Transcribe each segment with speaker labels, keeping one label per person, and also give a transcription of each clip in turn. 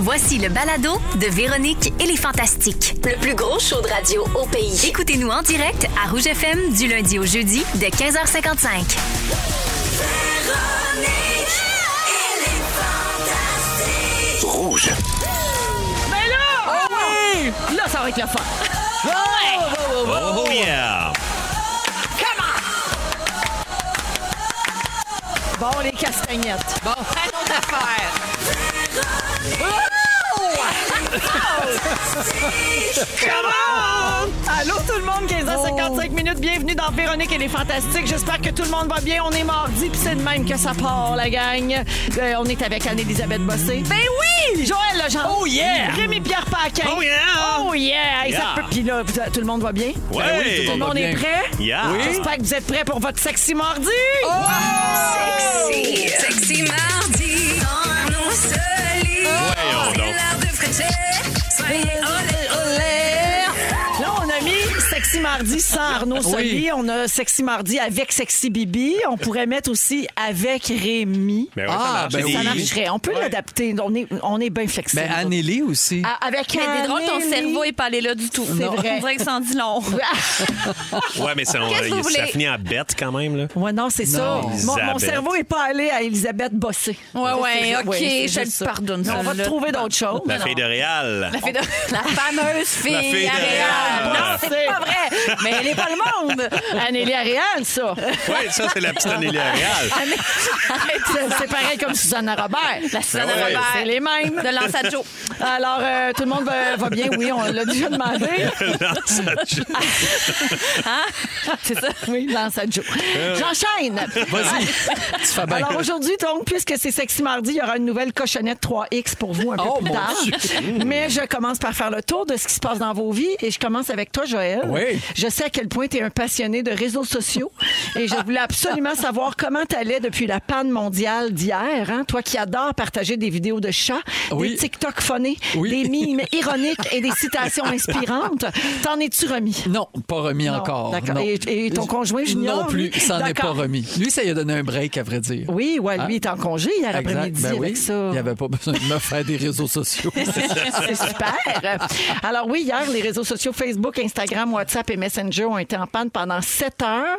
Speaker 1: Voici le balado de Véronique et les Fantastiques.
Speaker 2: Le plus gros show de radio au pays.
Speaker 1: Écoutez-nous en direct à Rouge FM du lundi au jeudi de 15h55.
Speaker 3: Rouge.
Speaker 4: Là, ça va être la fin.
Speaker 3: Oh yeah!
Speaker 4: Bon, les castagnettes. Oh! Bon, à notre affaire. Allô tout le monde,
Speaker 3: Oh.
Speaker 4: 15h55 minutes, bienvenue dans Véronique et les Fantastiques. J'espère que tout le monde va bien. On est mardi, puis c'est de même que ça part, la gang. Euh, on est avec Anne-Élisabeth Bossé. Ben oui! Joël Legendre.
Speaker 3: Oh yeah!
Speaker 4: Rémi-Pierre Paquin.
Speaker 3: Oh yeah!
Speaker 4: Oh yeah! Hey, ça
Speaker 3: Yeah.
Speaker 4: peut- Puis là, vous- tout le monde va bien?
Speaker 3: Ouais.
Speaker 4: Ben tout le monde est prêt?
Speaker 3: Yeah. Oui.
Speaker 4: J'espère que vous êtes prêts pour votre sexy mardi!
Speaker 3: Oh!
Speaker 5: Sexy mardi, dans nos solis.
Speaker 3: Voyons
Speaker 5: C'est
Speaker 3: donc.
Speaker 5: l'heure de fréter. Soyez olé, olé.
Speaker 4: Là, on a mis Sexy Mardi sans Arnaud Soli. On a Sexy Mardi avec Sexy Bibi. On pourrait mettre aussi avec Rémi.
Speaker 3: Mais ouais, ça
Speaker 6: Ah,
Speaker 3: marche.
Speaker 6: ben
Speaker 3: Des-
Speaker 6: oui.
Speaker 4: Ça marcherait. On peut l'adapter. On est, on est bien flexible.
Speaker 3: Ben,
Speaker 6: Mais Anneli Ben, aussi.
Speaker 4: Ah, Avec
Speaker 7: Mais des drôles, ton
Speaker 4: Anneli.
Speaker 7: cerveau est pas allé là du tout.
Speaker 4: C'est vrai.
Speaker 7: On dirait que ça en dit long.
Speaker 3: Ouais, mais c'est- on-
Speaker 7: Qu'est-ce que vous
Speaker 3: ça
Speaker 7: voulez?
Speaker 3: finit en bête quand même. Là.
Speaker 4: Ouais, non, c'est ça. Mon, mon
Speaker 3: Elisabeth.
Speaker 4: cerveau est pas allé à Elisabeth Bossé.
Speaker 7: Ouais, ouais, ok,
Speaker 4: c'est
Speaker 7: je
Speaker 4: juste
Speaker 7: te
Speaker 4: ça.
Speaker 7: pardonne.
Speaker 4: On va te
Speaker 7: celle-là.
Speaker 4: trouver d'autres choses.
Speaker 3: La fille de Réal.
Speaker 7: La, fille de- la fameuse fille,
Speaker 3: La fille de
Speaker 7: Ariane.
Speaker 3: Réal.
Speaker 4: Non, c'est pas vrai. Mais elle est pas le monde. Anneli Ariel, ça.
Speaker 3: Ouais, ça, c'est la petite Anneli à Réal.
Speaker 4: Ah. C'est c'est pareil comme Susanna Robert.
Speaker 7: La Susanna
Speaker 3: Ben ouais.
Speaker 7: Robert.
Speaker 4: C'est les mêmes.
Speaker 7: De Lance à Joe.
Speaker 4: Alors, euh, tout le monde va, va bien, oui, on l'a déjà demandé.
Speaker 3: Non, ça, je-
Speaker 4: Hein? C'est ça? Oui, lance à Joe.
Speaker 3: Euh.
Speaker 4: J'enchaîne.
Speaker 6: Vas-y, tu fais bien.
Speaker 4: Alors aujourd'hui, donc, puisque c'est Sexy Mardi, il y aura une nouvelle cochonnette 3X pour vous un peu
Speaker 6: Oh,
Speaker 4: plus
Speaker 6: mon
Speaker 4: tard. Mais je commence par faire le tour de ce qui se passe dans vos vies et je commence avec toi, Joël.
Speaker 6: Oui.
Speaker 4: Je sais à quel point tu es un passionné de réseaux sociaux et je voulais absolument savoir comment tu allais depuis la panne mondiale d'hier. hein. Toi qui adores partager des vidéos de chats, des
Speaker 6: Oui.
Speaker 4: TikTok phonés,
Speaker 6: Oui.
Speaker 4: des mimes ironiques et des citations inspirantes, t'en es-tu remis?
Speaker 6: Non, pas remis
Speaker 4: Non,
Speaker 6: encore.
Speaker 4: d'accord.
Speaker 6: non.
Speaker 4: Et- et ton conjoint, j'ignore,
Speaker 6: Non plus,
Speaker 4: lui?
Speaker 6: ça n'en est pas
Speaker 4: D'accord.
Speaker 6: remis. Lui, ça lui a donné un break, à vrai dire.
Speaker 4: Oui, ouais,
Speaker 6: Ah.
Speaker 4: lui est en congé hier
Speaker 6: Exact.
Speaker 4: après-midi
Speaker 6: Ben oui,
Speaker 4: avec ça.
Speaker 6: Il n'avait pas besoin de me faire des réseaux sociaux.
Speaker 4: C'est super. Alors oui, hier, les réseaux sociaux Facebook, Instagram, WhatsApp et Messenger ont été en panne pendant 7 heures.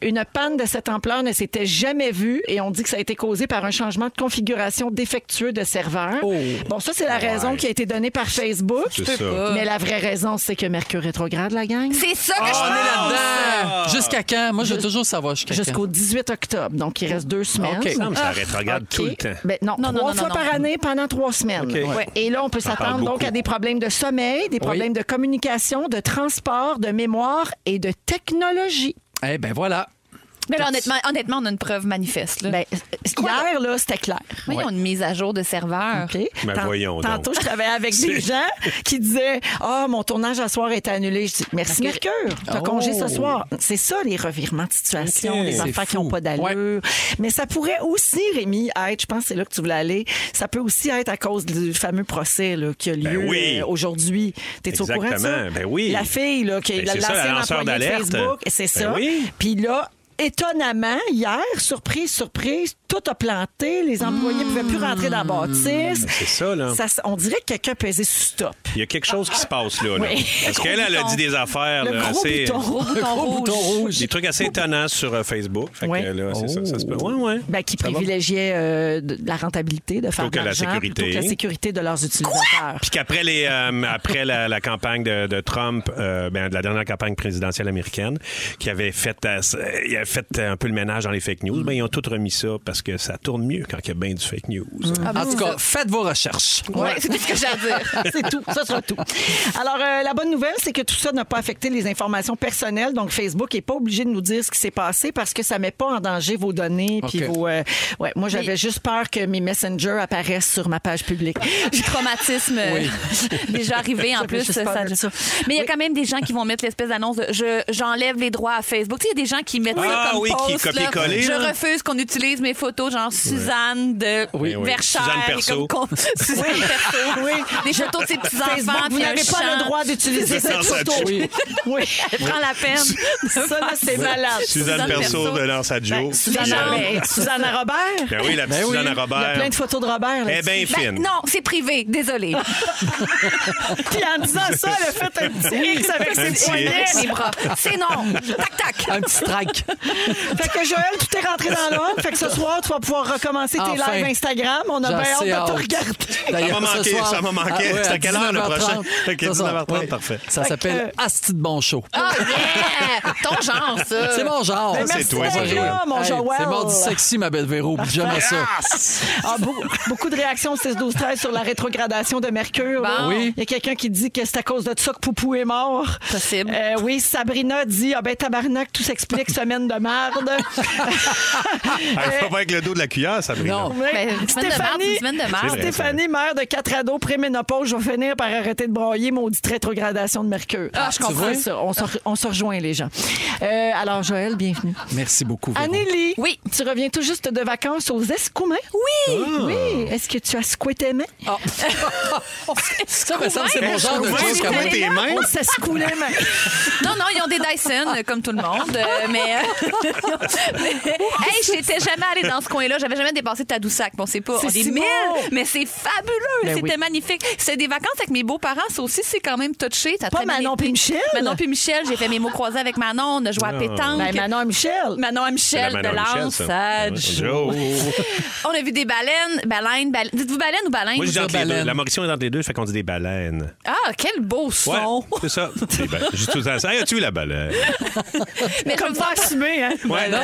Speaker 4: Une panne de cette ampleur ne s'était jamais vue et on dit que ça a été causé par un changement de configuration défectueux de serveur.
Speaker 6: Oh.
Speaker 4: Bon, ça, c'est la raison qui a été donnée par Facebook.
Speaker 3: C'est ça.
Speaker 4: Mais la vraie raison, c'est que Mercure rétrograde, la gang.
Speaker 7: C'est ça
Speaker 3: Ah,
Speaker 7: que
Speaker 6: On est là-dedans. Jusqu'à quand? Moi, je veux toujours savoir jusqu'à quand.
Speaker 4: Jusqu'au 18 octobre. Donc, il reste deux semaines.
Speaker 6: OK.
Speaker 3: Non, Ah, mais ça rétrograde
Speaker 4: OK.
Speaker 3: tout le temps.
Speaker 4: Ben non,
Speaker 7: Non, non,
Speaker 4: trois
Speaker 7: non,
Speaker 4: fois
Speaker 7: non,
Speaker 4: par
Speaker 7: non.
Speaker 4: année pendant trois semaines.
Speaker 3: Ouais.
Speaker 4: Et là, on peut
Speaker 3: parle
Speaker 4: s'attendre donc
Speaker 3: beaucoup.
Speaker 4: à des problèmes de sommeil, des problèmes de communication, de transport, de mémoire et de technologie.
Speaker 6: Eh ben voilà.
Speaker 7: Mais là, honnêtement, honnêtement, on a une preuve manifeste. Là.
Speaker 4: Ben, hier, là, c'était clair.
Speaker 7: Voyons une mise à jour de serveur.
Speaker 4: OK?
Speaker 3: Ben,
Speaker 4: Tant-
Speaker 3: voyons donc.
Speaker 4: Tantôt, je travaillais avec des
Speaker 3: C'est-
Speaker 4: gens qui disaient Ah, mon tournage à soir est annulé. Je dis Merci, Mercure. T'as
Speaker 6: Oh.
Speaker 4: congé ce soir. C'est ça, les revirements de situation,
Speaker 3: OK.
Speaker 4: les
Speaker 6: C'est
Speaker 4: affaires qui n'ont
Speaker 6: fou.
Speaker 4: pas d'allure. Mais ça pourrait aussi, Rémi, être, je pense que c'est là que tu voulais aller, ça peut aussi être à cause du fameux procès là, qui a lieu
Speaker 3: Ben oui.
Speaker 4: euh, aujourd'hui. T'es-tu au courant de ça?
Speaker 3: Exactement. Ben oui.
Speaker 4: La fille, là, qui est
Speaker 3: Ben, c'est ça, la
Speaker 4: l'ancienne
Speaker 3: lanceur
Speaker 4: employée de
Speaker 3: d'alerte.
Speaker 4: Facebook, c'est
Speaker 3: Ben
Speaker 4: ça.
Speaker 3: oui.
Speaker 4: Puis là, étonnamment, hier, surprise, surprise, tout a planté. Les employés ne pouvaient plus rentrer dans la bâtisse.
Speaker 3: Mmh. C'est ça, là.
Speaker 4: Ça s- on dirait que quelqu'un pesait sous stop.
Speaker 3: Il y a quelque chose qui se passe, là. là.
Speaker 4: Oui.
Speaker 3: Parce qu'elle, elle a dit des affaires
Speaker 4: Le
Speaker 3: Ah, là,
Speaker 4: gros
Speaker 3: assez. euh,
Speaker 4: bouton.
Speaker 6: Le gros bouton rouge.
Speaker 3: Des trucs assez étonnants sur euh, Facebook. Fait que
Speaker 4: Ouais.
Speaker 3: là, c'est ça, ça se peut. Ouais, ouais.
Speaker 4: Ben, qui privilégiait euh, de- la rentabilité de faire de
Speaker 3: Plutôt que la
Speaker 4: l'argent
Speaker 3: sécurité.
Speaker 4: plutôt que la sécurité de leurs utilisateurs.
Speaker 3: Puis qu'après les, euh, après la, la campagne de, de Trump, euh, ben, de la dernière campagne présidentielle américaine, qui avait fait, euh, il avait fait euh, un peu le ménage dans les fake news, ben, ils ont tout remis ça parce que ça tourne mieux quand il y a bien du fake news. hein.
Speaker 6: En tout
Speaker 4: Ah,
Speaker 6: cas, faites vos recherches.
Speaker 7: Ouais, c'est tout ce que j'ai à dire.
Speaker 4: c'est tout. Ça sera tout. Alors, euh, la bonne nouvelle, c'est que tout ça n'a pas affecté les informations personnelles. Donc, Facebook n'est pas obligé de nous dire ce qui s'est passé parce que ça ne met pas en danger vos données. Puis
Speaker 6: OK.
Speaker 4: vos, euh, ouais, moi, j'avais
Speaker 7: Mais-
Speaker 4: juste peur que mes Messenger apparaissent sur ma page publique.
Speaker 7: Du traumatisme euh, déjà arrivé en
Speaker 4: Ça peut
Speaker 7: plus.
Speaker 4: juste
Speaker 7: ça-
Speaker 4: pas dire ça.
Speaker 7: Mais il y a quand même des gens qui vont mettre l'espèce d'annonce de je- j'enlève les droits à Facebook. Tu sais, il y a des gens qui mettent
Speaker 3: Oui,
Speaker 7: ça là,
Speaker 3: Ah
Speaker 7: comme
Speaker 3: oui, qui
Speaker 7: post, là.
Speaker 3: copie-coller,
Speaker 7: Je
Speaker 3: là. Ben
Speaker 7: refuse qu'on utilise mes photos, genre Suzanne de
Speaker 3: Oui, oui.
Speaker 7: Verchères.
Speaker 3: Suzanne
Speaker 7: et
Speaker 3: Perceau.
Speaker 7: comme qu'on- Suzanne Perceau. Des photos de ses
Speaker 4: Facebook,
Speaker 7: petits-enfants.
Speaker 4: vous
Speaker 7: puis un
Speaker 4: n'avez pas
Speaker 7: chant.
Speaker 4: le droit d'utiliser
Speaker 3: C'est
Speaker 4: cette
Speaker 3: ça,
Speaker 4: photo.
Speaker 3: Sadju.
Speaker 4: Oui.
Speaker 7: Prends la peine.
Speaker 4: Ça, là, c'est malade.
Speaker 3: Suzanne
Speaker 7: Suzanne
Speaker 3: Perceau
Speaker 7: Perceau.
Speaker 3: de Lance à Joe.
Speaker 4: Suzanne,
Speaker 7: Jamais.
Speaker 4: Suzanne Robert.
Speaker 3: Ben oui, la petite
Speaker 6: Ben oui.
Speaker 3: Suzanne
Speaker 6: Il y a
Speaker 4: Il y a
Speaker 3: Robert.
Speaker 4: plein de photos de Robert. là.
Speaker 3: Eh bien
Speaker 7: Ben,
Speaker 3: fine.
Speaker 7: non, c'est privé, désolé.
Speaker 4: Puis en disant ça, elle a fait un petit X avec
Speaker 3: Un petit
Speaker 4: ses poignets.
Speaker 3: X.
Speaker 7: Les bras. C'est non. Tac, tac.
Speaker 6: Un petit strike.
Speaker 4: Fait que Joël, tout est rentré dans l'ordre. Fait que ce soir, tu vas pouvoir recommencer tes
Speaker 6: Enfin.
Speaker 4: lives Instagram. On a
Speaker 6: J'ai
Speaker 4: bien hâte
Speaker 6: assez
Speaker 4: de te
Speaker 6: hâte.
Speaker 4: regarder.
Speaker 3: Ça
Speaker 6: D'ailleurs,
Speaker 3: m'a
Speaker 6: ce
Speaker 3: manqué,
Speaker 6: soir- Ah
Speaker 3: ça m'a manqué.
Speaker 6: ouais,
Speaker 3: C'est à quelle heure le
Speaker 6: 19h30?
Speaker 3: prochain? Ok,
Speaker 6: Ce soir,
Speaker 3: 19h30, parfait.
Speaker 6: Ça s'appelle
Speaker 4: Euh,
Speaker 6: Asti de bon show.
Speaker 7: Ah, yeah! Ton genre, ça.
Speaker 6: C'est mon genre.
Speaker 3: Ben, merci
Speaker 6: On va
Speaker 3: d'être
Speaker 6: rire.
Speaker 4: là, mon Joël.
Speaker 6: C'est mort du sexy, ma belle Véro. puis J'aime ça.
Speaker 4: Ah, beau- beaucoup de réactions au 6 12 13 sur la rétrogradation de Mercure. là.
Speaker 7: Oui.
Speaker 4: Il y a quelqu'un qui dit que c'est à cause de ça que Poupou est mort.
Speaker 7: Possible.
Speaker 4: Euh, oui, Sabrina dit ah ben tabarnak, tout s'explique semaine de merde.
Speaker 3: Elle va pas avec le dos de la cuillère, Sabrina.
Speaker 6: Non.
Speaker 4: Ouais.
Speaker 7: Ben, une semaine de marde, une semaine de marde.
Speaker 3: C'est vrai,
Speaker 4: Stéphanie, mère de quatre ados préménopause, je vais finir par arrêter de broyer maudite rétrogradation de Mercure.
Speaker 7: Ah, je
Speaker 4: Tu
Speaker 7: comprends.
Speaker 4: vois? ça. On se, re- on se rejoint, les gens. Euh, alors, Joël, bienvenue.
Speaker 6: Merci beaucoup, Véro.
Speaker 4: Anneli,
Speaker 7: Oui.
Speaker 4: tu reviens tout juste de vacances aux Escoumins.
Speaker 7: Oui!
Speaker 4: Oui. Est-ce que tu as squatté main?
Speaker 6: Ah. ça, me semble que c'est mon genre de
Speaker 3: Ouais,
Speaker 6: chose.
Speaker 3: c'est
Speaker 6: quand même.
Speaker 3: vrai. tes mains?
Speaker 4: On s'est secoué les mains.
Speaker 7: Non, non, ils ont des Dyson, euh, comme tout le monde. euh, mais. hey, je n'étais jamais allée dans ce coin-là. J'avais jamais dépassé Tadoussac. Bon, c'est pas.
Speaker 4: C'est
Speaker 7: On est
Speaker 4: si
Speaker 7: mille,
Speaker 4: beau.
Speaker 7: mais c'est fabuleux.
Speaker 6: Ben
Speaker 7: C'était
Speaker 6: oui.
Speaker 7: magnifique. C'était des vacances avec mes beaux-parents. Ça aussi, c'est quand même touché. T'as
Speaker 4: Pas
Speaker 7: traîné
Speaker 4: Manon
Speaker 7: les-
Speaker 4: puis Michel?
Speaker 7: Manon puis Michel. J'ai fait mes mots croisés avec Manon. On a joué à pétanque.
Speaker 4: Ben, Manon et Michel.
Speaker 7: Manon et Michel
Speaker 3: Ah. C'est la
Speaker 7: de
Speaker 3: Manon Michel,
Speaker 7: Lance,
Speaker 3: ça.
Speaker 7: ça
Speaker 3: Ouais,
Speaker 7: joue.
Speaker 3: Joe.
Speaker 7: On a vu des baleines, baleines, baleines. Dites-vous baleines ou baleines?
Speaker 3: Moi, je dis entre les deux.
Speaker 6: baleine.
Speaker 3: La Mauricie, on est entre les deux, fait qu'on dit des baleines.
Speaker 4: ben-
Speaker 7: Ah, quel beau
Speaker 3: Ouais,
Speaker 7: son!
Speaker 3: c'est ça. Des baleines. J'ai tout le temps ça. Hey, as-tu vu la baleine?
Speaker 7: Mais comme
Speaker 4: Pas assumé, hein?
Speaker 3: Ouais,
Speaker 6: non.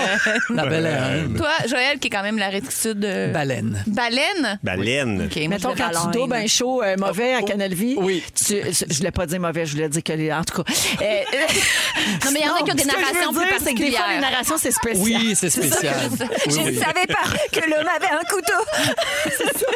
Speaker 6: La belle hein,
Speaker 7: Toi, Joël, qui est quand même la rectitude euh,
Speaker 6: baleine.
Speaker 7: baleine.
Speaker 3: Baleine.
Speaker 7: OK, moi,
Speaker 4: Mettons,
Speaker 7: je
Speaker 4: quand
Speaker 7: dirais
Speaker 4: tu
Speaker 7: baleine.
Speaker 4: doubles un show euh, mauvais à Canal Vie,
Speaker 6: Oh, oui.
Speaker 4: tu- euh, je voulais pas dire mauvais, je voulais dire que les. En tout cas. euh,
Speaker 7: Non, mais il y en a qui ont
Speaker 4: non,
Speaker 7: des
Speaker 4: ce que je veux
Speaker 7: narrations plus
Speaker 4: dire, c'est que des fois, les
Speaker 7: particulières.
Speaker 4: narrations, c'est spécial.
Speaker 6: Oui, c'est spécial. Oui,
Speaker 7: Je
Speaker 6: oui.
Speaker 7: ne savais pas que l'homme avait un couteau.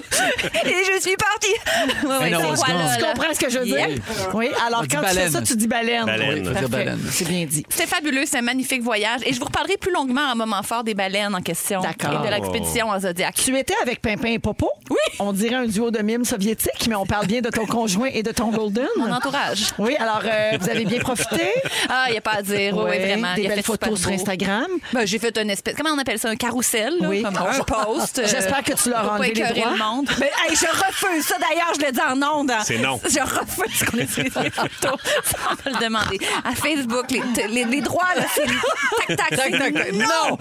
Speaker 7: Et je suis partie. Ouais, ouais,
Speaker 6: non,
Speaker 7: c'est
Speaker 6: on se
Speaker 7: voilà,
Speaker 6: gâte.
Speaker 7: là.
Speaker 4: Tu comprends ce que je veux dire?
Speaker 6: Yep.
Speaker 4: Oui, alors
Speaker 6: On dit
Speaker 4: quand tu fais
Speaker 6: baleine.
Speaker 4: ça, tu dis baleine.
Speaker 3: Baleine.
Speaker 6: Oui, faut dire
Speaker 7: Parfait.
Speaker 6: baleine.
Speaker 4: C'est bien dit.
Speaker 7: C'était fabuleux, c'est un magnifique voyage. Et je vous reparlerai plus longuement à un moment fort des baleines en question.
Speaker 4: D'accord.
Speaker 7: Et de l'expédition en Zodiac.
Speaker 4: Tu étais avec Pimpin et Popo. Oui. On dirait un duo de mimes soviétiques, mais on parle bien de ton conjoint et de ton golden.
Speaker 7: Mon entourage.
Speaker 4: Oui, alors euh, vous avez bien profité.
Speaker 7: Ah, il n'y a pas à dire. Oui, oui,
Speaker 4: Ouais,
Speaker 7: vraiment.
Speaker 4: Des
Speaker 7: Il a
Speaker 4: belles
Speaker 7: fait super
Speaker 4: photos sur
Speaker 7: beau.
Speaker 4: Instagram.
Speaker 7: Ben, j'ai fait un espèce. Comment on appelle ça? Un carrousel? là,
Speaker 4: Oui.
Speaker 7: Comme un post. euh,
Speaker 4: J'espère que tu leur as
Speaker 7: pour pas
Speaker 4: enlevé les
Speaker 7: écœurer
Speaker 4: droits.
Speaker 7: le monde. Mais, hey, je refuse ça. D'ailleurs, je le dis en ondes. hein.
Speaker 3: C'est non.
Speaker 7: Je refuse qu'on utilise les photos. Sans me le demander. À Facebook, les, t- les- les droits, là, c'est. Tac, tac,
Speaker 6: Tac, tac, tac.
Speaker 7: c'est-
Speaker 6: Non!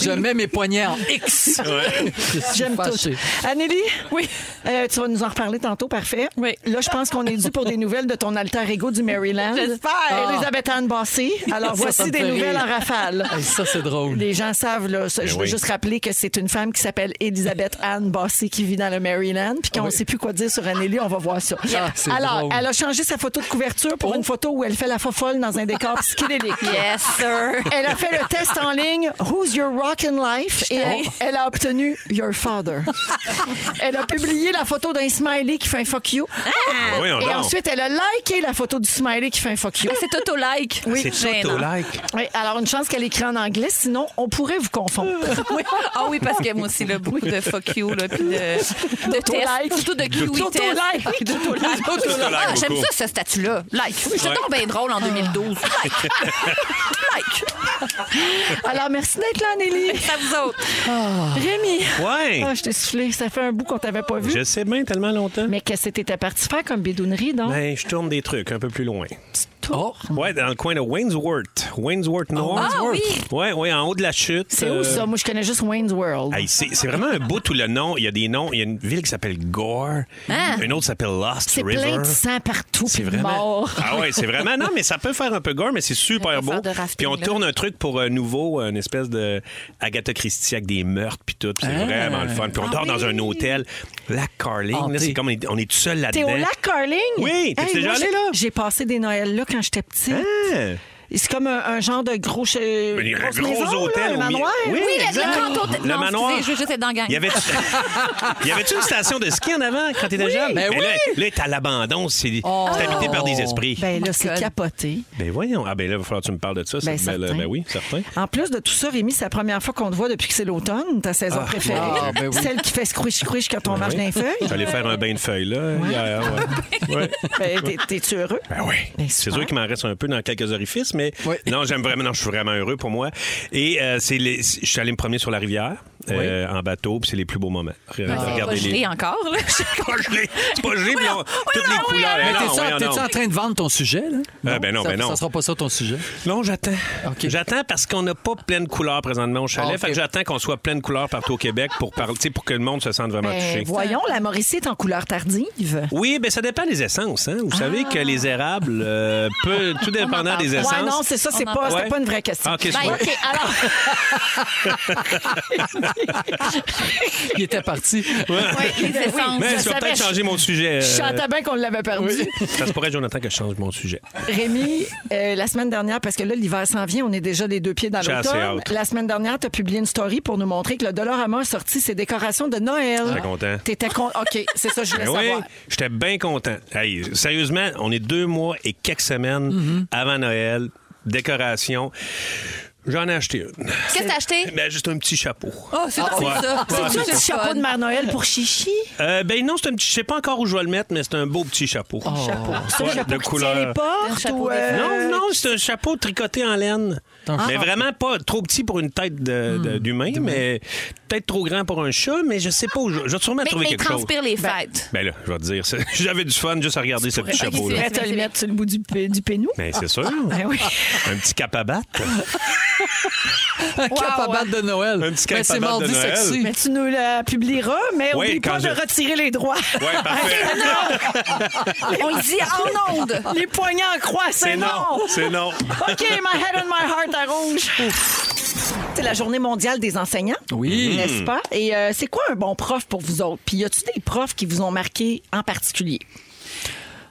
Speaker 6: Je mets mes poignets en X. Je suis
Speaker 4: J'aime tout.
Speaker 6: fâché.
Speaker 4: Anneli,
Speaker 7: Oui.
Speaker 4: euh, tu vas nous en reparler tantôt, parfait.
Speaker 7: Oui.
Speaker 4: Là, je pense qu'on est dû pour des nouvelles de ton alter ego du Maryland. Ah.
Speaker 7: J'espère.
Speaker 4: Elisabeth Anne Bassé. Alors,
Speaker 6: Ça,
Speaker 4: voici
Speaker 6: ça me
Speaker 4: des
Speaker 6: fait
Speaker 4: nouvelles
Speaker 6: rire.
Speaker 4: en rafale.
Speaker 6: Hey, Ça, Ben c'est drôle.
Speaker 4: Les gens savent, là, ça, je veux
Speaker 3: oui.
Speaker 4: juste rappeler que c'est une femme qui s'appelle Elisabeth Anne Bossé qui vit dans le Maryland. Puis quand on ne sait plus quoi dire sur Anneli, on va voir ça.
Speaker 6: Ah, c'est
Speaker 4: Alors,
Speaker 6: drôle. Oh.
Speaker 4: elle a changé sa photo de couverture pour une photo où elle fait la fofolle dans un décor psychédélique.
Speaker 7: Yes, sir.
Speaker 4: Elle a fait le test en ligne Who's Your Rockin' Life
Speaker 3: Oh.
Speaker 4: et elle, elle a obtenu Your Father. elle a publié la photo d'un smiley qui fait un fuck you.
Speaker 3: Oui,
Speaker 4: Ah, et ensuite, elle a liké la photo du smiley qui fait un fuck you.
Speaker 7: C'est auto-like.
Speaker 3: c'est tout
Speaker 4: Ben,
Speaker 7: Gênant.
Speaker 3: au like.
Speaker 4: Oui, alors une chance qu'elle écrit en anglais, sinon on pourrait vous confondre.
Speaker 7: Oui. Ah oui, parce que moi aussi, là, beaucoup de fuck you, là, puis de, de
Speaker 4: D'auto-like.
Speaker 7: tests, surtout de kiwi test.
Speaker 4: D'auto-like.
Speaker 7: Ah, d'auto-like.
Speaker 3: D'auto-like
Speaker 7: Ah, j'aime
Speaker 3: beaucoup.
Speaker 7: ça, ce statut-là. Like. Je
Speaker 3: Ouais.
Speaker 7: tombe bien drôle en 2012. Like. like.
Speaker 4: Alors merci d'être là, Anneli.
Speaker 7: Ça vous autres.
Speaker 3: Ah.
Speaker 4: Rémi.
Speaker 3: Ouais.
Speaker 4: Ah, je t'ai soufflé. Ça fait un bout qu'on t'avait pas vu.
Speaker 3: Je sais bien tellement longtemps.
Speaker 4: Mais qu'est-ce que t'étais parti faire comme bidounerie, donc?
Speaker 3: Ben, je tourne des trucs un peu plus loin.
Speaker 6: Oh,
Speaker 3: Ouais, dans le coin de Waynesworth. Waynesworth Nord.
Speaker 7: Ah oui.
Speaker 3: Ouais, ouais, en haut de la chute.
Speaker 4: Oh. c'est
Speaker 3: euh,
Speaker 4: où ça? Moi, je connais juste Wayne's World.
Speaker 3: Hey, c'est c'est vraiment un bout où le nom, il y a des noms. Il y a une ville qui s'appelle Gore,
Speaker 7: Hein?
Speaker 3: une autre s'appelle Lost
Speaker 4: Ah. c'est
Speaker 3: River.
Speaker 4: plein de sang partout,
Speaker 3: C'est
Speaker 4: puis de
Speaker 3: vraiment.
Speaker 4: mort.
Speaker 3: Ah ouais, c'est vraiment. Non, mais ça peut faire un peu gore, mais c'est super
Speaker 7: peut
Speaker 3: beau.
Speaker 7: faire de rafting,
Speaker 3: Puis on
Speaker 7: là.
Speaker 3: tourne un truc pour euh, nouveau, une espèce de Agatha Christie avec des meurtres puis tout. C'est
Speaker 4: Ah.
Speaker 3: vraiment le fun. Puis on dort dans un hôtel, Lac Carling. là,
Speaker 6: Hanté.
Speaker 3: C'est comme on est- on est tout seul
Speaker 4: T'es au
Speaker 3: là-dedans.
Speaker 4: lac Carling?
Speaker 3: Oui, t'es
Speaker 4: Hey,
Speaker 3: déjà
Speaker 4: moi,
Speaker 3: allé,
Speaker 4: j'ai-
Speaker 3: là?
Speaker 4: J'ai passé des Noëls là quand j'étais petite.
Speaker 3: Hein?
Speaker 4: C'est comme un, un genre de gros. che-
Speaker 3: Un
Speaker 4: grosse
Speaker 3: gros
Speaker 4: maison, là,
Speaker 3: hôtel
Speaker 4: un
Speaker 3: au milieu.
Speaker 4: manoir.
Speaker 3: Oui,
Speaker 7: Oui, le-
Speaker 3: exact.
Speaker 7: le grand hôtel.
Speaker 3: Le
Speaker 7: Non,
Speaker 3: manoir.
Speaker 7: excusez, je veux juste être dans la gang.
Speaker 3: Il y avait il y avait une station de ski en avant quand t'étais jeune. Mais
Speaker 6: Ben oui.
Speaker 3: là, là, est à l'abandon, c'est
Speaker 6: Oh.
Speaker 3: c'est habité par des esprits. Ben,
Speaker 4: Ben là, c'est
Speaker 7: God.
Speaker 4: capoté.
Speaker 3: voyons, ah ben là, il va falloir que tu me parles de ça.
Speaker 4: Ben,
Speaker 3: cette belle-
Speaker 4: certain.
Speaker 3: ben oui, certain.
Speaker 4: En plus de tout ça, Rémi, c'est la première fois qu'on te voit depuis que c'est l'automne, ta saison préférée.
Speaker 6: ah, ben oui.
Speaker 4: Celle qui fait squish squish quand on marche
Speaker 3: oui.
Speaker 4: dans les feuilles.
Speaker 3: J'allais faire un bain de feuilles là hier. ouais. Ouais.
Speaker 4: Ben, t'es- T'es-tu heureux?
Speaker 3: Ben oui.
Speaker 4: Ben,
Speaker 3: c'est
Speaker 4: super.
Speaker 3: sûr qu'il m'en reste un peu dans quelques orifices, mais
Speaker 6: Oui.
Speaker 3: non, j'aime vraiment, non, je suis vraiment heureux pour moi. Et euh, c'est les- je suis allé me promener sur la rivière euh, en bateau, puis c'est les plus beaux moments.
Speaker 7: C'est pas
Speaker 3: Regardez
Speaker 7: gelé hein.
Speaker 3: les.
Speaker 7: encore, là.
Speaker 3: C'est pas gelé, c'est pas gelé, puis on- toutes les couleurs. Eh Ben
Speaker 6: Mais
Speaker 3: non,
Speaker 6: t'es-tu en-
Speaker 3: voyons
Speaker 6: t'es-tu
Speaker 3: donc.
Speaker 6: en train de vendre ton sujet, là?
Speaker 3: Euh, ben non,
Speaker 6: ça,
Speaker 3: ben non.
Speaker 6: Ça sera pas ça ton sujet.
Speaker 3: Non, j'attends.
Speaker 6: OK.
Speaker 3: J'attends parce qu'on n'a pas pleine couleur présentement au chalet.
Speaker 6: Ah, OK.
Speaker 3: Fait que j'attends qu'on soit pleine couleur partout au Québec pour parler, tu sais, pour que le monde se sente vraiment
Speaker 4: Ben,
Speaker 3: touché.
Speaker 4: voyons, la Mauricie est en couleur tardive.
Speaker 3: Oui, ben ça dépend des essences. Hein. Vous savez que les érables, euh, peu, tout dépendant des essences.
Speaker 4: Ouais, non, c'est ça, c'est
Speaker 7: On en
Speaker 4: pas, c'était
Speaker 3: Ouais.
Speaker 4: pas une vraie question.
Speaker 3: Ah, ok,
Speaker 7: Ben,
Speaker 3: excuse-moi.
Speaker 7: OK, alors,
Speaker 6: Il était parti.
Speaker 7: ouais, les essences.
Speaker 3: Mais
Speaker 4: je
Speaker 3: je vais
Speaker 4: savais,
Speaker 3: peut-être
Speaker 4: je-
Speaker 3: changer mon sujet. euh,
Speaker 4: Je chantais bien qu'on l'avait perdu.
Speaker 3: Ça se pourrait, Jonathan, que je change mon sujet.
Speaker 4: Rémi, euh, la semaine dernière, parce que là, l'hiver s'en vient, on est déjà les deux pieds dans
Speaker 3: J'ai assez
Speaker 4: l'automne.
Speaker 3: hâte.
Speaker 4: La semaine dernière, tu as publié une story pour nous montrer que le Dollarama a sorti ses décorations de Noël.
Speaker 3: Très content.
Speaker 4: T'étais con- OK, c'est ça, je voulais
Speaker 3: Ben oui,
Speaker 4: savoir.
Speaker 3: j'étais bien content. Hey, sérieusement, on est deux mois et quelques semaines
Speaker 4: Mm-hmm.
Speaker 3: avant Noël. Décoration. J'en ai acheté une.
Speaker 7: qu'est-ce que t'as acheté?
Speaker 3: Ben, juste un petit chapeau.
Speaker 7: Oh, c'est drôle,
Speaker 3: Ah, ouais.
Speaker 7: ça.
Speaker 3: Ouais,
Speaker 4: C'est-tu un
Speaker 7: le
Speaker 4: petit
Speaker 7: fun.
Speaker 4: chapeau de Mère Noël pour Chichi?
Speaker 3: Euh, ben non, c'est un petit. Je sais pas encore où je vais le mettre, mais c'est un beau petit chapeau.
Speaker 4: Oh. chapeau. C'est un
Speaker 3: Ouais,
Speaker 4: chapeau
Speaker 3: de
Speaker 4: qui
Speaker 3: couleur.
Speaker 4: tient les
Speaker 7: Un
Speaker 4: portes
Speaker 7: chapeau
Speaker 4: ou... euh,
Speaker 3: Non, non, c'est un chapeau tricoté en laine.
Speaker 4: Ah.
Speaker 6: Donc,
Speaker 3: mais vraiment pas trop petit pour une tête de-
Speaker 4: Hmm.
Speaker 3: de- d'humain, mais peut-être trop grand pour un chat, mais je sais pas où je, je vais sûrement
Speaker 7: Mais
Speaker 3: trouver
Speaker 7: il
Speaker 3: quelque chose.
Speaker 7: transpire les fêtes.
Speaker 3: Ben là, je vais te dire, c'est- j'avais du fun juste à regarder ce petit
Speaker 7: Ok,
Speaker 3: chapeau
Speaker 7: c'est
Speaker 3: là.
Speaker 7: vrai.
Speaker 4: Prête à le mettre sur le bout du, p- du pénou?
Speaker 3: Ben c'est sûr.
Speaker 4: Ben oui.
Speaker 3: Un petit capabat.
Speaker 6: Un cap à battre de Noël.
Speaker 3: Un petit cap
Speaker 6: Mais
Speaker 3: à
Speaker 6: c'est
Speaker 3: battre de
Speaker 6: mardi
Speaker 3: Noël.
Speaker 6: sexy.
Speaker 4: Mais tu nous la publieras, mais
Speaker 3: Ah, Oui,
Speaker 4: oublie
Speaker 3: quand
Speaker 4: pas de
Speaker 3: je-
Speaker 4: retirer les droits.
Speaker 7: Ah,
Speaker 3: Ouais, parfait.
Speaker 7: On le dit en ondes.
Speaker 4: Les poignets en croix, c'est
Speaker 3: C'est
Speaker 4: non.
Speaker 3: non, c'est non.
Speaker 4: OK, my head and my heart à rouge. C'est la journée mondiale des enseignants,
Speaker 6: Oui.
Speaker 4: n'est-ce pas? Et euh, c'est quoi un bon prof pour vous autres? Puis y a-tu des profs qui vous ont marqué en particulier?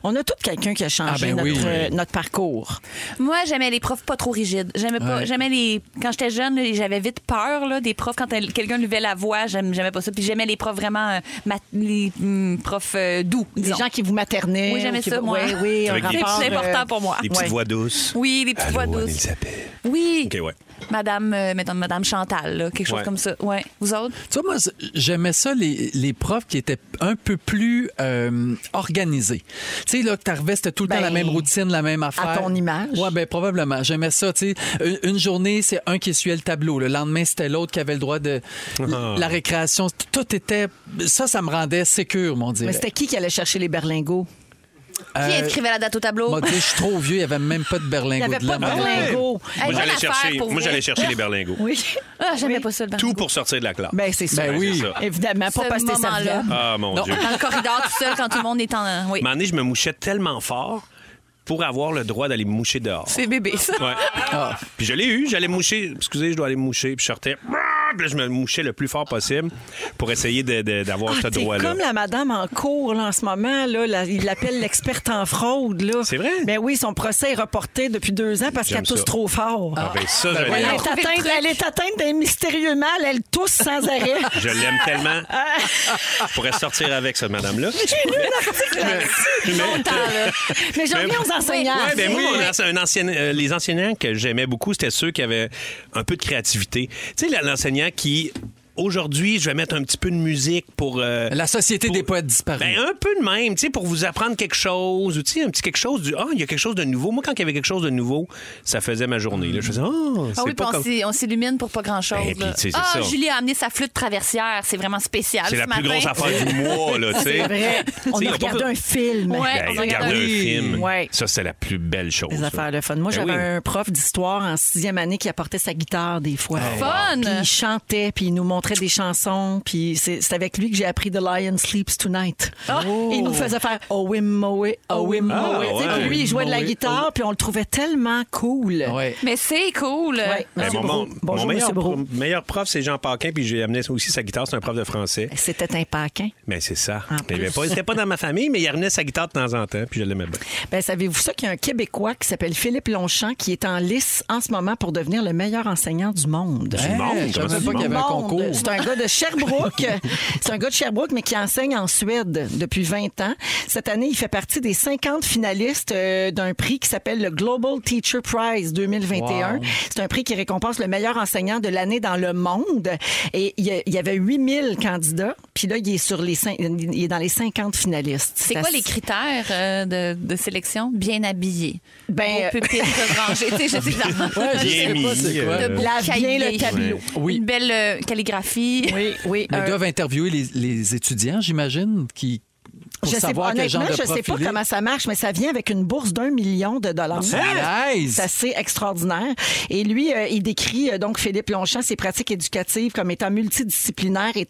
Speaker 4: On a tout quelqu'un qui a changé
Speaker 6: Ah, ben oui.
Speaker 4: notre, euh, notre parcours.
Speaker 7: Moi, j'aimais les profs pas trop rigides. J'aimais pas,
Speaker 6: Ouais.
Speaker 7: j'aimais les. Quand j'étais jeune, là, j'avais vite peur là, des profs quand elle- quelqu'un levait la voix. J'aime- J'aimais pas ça. Puis j'aimais les profs vraiment, euh, mat- les hum, profs euh, doux.
Speaker 4: Des
Speaker 7: disons.
Speaker 4: gens qui vous maternaient.
Speaker 7: Oui, j'aimais
Speaker 4: ou qui
Speaker 7: ça,
Speaker 4: vous-
Speaker 7: moi.
Speaker 4: Oui, oui, un
Speaker 3: Avec des-
Speaker 4: rapport,
Speaker 7: C'est important
Speaker 4: euh,
Speaker 7: pour moi.
Speaker 3: Les petites
Speaker 4: Ouais.
Speaker 3: voix douces.
Speaker 7: Oui, les petites voix
Speaker 3: Allô,
Speaker 7: douces.
Speaker 3: Anne-Elisabeth.
Speaker 7: Oui.
Speaker 3: OK, ouais.
Speaker 7: Madame, euh, mettons, Madame Chantal, là, quelque chose
Speaker 3: Ouais.
Speaker 7: comme ça. Ouais. Vous autres?
Speaker 6: Tu vois, moi, c- j'aimais ça, les, les profs qui étaient un peu plus euh, organisés. Tu sais, là, que t'arrivais, c'était tout le temps
Speaker 4: Ben,
Speaker 6: la même routine, la même affaire.
Speaker 4: ton image.
Speaker 6: Ouais, ben probablement. J'aimais ça, tu sais. Une, une journée, c'est un qui essuyait le tableau. Le lendemain, c'était l'autre qui avait le droit de
Speaker 3: Ah.
Speaker 6: la récréation. Tout était... Ça, ça me rendait sécure, mon dieu.
Speaker 4: euh, Mais c'était qui qui allait chercher les berlingots?
Speaker 7: Qui
Speaker 3: Euh,
Speaker 7: écrivait la date au tableau?
Speaker 6: je suis trop vieux, il n'y avait même pas de
Speaker 4: Il n'y
Speaker 6: berlingot
Speaker 4: avait
Speaker 6: de
Speaker 4: pas de
Speaker 6: lame.
Speaker 4: berlingots.
Speaker 7: Hey,
Speaker 3: Moi
Speaker 7: bonne
Speaker 3: j'allais
Speaker 7: affaire
Speaker 3: chercher,
Speaker 7: pour
Speaker 3: moi
Speaker 7: vrai.
Speaker 3: j'allais chercher les berlingots.
Speaker 4: Oui.
Speaker 7: Ah, j'aimais pas ça le
Speaker 3: Tout
Speaker 7: barbeau.
Speaker 3: pour sortir de la classe.
Speaker 4: Ben, c'est ça.
Speaker 6: Ben oui.
Speaker 3: c'est ça.
Speaker 4: Évidemment, pas
Speaker 7: Ce
Speaker 4: parce que
Speaker 7: moment-là.
Speaker 4: ça
Speaker 3: Ah mon
Speaker 6: Non.
Speaker 3: dieu.
Speaker 7: Dans le corridor tout seul quand tout le monde est en. Oui.
Speaker 3: Un moment donné, je me mouchais tellement fort pour avoir le droit d'aller me moucher dehors.
Speaker 7: C'est Ah. bébé, ça.
Speaker 3: Ouais. Puis je l'ai eu, j'allais me moucher. Excusez, je dois aller me moucher. Puis je sortais. Puis là, je me mouchais le plus fort possible pour essayer de- de- d'avoir
Speaker 4: Ah,
Speaker 3: ce
Speaker 4: t'es
Speaker 3: droit-là.
Speaker 4: comme la madame en cours là, en ce moment. Là, la- il l'appelle l'experte en fraude. Là.
Speaker 3: C'est vrai?
Speaker 4: Ben oui, son procès est reporté depuis deux ans parce qu'elle
Speaker 3: J'aime
Speaker 4: tousse
Speaker 3: ça.
Speaker 4: trop fort.
Speaker 3: Ah, ben ça, je
Speaker 4: Elle,
Speaker 3: l'aime.
Speaker 4: est
Speaker 7: trouvé le
Speaker 4: atteinte,
Speaker 7: truc.
Speaker 4: elle est atteinte d'un mystérieux mal. Elle tousse sans arrêt. Euh,
Speaker 3: Je l'aime tellement. Je pourrais sortir avec cette madame-là.
Speaker 4: J'ai lu un article là-dessus.
Speaker 7: Longtemps, là.
Speaker 4: Mais j'en
Speaker 3: Mais-
Speaker 4: reviens aux enseignants.
Speaker 6: Ah,
Speaker 3: Ouais, ben moi, mon ense- un ancien- euh, les enseignants que j'aimais beaucoup, c'était ceux qui avaient un peu de créativité. Tu sais, la- l'enseignant qui. Aujourd'hui, je vais mettre un petit peu de musique pour. euh,
Speaker 6: La Société
Speaker 3: pour-
Speaker 6: des poètes disparus.
Speaker 3: Ben, un peu de même, tu sais, pour vous apprendre quelque chose, ou tu sais, un petit quelque chose du. Ah, il y a quelque chose de nouveau. Moi, quand il y avait quelque chose de nouveau, ça faisait ma journée. là. Je faisais, ah, c'est
Speaker 7: Ah oui, puis
Speaker 3: pas
Speaker 7: on
Speaker 3: comme.
Speaker 7: s'y- on s'illumine pour pas grand-chose.
Speaker 3: Ben, puis,
Speaker 7: là.
Speaker 3: tu sais, c'est
Speaker 7: ah,
Speaker 3: ça.
Speaker 7: Julie a amené sa flûte traversière. C'est vraiment spécial.
Speaker 3: C'est
Speaker 7: ce
Speaker 3: la plus
Speaker 7: matin.
Speaker 3: grosse affaire du mois, là, tu sais.
Speaker 4: C'est vrai.
Speaker 3: Tu sais,
Speaker 4: Euh, On
Speaker 3: ils
Speaker 4: a
Speaker 3: ont pas
Speaker 4: regardé
Speaker 3: fait-
Speaker 4: un film.
Speaker 7: Ouais.
Speaker 3: Ben,
Speaker 7: on a
Speaker 3: regarde
Speaker 7: regardé-
Speaker 3: un
Speaker 6: Oui.
Speaker 3: film.
Speaker 4: Ouais.
Speaker 3: Ça, c'est la plus belle chose.
Speaker 4: Des affaires de fun. Moi,
Speaker 3: Ben
Speaker 4: j'avais
Speaker 3: oui. Ah,
Speaker 4: un prof d'histoire en sixième année qui apportait sa guitare des fois.
Speaker 7: Fun!
Speaker 3: Euh.
Speaker 4: Puis il chantait, puis il nous chanterait des chansons. Puis c'est c'est avec lui que j'ai appris The Lion Sleeps Tonight. Il nous faisait faire Oh Wim Moe, Oh Wim
Speaker 3: Ah,
Speaker 4: Moe. Tu sais,
Speaker 3: ouais.
Speaker 4: puis lui, il jouait de la
Speaker 6: Moe,
Speaker 4: guitare, puis on le trouvait tellement cool.
Speaker 3: euh,
Speaker 6: Ouais.
Speaker 7: Mais c'est cool.
Speaker 4: Ouais.
Speaker 3: Ben,
Speaker 4: Monsieur
Speaker 3: mon,
Speaker 4: Brault.
Speaker 3: mon-
Speaker 4: Bonjour,
Speaker 3: mon meilleur,
Speaker 4: Monsieur Brault.
Speaker 3: pro- meilleur prof, c'est Jean Paquin, puis j'ai amené aussi sa guitare, c'est un prof de français.
Speaker 4: C'était un paquin.
Speaker 3: Mais c'est ça.
Speaker 4: Ben, En
Speaker 3: Ben, Il n'était
Speaker 4: plus.
Speaker 3: pas, il était pas dans ma famille, mais il amenait sa guitare de temps en temps, puis je l'aimais bien.
Speaker 4: Ben, savez-vous ça qu'il y a un Québécois qui s'appelle Philippe Longchamp qui est en lice en ce moment pour devenir le meilleur enseignant du monde?
Speaker 6: Hein?
Speaker 3: monde,
Speaker 6: je savais
Speaker 3: comment
Speaker 6: même
Speaker 3: du
Speaker 6: pas qu'il y avait un
Speaker 4: monde.
Speaker 6: concours.
Speaker 4: C'est un gars de Sherbrooke. C'est un gars de Sherbrooke, mais qui enseigne en Suède depuis 20 ans. Cette année, il fait partie des 50 finalistes euh, d'un prix qui s'appelle le Global Teacher Prize 2021.
Speaker 6: Wow.
Speaker 4: C'est un prix qui récompense le meilleur enseignant de l'année dans le monde. Et il y, a- il y avait 8000 candidats. Puis là, il est, sur les, cin- il est dans les 50 finalistes.
Speaker 7: C'est quoi
Speaker 4: assez-
Speaker 7: les critères euh, de, de sélection? Bien habillé. Beau
Speaker 4: Ben,
Speaker 7: pupitre rangé. Tu sais, je sais pas.
Speaker 6: Ouais, je
Speaker 3: Bien
Speaker 6: sais pas c'est
Speaker 3: mis,
Speaker 6: quoi.
Speaker 3: euh,
Speaker 7: Le beau
Speaker 4: la
Speaker 7: cahier.
Speaker 4: bien le tableau.
Speaker 6: Oui.
Speaker 7: Une belle euh, calligraphie.
Speaker 4: Oui, oui.
Speaker 6: Mais
Speaker 4: un-
Speaker 6: ils doivent interviewer les, les étudiants, j'imagine, qui pour
Speaker 4: je sais,
Speaker 6: savoir quel genre
Speaker 4: honnêtement,
Speaker 6: de
Speaker 4: je sais
Speaker 6: profil
Speaker 4: pas
Speaker 6: il est.
Speaker 4: comment ça marche, mais ça vient avec une bourse d'un million de dollars.
Speaker 6: Nice!
Speaker 4: C'est assez extraordinaire. Et lui, euh, il décrit euh, donc Philippe Longchamp ses pratiques éducatives comme étant multidisciplinaires et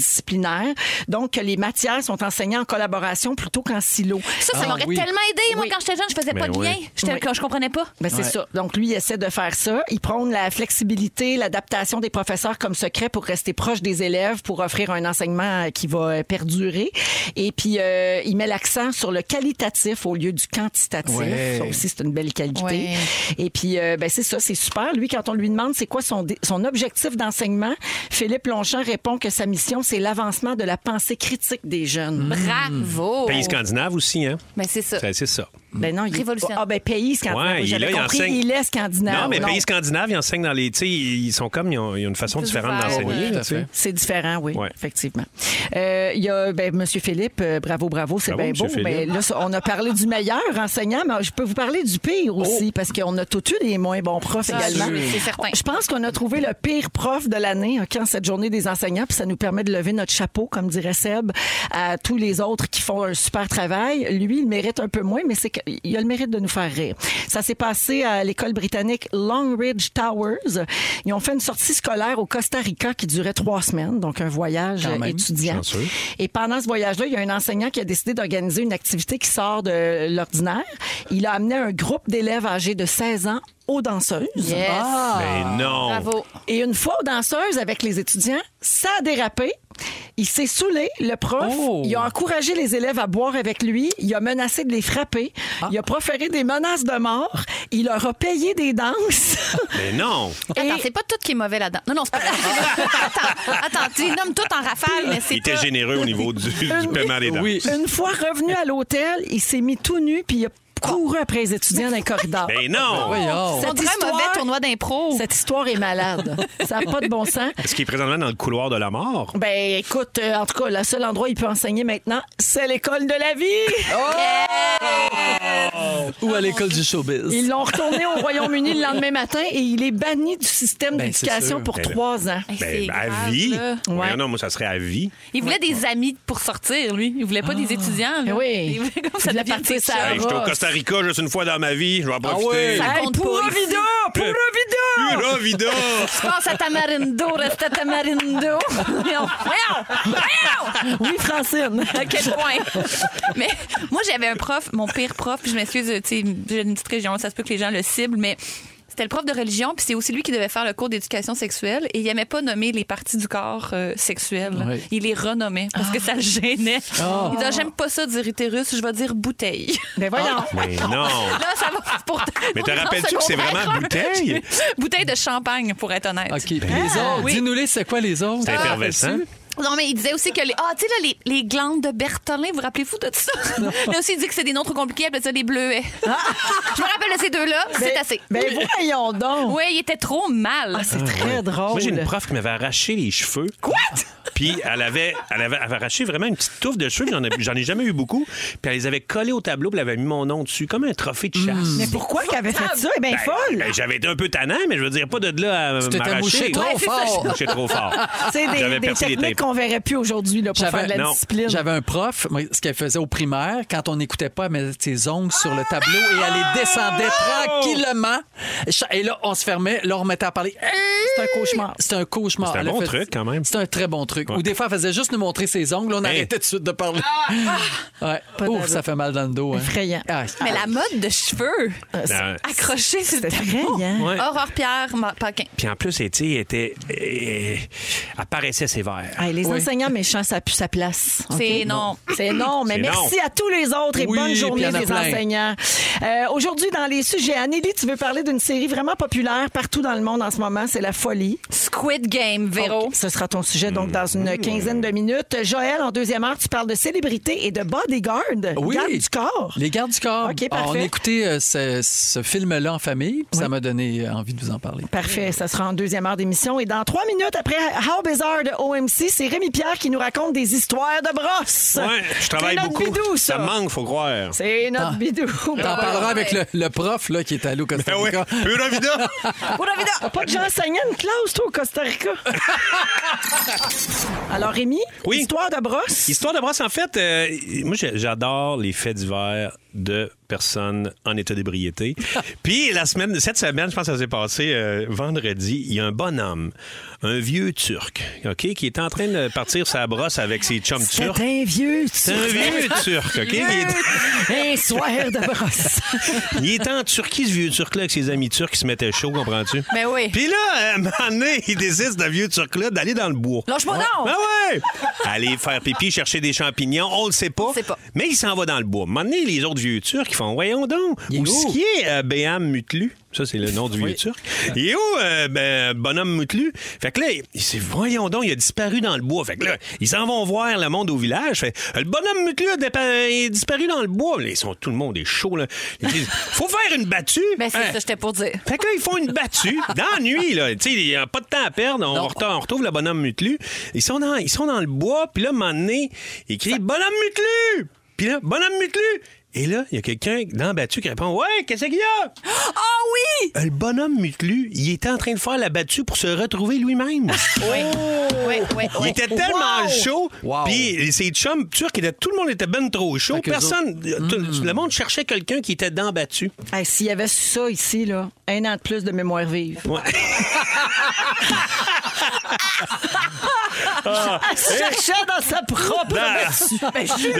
Speaker 4: transdisciplinaires. Donc, que les matières sont enseignées en collaboration plutôt qu'en silo.
Speaker 7: Ça, ça
Speaker 6: Ah,
Speaker 7: m'aurait
Speaker 6: oui.
Speaker 7: tellement aidé. Moi,
Speaker 4: Oui.
Speaker 7: quand j'étais jeune, je faisais pas
Speaker 3: Ben
Speaker 7: de
Speaker 3: oui.
Speaker 7: lien. J'étais-
Speaker 4: Oui.
Speaker 7: Je comprenais pas.
Speaker 4: Ben, c'est
Speaker 6: Ouais.
Speaker 4: ça. Donc, lui, il essaie de faire ça. Il prône la flexibilité, l'adaptation des professeurs comme secret pour rester proche des élèves, pour offrir un enseignement euh, qui va euh, perdurer. Et puis, euh, il met l'accent sur le qualitatif au lieu du quantitatif.
Speaker 6: Ouais.
Speaker 4: Ça aussi, c'est une belle qualité.
Speaker 7: Ouais.
Speaker 4: Et puis, euh, ben, c'est ça, c'est super. Lui, quand on lui demande c'est quoi son, dé- son objectif d'enseignement, Philippe Longchamp répond que sa mission, c'est l'avancement de la pensée critique des jeunes.
Speaker 3: Mm.
Speaker 7: Bravo.
Speaker 3: Pays scandinave aussi, hein?
Speaker 7: Mais c'est Oh. ça.
Speaker 3: C'est c'est Hmm. ça.
Speaker 4: Ben non, il
Speaker 7: Révolutionnaire.
Speaker 4: Ah, ben, pays scandinave.
Speaker 3: Ouais, il- là,
Speaker 4: J'avais
Speaker 3: il
Speaker 4: compris,
Speaker 3: enseigne-
Speaker 4: il est scandinave.
Speaker 3: Non, mais
Speaker 4: Non.
Speaker 3: pays scandinave, ils enseignent dans les. Tu sais, ils sont comme. Ils ont, ils ont une façon
Speaker 7: Ils
Speaker 3: différente
Speaker 7: peuvent faire,
Speaker 3: d'enseigner.
Speaker 6: euh,
Speaker 3: tu sais.
Speaker 4: C'est différent, oui,
Speaker 3: Ouais.
Speaker 4: effectivement. Euh, Il y a ben, M. Philippe, euh, bravo, bravo, c'est
Speaker 3: Bravo,
Speaker 4: bien
Speaker 3: Monsieur
Speaker 4: beau.
Speaker 3: Philippe.
Speaker 4: Mais là, ça, on a parlé du meilleur enseignant, mais je peux vous parler du pire
Speaker 3: Oh.
Speaker 4: aussi, parce qu'on a tout eu des moins bons profs
Speaker 7: Ah,
Speaker 4: également.
Speaker 7: oui, c'est certain.
Speaker 4: Je pense qu'on a trouvé le pire prof de l'année OK, en cette journée des enseignants, puis ça nous permet de lever notre chapeau, comme dirait Seb, à tous les autres qui font un super travail. Lui, il mérite un peu moins, mais c'est qu'il a le mérite de nous faire rire. Ça s'est passé à l'école britannique Longridge Towers. Ils ont fait une sortie scolaire au Costa Rica qui durait trois semaines, donc un voyage
Speaker 6: Quand même.
Speaker 4: étudiant.
Speaker 3: Chanceux.
Speaker 4: Et pendant ce voyage-là, il y a un enseignant qui a décidé d'organiser une activité qui sort de l'ordinaire. Il a amené un groupe d'élèves âgés de 16 ans aux danseuses.
Speaker 7: Yes.
Speaker 3: Ben non.
Speaker 7: Ah, Bravo.
Speaker 4: Et une fois aux danseuses avec les étudiants, ça a dérapé. Il s'est saoulé, le prof.
Speaker 6: Oh.
Speaker 4: Il a encouragé les élèves à boire avec lui. Il a menacé de les frapper. Il a proféré des menaces de mort. Il leur a payé des danses.
Speaker 3: Ben non.
Speaker 7: Attends, c'est pas tout qui est mauvais là-dedans. Non, non, c'est pas attends, attends, tu les nommes tout en rafale, mais c'est
Speaker 3: Il était
Speaker 7: pas-
Speaker 3: généreux au niveau du, du paiement des dents.
Speaker 6: Oui.
Speaker 4: Une fois revenu à l'hôtel, il s'est mis tout nu puis il a couru après les étudiants dans les corridors.
Speaker 3: Ben non.
Speaker 6: Voyons.
Speaker 7: On
Speaker 4: Cette
Speaker 7: dirait un
Speaker 4: histoire-
Speaker 7: mauvais tournoi d'impro.
Speaker 4: Cette histoire est malade. Ça n'a pas de bon sens.
Speaker 3: Ce qui est présentement dans le couloir de la mort.
Speaker 4: Ben écoute, euh, en tout cas, le seul endroit où il peut enseigner maintenant, c'est l'école de la vie.
Speaker 6: Ou à l'école du showbiz.
Speaker 4: Ils l'ont retourné au Royaume-Uni le lendemain matin et il est banni du système
Speaker 6: Ben, c'est
Speaker 4: d'éducation
Speaker 6: sûr.
Speaker 4: pour
Speaker 3: Ben là.
Speaker 4: trois ans.
Speaker 7: Hey, c'est
Speaker 3: Ben, à
Speaker 7: grave,
Speaker 3: vie.
Speaker 7: là.
Speaker 3: Voyons
Speaker 4: Ouais.
Speaker 3: Non, moi, ça serait à vie.
Speaker 7: Il voulait des amis pour sortir, lui. Il voulait pas des étudiants. là.
Speaker 4: Eh oui.
Speaker 7: Ah. Il voulait comme
Speaker 4: Il
Speaker 7: ça
Speaker 4: voulait
Speaker 7: devient
Speaker 4: partir
Speaker 7: une
Speaker 4: sa-
Speaker 7: petite
Speaker 4: Ah,
Speaker 3: Hey, J'étais au
Speaker 4: Ross.
Speaker 3: Costa Rica juste une fois dans ma vie. Je vais en
Speaker 6: ouais.
Speaker 3: profiter.
Speaker 7: Ça compte pas
Speaker 4: Pura
Speaker 7: ici.
Speaker 4: vida! Pura vida!
Speaker 3: Pura vida!
Speaker 7: chose. Passe à Tamarindo, reste à Tamarindo. Voyons, voyons, voyons!
Speaker 4: Oui, Francine.
Speaker 7: À quel point? Mais moi, j'avais un prof, mon pire prof, puis je m'excuse, tu sais, j'ai une petite région, ça se peut que les gens le ciblent, mais c'était le prof de religion, puis c'est aussi lui qui devait faire le cours d'éducation sexuelle, et il n'aimait pas nommer les parties du corps euh, sexuel.
Speaker 6: Oui.
Speaker 7: Il les renommait parce que ça le gênait.
Speaker 3: Ah.
Speaker 7: Il disait, j'aime pas ça dire utérus, je vais dire bouteille.
Speaker 4: Mais Ben,
Speaker 7: Ah,
Speaker 4: voyons.
Speaker 3: Mais non.
Speaker 7: Là, ça va pour.
Speaker 3: Mais
Speaker 7: pour
Speaker 3: te
Speaker 7: les gens
Speaker 3: rappelles-tu que c'est
Speaker 7: secondaires
Speaker 3: vraiment
Speaker 7: un.
Speaker 3: bouteille?
Speaker 7: bouteille de champagne, pour être honnête.
Speaker 6: OK. Puis les
Speaker 4: Ah,
Speaker 6: autres,
Speaker 7: oui.
Speaker 6: dis-nous-les, c'est quoi les autres?
Speaker 3: C'est effervescent.
Speaker 7: Non, mais il disait aussi que les. Ah, tu sais, là, les, les glandes de Bertolin, vous rappelez-vous de ça? là aussi, il dit que c'est des noms trop compliqués, il appelle ça les bleuets. Je me rappelle de ces deux-là,
Speaker 4: Ben,
Speaker 7: c'est assez.
Speaker 4: Mais voyons donc. Ah,
Speaker 7: Oui, il était trop mal.
Speaker 4: C'est très drôle.
Speaker 3: Moi, j'ai une prof qui m'avait arraché les cheveux. Quoi? Puis elle avait, elle avait arraché vraiment une petite touffe de cheveux. J'en ai, j'en ai jamais eu beaucoup. Puis elle les avait collés au tableau, puis elle avait mis mon nom dessus, comme un trophée de chasse.
Speaker 4: Mais pourquoi qu'elle avait fait ça? Elle est bien
Speaker 3: Ben,
Speaker 4: Mmh. folle.
Speaker 3: ben, j'avais été un peu tannant, mais je veux dire, pas de là à
Speaker 6: Tu t'étais
Speaker 3: m'arracher.
Speaker 6: mouché trop Ouais, c'est ça, fort. je-
Speaker 3: Mouché trop fort.
Speaker 4: C'est des,
Speaker 3: J'avais
Speaker 4: des
Speaker 3: percé les
Speaker 4: techniques
Speaker 3: tapes.
Speaker 4: qu'on verrait plus aujourd'hui là, pour
Speaker 6: J'avais-
Speaker 4: faire de la
Speaker 3: non.
Speaker 4: discipline.
Speaker 6: J'avais un prof, moi, ce qu'elle faisait au primaire, quand on n'écoutait pas, elle mettait ses ongles sur le tableau et elle les descendait
Speaker 3: Ah,
Speaker 6: tranquillement. Cha- Et là, on se fermait, là, on remettait à parler.
Speaker 4: C'est un cauchemar.
Speaker 6: C'est un cauchemar.
Speaker 3: C'est un
Speaker 6: Elle a
Speaker 3: bon truc, quand même.
Speaker 6: C'est un très bon truc.
Speaker 3: Ouais.
Speaker 6: Ou des fois, elle faisait juste nous montrer ses ongles, on
Speaker 3: Hey.
Speaker 6: arrêtait tout de suite de parler. Ouais.
Speaker 4: Pas
Speaker 6: Ouf,
Speaker 4: d'allure.
Speaker 6: ça fait mal dans le dos. hein.
Speaker 4: Effrayant.
Speaker 6: Ah,
Speaker 7: Mais la mode de cheveux
Speaker 4: Euh, c'est- hein.
Speaker 3: Ben,
Speaker 7: accrochée,
Speaker 4: C'était
Speaker 7: c'était
Speaker 4: effrayant.
Speaker 3: ouais.
Speaker 7: Aurore Pierre Ma- Paquin.
Speaker 3: Puis en plus, elle, tu sais, elle était. Elle paraissait sévère.
Speaker 4: Hey, les
Speaker 6: Oui.
Speaker 4: enseignants méchants, ça pue sa place. OK?
Speaker 7: C'est non.
Speaker 4: C'est énorme, mais
Speaker 3: C'est
Speaker 4: merci
Speaker 3: non.
Speaker 4: à tous les autres et
Speaker 6: Oui,
Speaker 4: bonne
Speaker 6: puis il
Speaker 4: journée
Speaker 6: y en a
Speaker 4: des
Speaker 6: plein.
Speaker 4: enseignants. Euh, Aujourd'hui, dans les sujets, Anneli, tu veux parler d'une série vraiment populaire partout dans le monde en ce moment, c'est La Folie.
Speaker 7: Squid Game, Véro.
Speaker 4: Donc, ce sera ton sujet donc dans une
Speaker 6: Mmh.
Speaker 4: quinzaine de minutes. Joël, en deuxième heure, tu parles de célébrité et de bodyguard,
Speaker 6: ah, Oui.
Speaker 4: garde du corps.
Speaker 6: Les gardes du corps. Ah,
Speaker 4: OK,
Speaker 6: On
Speaker 4: parfait.
Speaker 6: écoutait euh, ce, ce film-là en famille, puis ça m'a donné euh, envie de vous en parler.
Speaker 4: Parfait, ça sera en deuxième heure d'émission. Et dans trois minutes après How Bizarre de OMC, c'est Rémi Pierre qui nous raconte des histoires de brosse.
Speaker 3: Ouais, je travaille
Speaker 4: c'est notre
Speaker 3: beaucoup.
Speaker 4: Bidou, ça.
Speaker 3: ça me manque, faut croire.
Speaker 4: C'est notre bidou.
Speaker 6: Ah. T'en parleras avec le, le prof là, qui est allé au Costa
Speaker 3: Ben ouais.
Speaker 6: Rica.
Speaker 3: Eurovida!
Speaker 4: T'as pas déjà enseigné une classe, toi, au Costa Rica? Alors, Rémi,
Speaker 3: Oui.
Speaker 4: histoire de brosse.
Speaker 3: Histoire de brosse, en fait, euh, moi j'ai- j'adore les faits divers de personnes en état d'ébriété. Puis la semaine, cette semaine, je pense que ça s'est passé euh, vendredi, il y a un bonhomme, un vieux turc, OK, qui est en train de partir sa brosse avec ses chums turcs.
Speaker 4: un vieux,
Speaker 3: C'est un vieux turc, OK? Il est,
Speaker 4: un soir de brosse.
Speaker 3: il est en Turquie, ce vieux turc-là, avec ses amis turcs qui se mettaient chaud, comprends-tu?
Speaker 7: Ben oui.
Speaker 3: Puis là, euh, à un moment donné, il décide, le vieux turc-là, d'aller dans le bois.
Speaker 7: Lâche-moi donc!
Speaker 3: Ben ouais! Aller faire pipi, chercher des champignons, on le sait pas.
Speaker 7: sait pas.
Speaker 3: Mais il s'en va dans le bois. Maintenant, les autres vieux turcs, ils font Voyons donc,
Speaker 6: Il est
Speaker 3: où
Speaker 6: où?
Speaker 3: est-ce qu'il est euh, Béam Mutlu? Ça, c'est le nom du vieux turc. Il est où, euh, ben, bonhomme Mutlu? Fait que là, il s'est Voyons donc, il a disparu dans le bois. Fait que là, ils s'en vont voir le monde au village. Fait, le bonhomme Mutlu a dépa- il est disparu dans le bois. Là, ils sont, tout le monde est chaud, là. Ils disent Faut faire une battue.
Speaker 7: Ben c'est
Speaker 3: Hein?
Speaker 7: ça, j'étais pour dire.
Speaker 3: Fait que là, ils font une battue dans la nuit, là. Tu sais, il n'y a pas de temps à perdre. On,
Speaker 6: Non.
Speaker 3: retourne- on retrouve le bonhomme Mutlu. Ils sont dans, ils sont dans le bois, puis là, à un moment donné, ils crient Bonhomme Mutlu! Puis là, Bonhomme Mutlu! Et là, il y a quelqu'un dans la battue qui répond Ouais, qu'est-ce qu'il y a? Euh,
Speaker 7: Ah oui!
Speaker 3: Le bonhomme Mutlu, il était en train de faire la battue pour se retrouver lui-même.
Speaker 7: Oui, oui, oui.
Speaker 3: Il était tellement chaud.
Speaker 6: Wow.
Speaker 3: Puis ses chums turcs, étaient- tout le monde était ben trop chaud.
Speaker 6: Fait que les
Speaker 3: Personne, tout-
Speaker 7: Mm-hmm.
Speaker 3: le monde cherchait quelqu'un qui était dans la battue.
Speaker 4: Hey, S'il y avait ça ici, là, un an de plus de mémoire vive.
Speaker 3: Ouais. Ah,
Speaker 4: Elle
Speaker 3: eh?
Speaker 4: se cherchait dans sa propre
Speaker 7: Ah,
Speaker 3: Dans-
Speaker 4: battue.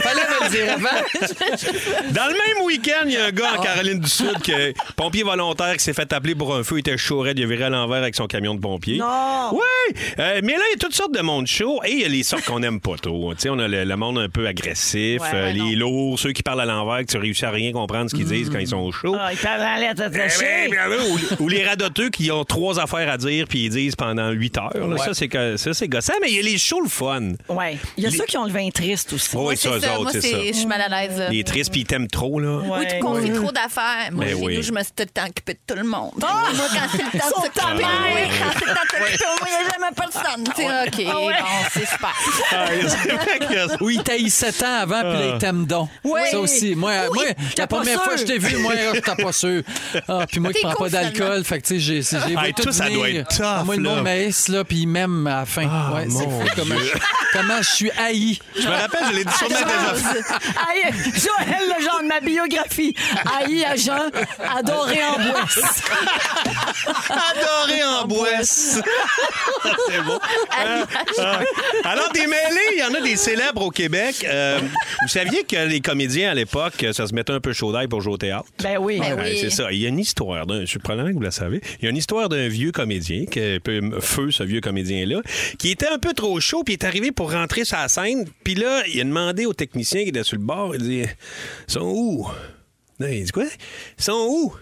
Speaker 6: Fallait me le dire avant.
Speaker 3: Dans le même week-end, il y a un gars en Caroline du Sud, qui est pompier volontaire, qui s'est fait appeler pour un feu. Il était chaud, raide, il a viré à l'envers avec son camion de pompier.
Speaker 4: Non!
Speaker 3: Oui! Euh, mais là, il y a toutes sortes de monde chaud et il y a les sortes qu'on aime pas trop. Tu sais, on a le, le monde un peu agressif,
Speaker 4: Ouais,
Speaker 3: euh,
Speaker 4: ouais,
Speaker 3: les lourds, ceux qui parlent à l'envers, que tu réussis à rien comprendre ce qu'ils disent quand ils sont chauds.
Speaker 4: Ah, il parle à l'aide de
Speaker 3: Eh ben,
Speaker 4: te
Speaker 3: ben, ben, ou, ou les radoteux qui ont trois affaires à dire puis ils disent pendant huit heures. là. Ça, c'est que- ça, c'est gossant, mais il y a les shows le fun.
Speaker 4: Ouais. Il y a ceux qui ont le vin triste aussi.
Speaker 3: Oui,
Speaker 7: Moi, c'est ça. Moi, c'est- je suis mal à l'aise. euh, là.
Speaker 3: Il est triste puis il t'aime trop, là.
Speaker 7: Oui, tu confies trop d'affaires. Moi,
Speaker 3: Mais
Speaker 7: chez
Speaker 3: oui.
Speaker 7: nous, je me suis tout le temps occupée de tout le monde. Moi, quand c'est le temps de s'occuper,
Speaker 3: mère!
Speaker 7: oui, quand c'est le temps de s'occuper, moi, il n'y a jamais personne. Tu sais, Ah OK, bon, c'est super.
Speaker 3: Ah, c'est vrai que-
Speaker 6: Oui, il eu 7 ans avant, puis
Speaker 3: Ah.
Speaker 6: là, il t'aime donc.
Speaker 4: Oui.
Speaker 6: Ça aussi. Moi,
Speaker 4: Oui,
Speaker 6: moi
Speaker 4: t'es
Speaker 6: la
Speaker 4: pas
Speaker 6: première
Speaker 4: sûr.
Speaker 6: fois que je t'ai vu, moi, je t'ai pas sûr. Ah, puis moi, qui
Speaker 7: T'es
Speaker 6: prends
Speaker 7: con,
Speaker 6: pas d'alcool,
Speaker 7: finalement.
Speaker 6: fait que, tu sais, j'ai, j'ai, j'ai
Speaker 3: Hey,
Speaker 6: vu tout
Speaker 3: tout ça
Speaker 6: venir.
Speaker 3: doit être tough,
Speaker 6: Ah, Moi, le
Speaker 3: là. Ah,
Speaker 6: monde m'haïsse, là, puis il m'aime à la fin. ouais, c'est
Speaker 3: mon
Speaker 6: fou comment,
Speaker 3: Dieu.
Speaker 6: je- comment je suis haï.
Speaker 3: Je me rappelle, je l'ai dit sûrement déjà.
Speaker 4: Aïe, Joël, le genre de ma biographie. Ah, Aïe à Jean, adoré en boisse.
Speaker 3: Adoré en boisse. C'est beau.
Speaker 7: Ah,
Speaker 3: Euh, euh, alors, des mêlées, il y en a des célèbres au Québec. Euh, vous saviez que les comédiens, à l'époque, ça se mettait un peu chaud d'ail pour jouer au théâtre?
Speaker 4: Ben oui.
Speaker 7: Ben oui.
Speaker 3: Ouais, c'est ça. Il y a une histoire, d'un- je suis probablement que vous la savez. Il y a une histoire d'un vieux comédien, qui est un peu feu, ce vieux comédien-là, qui était un peu trop chaud, puis il est arrivé pour rentrer sur la scène. Puis là, il a demandé au technicien qui était sur le bord, il dit Ils sont où Là, Il dit quoi Ils sont où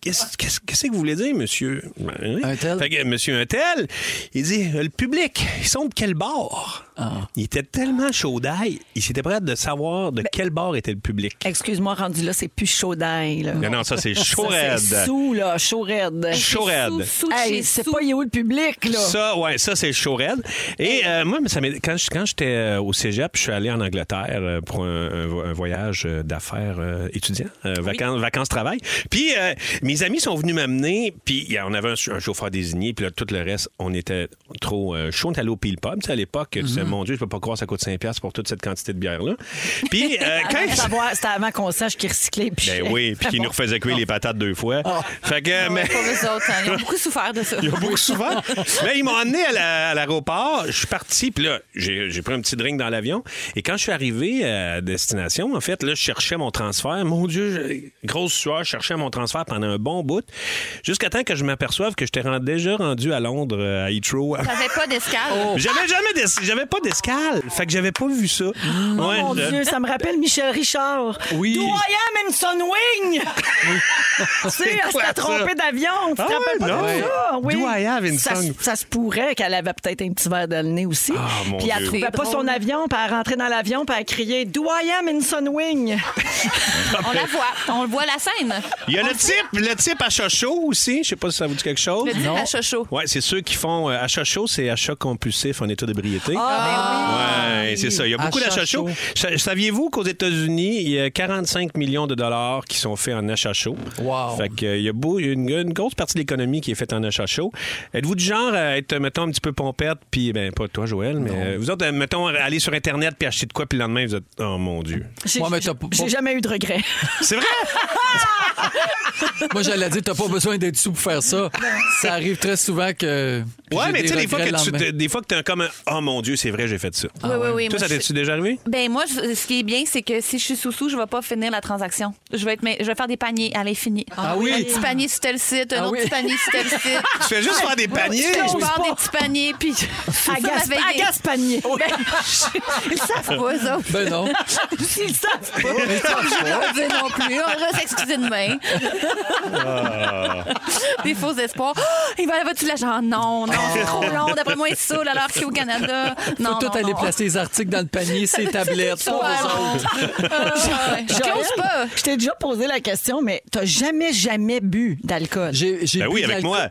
Speaker 3: Qu'est-ce qu'est-ce- qu'est-ce que vous voulez dire, monsieur Ben, oui.
Speaker 6: Un tel.
Speaker 3: Fait que, monsieur un tel, il dit Le public, ils sont de quel bord Il était tellement chaud d'ail, il s'était prêt de savoir de quel bord était le public.
Speaker 4: Excuse-moi, rendu là, c'est plus chaud d'ail. là.
Speaker 3: Non, non, ça, c'est chaud
Speaker 4: Ça, C'est
Speaker 3: raide.
Speaker 4: sous, là, chaud raide.
Speaker 3: Chaud raide.
Speaker 7: Sous, sous de chez
Speaker 4: Hey, c'est
Speaker 7: sous.
Speaker 4: pas il est où le public, là?
Speaker 3: Ça, ouais, ça c'est chaud raide. Et euh, moi, mais ça m'est- quand, je- quand j'étais euh, au cégep, je suis allé en Angleterre euh, pour un, un vo- un voyage euh, d'affaires euh, étudiant, euh, vacances, vacances-travail. Puis euh, mes amis sont venus m'amener, puis il y a- on avait un, un chauffeur désigné, puis là, tout le reste, on était trop euh, chaud. On est allé au Peel Pub, tu sais, à l'époque. Tu disais, mon Dieu, je peux pas croire que ça coûte 5$ piastres pour toute cette quantité de bière-là. Puis euh, quand...
Speaker 4: À savoir, C'était avant qu'on sache qu'il recyclait. puis-
Speaker 3: Ben oui, puis qui nous refaisait cuire les patates deux fois. Fait que, mais-
Speaker 7: Pour eux autres, hein. Ils ont beaucoup souffert de ça.
Speaker 3: il y a beaucoup souvent. Mais ils m'ont amené à la- à l'aéroport. Je suis parti, puis là, j'ai j'ai pris un petit drink dans l'avion. Et quand je suis arrivé euh, à destination, en fait, là, je cherchais mon transfert. Mon Dieu, je- grosse sueur, je cherchais mon transfert pendant un bon bout. Jusqu'à temps que je m'aperçoive que j'étais rend- déjà rendu à Londres, euh, à Heathrow.
Speaker 7: T'avais pas d'escale.
Speaker 3: J'avais jamais d'es- j'avais pas d'escale. Fait que j'avais pas vu ça.
Speaker 4: Oh
Speaker 3: Ouais,
Speaker 4: mon
Speaker 3: je-
Speaker 4: Dieu, ça me rappelle Michel Richard.
Speaker 6: Oui.
Speaker 4: Do I am in Sunwing? tu sais, elle
Speaker 3: quoi,
Speaker 4: s'était
Speaker 3: ça?
Speaker 4: trompée d'avion. Tu te
Speaker 3: Ah ouais,
Speaker 4: rappelles pas de
Speaker 3: non.
Speaker 4: ça? Oui.
Speaker 3: Do I have in
Speaker 4: ça, se-
Speaker 3: Sun-
Speaker 4: ça se pourrait qu'elle avait peut-être un petit verre dans le nez aussi.
Speaker 3: Ah, mon
Speaker 4: puis elle
Speaker 3: Dieu.
Speaker 4: trouvait
Speaker 7: C'est
Speaker 4: pas
Speaker 7: drôle.
Speaker 4: son avion, puis elle rentrait dans l'avion, puis elle criait Do I am in Sunwing?
Speaker 7: On la voit. On voit la scène.
Speaker 3: Il y a le type, le type à Chocho aussi. Je sais pas si ça vous dit quelque chose.
Speaker 7: Le type à Chocho.
Speaker 3: Ouais, c'est ceux qui font euh, achat chaud, c'est achat compulsif en état
Speaker 7: Ah, ben
Speaker 3: d'ébriété.
Speaker 6: Ah.
Speaker 3: Ouais, c'est ça. Il y a beaucoup
Speaker 6: Achat
Speaker 3: d'achats chauds.
Speaker 6: chaud.
Speaker 3: Sa- Saviez-vous qu'aux États-Unis, il y a 45 millions de dollars qui sont faits en achats chauds?
Speaker 6: Wow.
Speaker 3: Fait qu'il y a beau- il y a une, une grosse partie de l'économie qui est faite en achats chauds. Êtes-vous du genre à être, mettons, un petit peu pompette, puis, ben, pas toi, Joël, mais euh, vous autres, euh, mettons, aller sur Internet puis acheter de quoi, puis le lendemain, vous êtes, oh mon Dieu.
Speaker 4: J'ai
Speaker 6: Ouais, mais t'as pas-
Speaker 4: j'ai jamais eu de regret.
Speaker 3: C'est vrai?
Speaker 6: Moi, j'allais dire, t'as pas besoin d'être sous pour faire ça. Ça arrive très souvent que.
Speaker 3: Ouais,
Speaker 6: j'ai
Speaker 3: mais tu sais, des fois
Speaker 6: regrets le
Speaker 3: que tu
Speaker 6: lendemain.
Speaker 3: te- des fois que t'es comme, un, oh mon Dieu, c'est vrai, j'ai fait ça.
Speaker 7: oui, oui, oui. Moi,
Speaker 3: Toi, ça
Speaker 7: je-
Speaker 3: t'es-tu déjà arrivé?
Speaker 7: Ben moi, je- ce qui est bien, c'est que si je suis sous-sous, je vais pas finir la transaction. Je vais, être, mais je vais faire des paniers. Allez, fini.
Speaker 6: Ah oui.
Speaker 7: Un petit panier sur tel site, un
Speaker 6: Ah
Speaker 7: autre
Speaker 6: oui.
Speaker 7: petit panier sur tel site.
Speaker 3: Tu fais juste faire des paniers.
Speaker 7: Je
Speaker 4: oui.
Speaker 7: pars
Speaker 4: pas.
Speaker 7: des petits paniers, puis je fous ça
Speaker 4: Agace,
Speaker 7: la veille des-
Speaker 4: agace panier.
Speaker 7: Ils savent pas, eux autres.
Speaker 6: Ben non.
Speaker 4: Ils savent pas.
Speaker 7: Je leur dis non plus. On va s'excuser demain. Des faux espoirs. Ah, il va là-bas-tu de l'argent? Non, non, c'est trop long. D'après moi, il est saoul alors qu'il est au Canada. Non,
Speaker 6: Ah. Faut tout
Speaker 7: non,
Speaker 6: aller
Speaker 7: non.
Speaker 6: placer les articles dans le panier, ses tablettes,
Speaker 7: Ouais,
Speaker 6: pour eux autres.
Speaker 7: non. Euh, ouais. Je
Speaker 4: Joël,
Speaker 7: close pas.
Speaker 4: Je t'ai déjà posé la question, mais t'as jamais, jamais bu d'alcool.
Speaker 6: J'ai, j'ai
Speaker 3: Ben
Speaker 6: bu
Speaker 3: oui,
Speaker 6: de
Speaker 3: avec
Speaker 6: l'alcool.
Speaker 3: moi.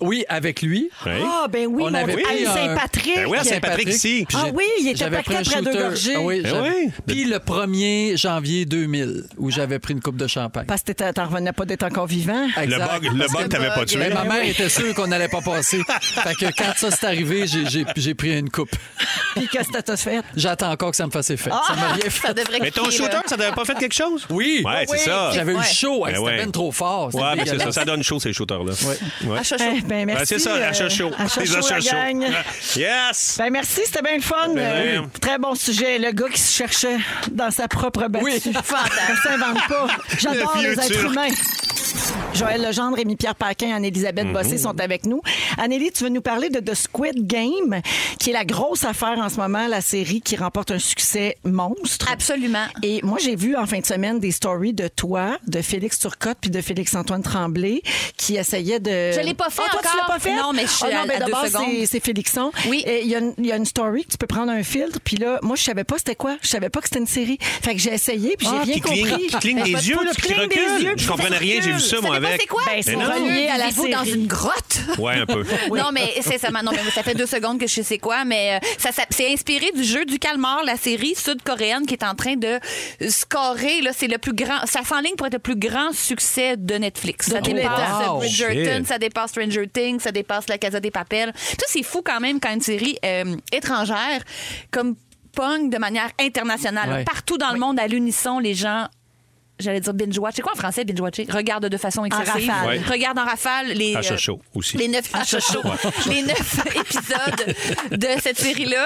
Speaker 6: Oui, avec lui.
Speaker 3: Ouais.
Speaker 4: Ah, ben oui,
Speaker 6: On
Speaker 4: mon
Speaker 6: avait
Speaker 4: Dieu.
Speaker 6: pris,
Speaker 4: Hey,
Speaker 6: euh,
Speaker 4: Saint-Patrick.
Speaker 3: ben oui, à Saint-Patrick, ici.
Speaker 4: Ah oui, il était
Speaker 6: J'avais pris
Speaker 4: parquet
Speaker 6: un
Speaker 4: près de
Speaker 6: shooter.
Speaker 4: gorgées.
Speaker 6: Ah oui,
Speaker 3: Ben
Speaker 6: j'avais-
Speaker 3: oui.
Speaker 6: Puis le 1er janvier 2000, où j'avais pris une coupe de champagne.
Speaker 4: Parce que t'étais- t'en revenais pas d'être encore vivant.
Speaker 3: Le
Speaker 6: Exact.
Speaker 3: bug, le bug t'avais pas tué.
Speaker 6: Mais ma mère était sûre qu'on n'allait pas passer. fait que quand ça s'est arrivé, j'ai, j'ai- j'ai pris une coupe.
Speaker 4: Puis qu'est-ce que t'as fait? Ah!
Speaker 6: J'attends encore que ça me fasse effet. ça m'a rien fait.
Speaker 7: Ça devrait
Speaker 3: Mais ton
Speaker 7: crier, là.
Speaker 3: shooter, ça t'avait pas fait quelque chose?
Speaker 6: euh, Oui.
Speaker 3: Ouais, c'est ça.
Speaker 6: J'avais eu
Speaker 7: Ouais.
Speaker 6: chaud.
Speaker 3: Ben
Speaker 6: C'était
Speaker 3: ouais.
Speaker 6: même trop fort. C'était
Speaker 3: Ouais, mais c'est ça.
Speaker 6: dégueulasse.
Speaker 3: Ça donne chaud, ces shooters-là. Ouais.
Speaker 7: Ah, chaud, chaud.
Speaker 4: Eh, ben merci.
Speaker 3: Ben, c'est ça,
Speaker 4: euh,
Speaker 3: achat chaud.
Speaker 4: achat
Speaker 3: Les
Speaker 4: chaud,
Speaker 3: achats
Speaker 4: la
Speaker 3: chauds.
Speaker 4: gang.
Speaker 3: Yes!
Speaker 4: Ben merci, c'était bien le fun.
Speaker 3: Ben
Speaker 4: Euh,
Speaker 3: oui.
Speaker 4: Très bon sujet. Le gars qui se cherchait dans sa propre battue.
Speaker 6: Oui.
Speaker 4: Ça s'invente pas. J'adore
Speaker 3: Le vieux
Speaker 4: les êtres
Speaker 3: Turc.
Speaker 4: humains. Joël Legendre, Rémi-Pierre Paquin, Anne-Élisabeth
Speaker 3: Mhm.
Speaker 4: Bossé sont avec nous. Annélie, tu veux nous parler de The Squid Game, qui est la grosse affaire en ce moment, la série qui remporte un succès monstre.
Speaker 7: Absolument.
Speaker 4: Et moi, j'ai vu en fin de semaine des stories de toi, de Félix Turcotte puis de Félix-Antoine Tremblay qui essayaient de.
Speaker 7: Je l'ai pas fait
Speaker 4: Ah, toi, tu
Speaker 7: encore.
Speaker 4: l'as pas fait?
Speaker 7: Non, mais je suis
Speaker 4: Ah non,
Speaker 7: à-
Speaker 4: ben
Speaker 7: à deux
Speaker 4: d'abord,
Speaker 7: secondes.
Speaker 4: c'est- c'est Félixon.
Speaker 7: Oui.
Speaker 4: Et Il y, a une- il y a une story que tu peux prendre un filtre. Puis là, moi, je savais pas c'était quoi. Je savais pas que c'était une série. Fait que j'ai essayé, puis j'ai
Speaker 3: Ah,
Speaker 4: rien
Speaker 3: qui cligne,
Speaker 4: compris.
Speaker 3: qui cligne
Speaker 4: Ben,
Speaker 3: des
Speaker 4: faut-
Speaker 3: yeux,
Speaker 4: faut
Speaker 3: là,
Speaker 4: que tu
Speaker 3: puis qui
Speaker 4: clignes des
Speaker 3: recule.
Speaker 4: yeux,
Speaker 3: Je
Speaker 4: puis
Speaker 3: comprenais
Speaker 4: ça
Speaker 3: rien, j'ai vu
Speaker 4: recule.
Speaker 3: ça,
Speaker 7: savez
Speaker 3: moi,
Speaker 7: pas
Speaker 3: avec.
Speaker 7: c'est quoi?
Speaker 4: Ben, c'est
Speaker 3: Mais non.
Speaker 4: relié à la
Speaker 7: Vivez-vous
Speaker 4: série.
Speaker 7: dans une grotte?
Speaker 6: Ben,
Speaker 3: Ouais, un peu.
Speaker 7: Non, mais c'est ça, non, mais ça fait deux secondes que je sais quoi, mais euh, ça, ça- c'est inspiré du jeu du calmar, la série sud-coréenne qui est en train de euh, scorer. Là, c'est le plus grand, ça s'enligne pour être le plus grand succès de Netflix. Ça
Speaker 4: tous les
Speaker 7: dépasse
Speaker 6: temps. Wow.
Speaker 7: Bridgerton,
Speaker 3: Shit.
Speaker 7: ça dépasse Stranger Things, ça dépasse La Casa des Papels. Ça, c'est fou quand même quand une série euh, étrangère comme Pong de manière internationale,
Speaker 6: Ouais.
Speaker 7: partout dans le monde à l'unisson, les gens. J'allais dire binge-watch. C'est quoi en français, binge-watcher? Regarde de façon excessive.
Speaker 4: rafale.
Speaker 3: Ouais.
Speaker 7: Regarde en rafale les.
Speaker 3: À
Speaker 7: euh,
Speaker 3: Chocho aussi.
Speaker 7: les neuf, Ah, chaud, chaud. les neuf épisodes de cette série-là.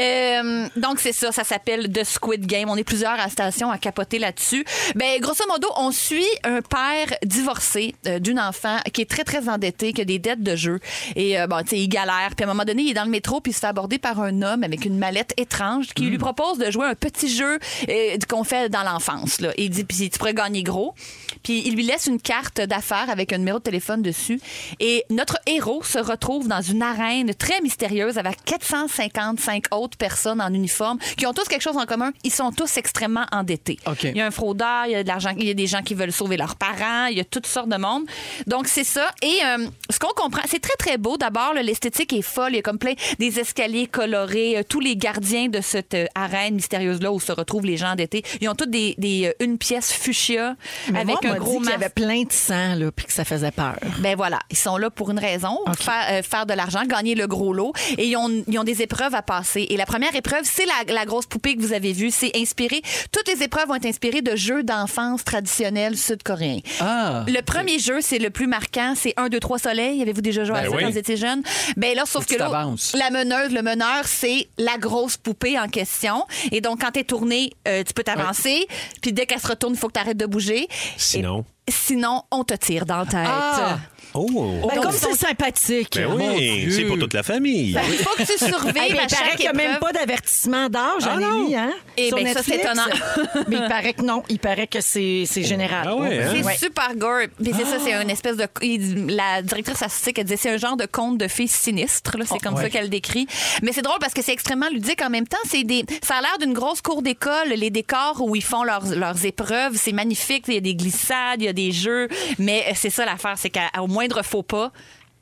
Speaker 7: Euh, donc, c'est ça, ça s'appelle The Squid Game. On est plusieurs à la station à capoter là-dessus. Ben, grosso modo, on suit un père divorcé euh, d'une enfant qui est très, très endetté, qui a des dettes de jeu. Et, euh, bon, tu sais, il galère. Puis, à un moment donné, il est dans le métro, puis il se fait aborder par un homme avec une mallette étrange qui lui propose de jouer un petit jeu euh, qu'on fait dans l'enfance. là. Et il dit, puis puis tu pourrais gagner gros. Puis il lui laisse une carte d'affaires avec un numéro de téléphone dessus. Et notre héros se retrouve dans une arène très mystérieuse avec 455 autres personnes en uniforme qui ont tous quelque chose en commun. Ils sont tous extrêmement endettés.
Speaker 6: OK.
Speaker 7: Il y a un fraudeur, il y a de l'argent, il y a des gens qui veulent sauver leurs parents, il y a toutes sortes de monde. Donc c'est ça. Et euh, ce qu'on comprend, c'est très très beau. D'abord, là, l'esthétique est folle. Il y a comme plein des escaliers colorés. Euh, Tous les gardiens de cette euh, arène mystérieuse là où se retrouvent les gens endettés, ils ont toutes des, des, euh, une pièce fuchsia
Speaker 4: Mais
Speaker 7: avec
Speaker 4: moi, on
Speaker 7: un
Speaker 4: m'a dit
Speaker 7: gros
Speaker 4: qu'il y avait
Speaker 7: masque.
Speaker 4: plein de sang, là, puis que ça faisait peur.
Speaker 7: Ben voilà, ils sont là pour une raison, faire, euh, faire de l'argent, gagner le gros lot. Et ils ont, ils ont des épreuves à passer. Et la première épreuve, c'est la, la grosse poupée que vous avez vue. C'est inspiré. Toutes les épreuves vont être inspirées de jeux d'enfance traditionnels sud-coréens.
Speaker 6: Ah.
Speaker 7: Le premier jeu, c'est le plus marquant, c'est 1, 2, 3 soleil. Avez-vous déjà joué à
Speaker 3: Ben
Speaker 7: ça
Speaker 3: oui.
Speaker 7: quand vous étiez jeune? Ben là, sauf
Speaker 6: Faut que
Speaker 7: que,
Speaker 6: tu
Speaker 7: là,
Speaker 6: t'avances.
Speaker 7: la meneuse, le meneur, c'est la grosse poupée en question. Et donc, quand t'es tourné, euh, tu peux t'avancer. Puis dès qu'elle se retourne, il faut que t'arrêtes de bouger.
Speaker 3: Sinon.
Speaker 7: Et sinon, on te tire dans la tête.
Speaker 6: Ah.
Speaker 3: Oh!
Speaker 4: Ben,
Speaker 7: Donc,
Speaker 4: comme
Speaker 7: ils
Speaker 4: c'est
Speaker 7: sont-
Speaker 4: sympathique.
Speaker 3: Ben
Speaker 6: mon
Speaker 3: oui,
Speaker 6: Dieu.
Speaker 3: c'est pour toute la famille.
Speaker 7: Il faut que tu
Speaker 4: Eh
Speaker 7: surveilles
Speaker 4: ben,
Speaker 7: à
Speaker 4: il paraît
Speaker 7: chaque
Speaker 4: qu'il n'y a même
Speaker 7: épreuve.
Speaker 4: pas d'avertissement d'âge,
Speaker 3: Ah
Speaker 4: Annélie,
Speaker 3: non.
Speaker 4: hein?
Speaker 7: Eh
Speaker 4: sur
Speaker 7: ben, ça, c'est
Speaker 4: Netflix.
Speaker 7: étonnant.
Speaker 4: Mais il paraît que non. Il paraît que c'est c'est général. Oh,
Speaker 3: Ah ouais, hein?
Speaker 7: C'est
Speaker 4: Ouais. Ah.
Speaker 7: super gore. Mais c'est ça, c'est une espèce de. il- La directrice artistique, elle disait c'est un genre de conte de fées sinistre. là. C'est
Speaker 4: Ah,
Speaker 7: comme ça qu'elle décrit. Mais c'est drôle parce que c'est extrêmement ludique en même temps. C'est des. Ça a l'air d'une grosse cour d'école. Les décors où ils font leurs, leurs épreuves, c'est magnifique. Il y a des glissades, il y a des jeux. Mais euh, c'est ça l'affaire, c'est qu'au moindre faux pas.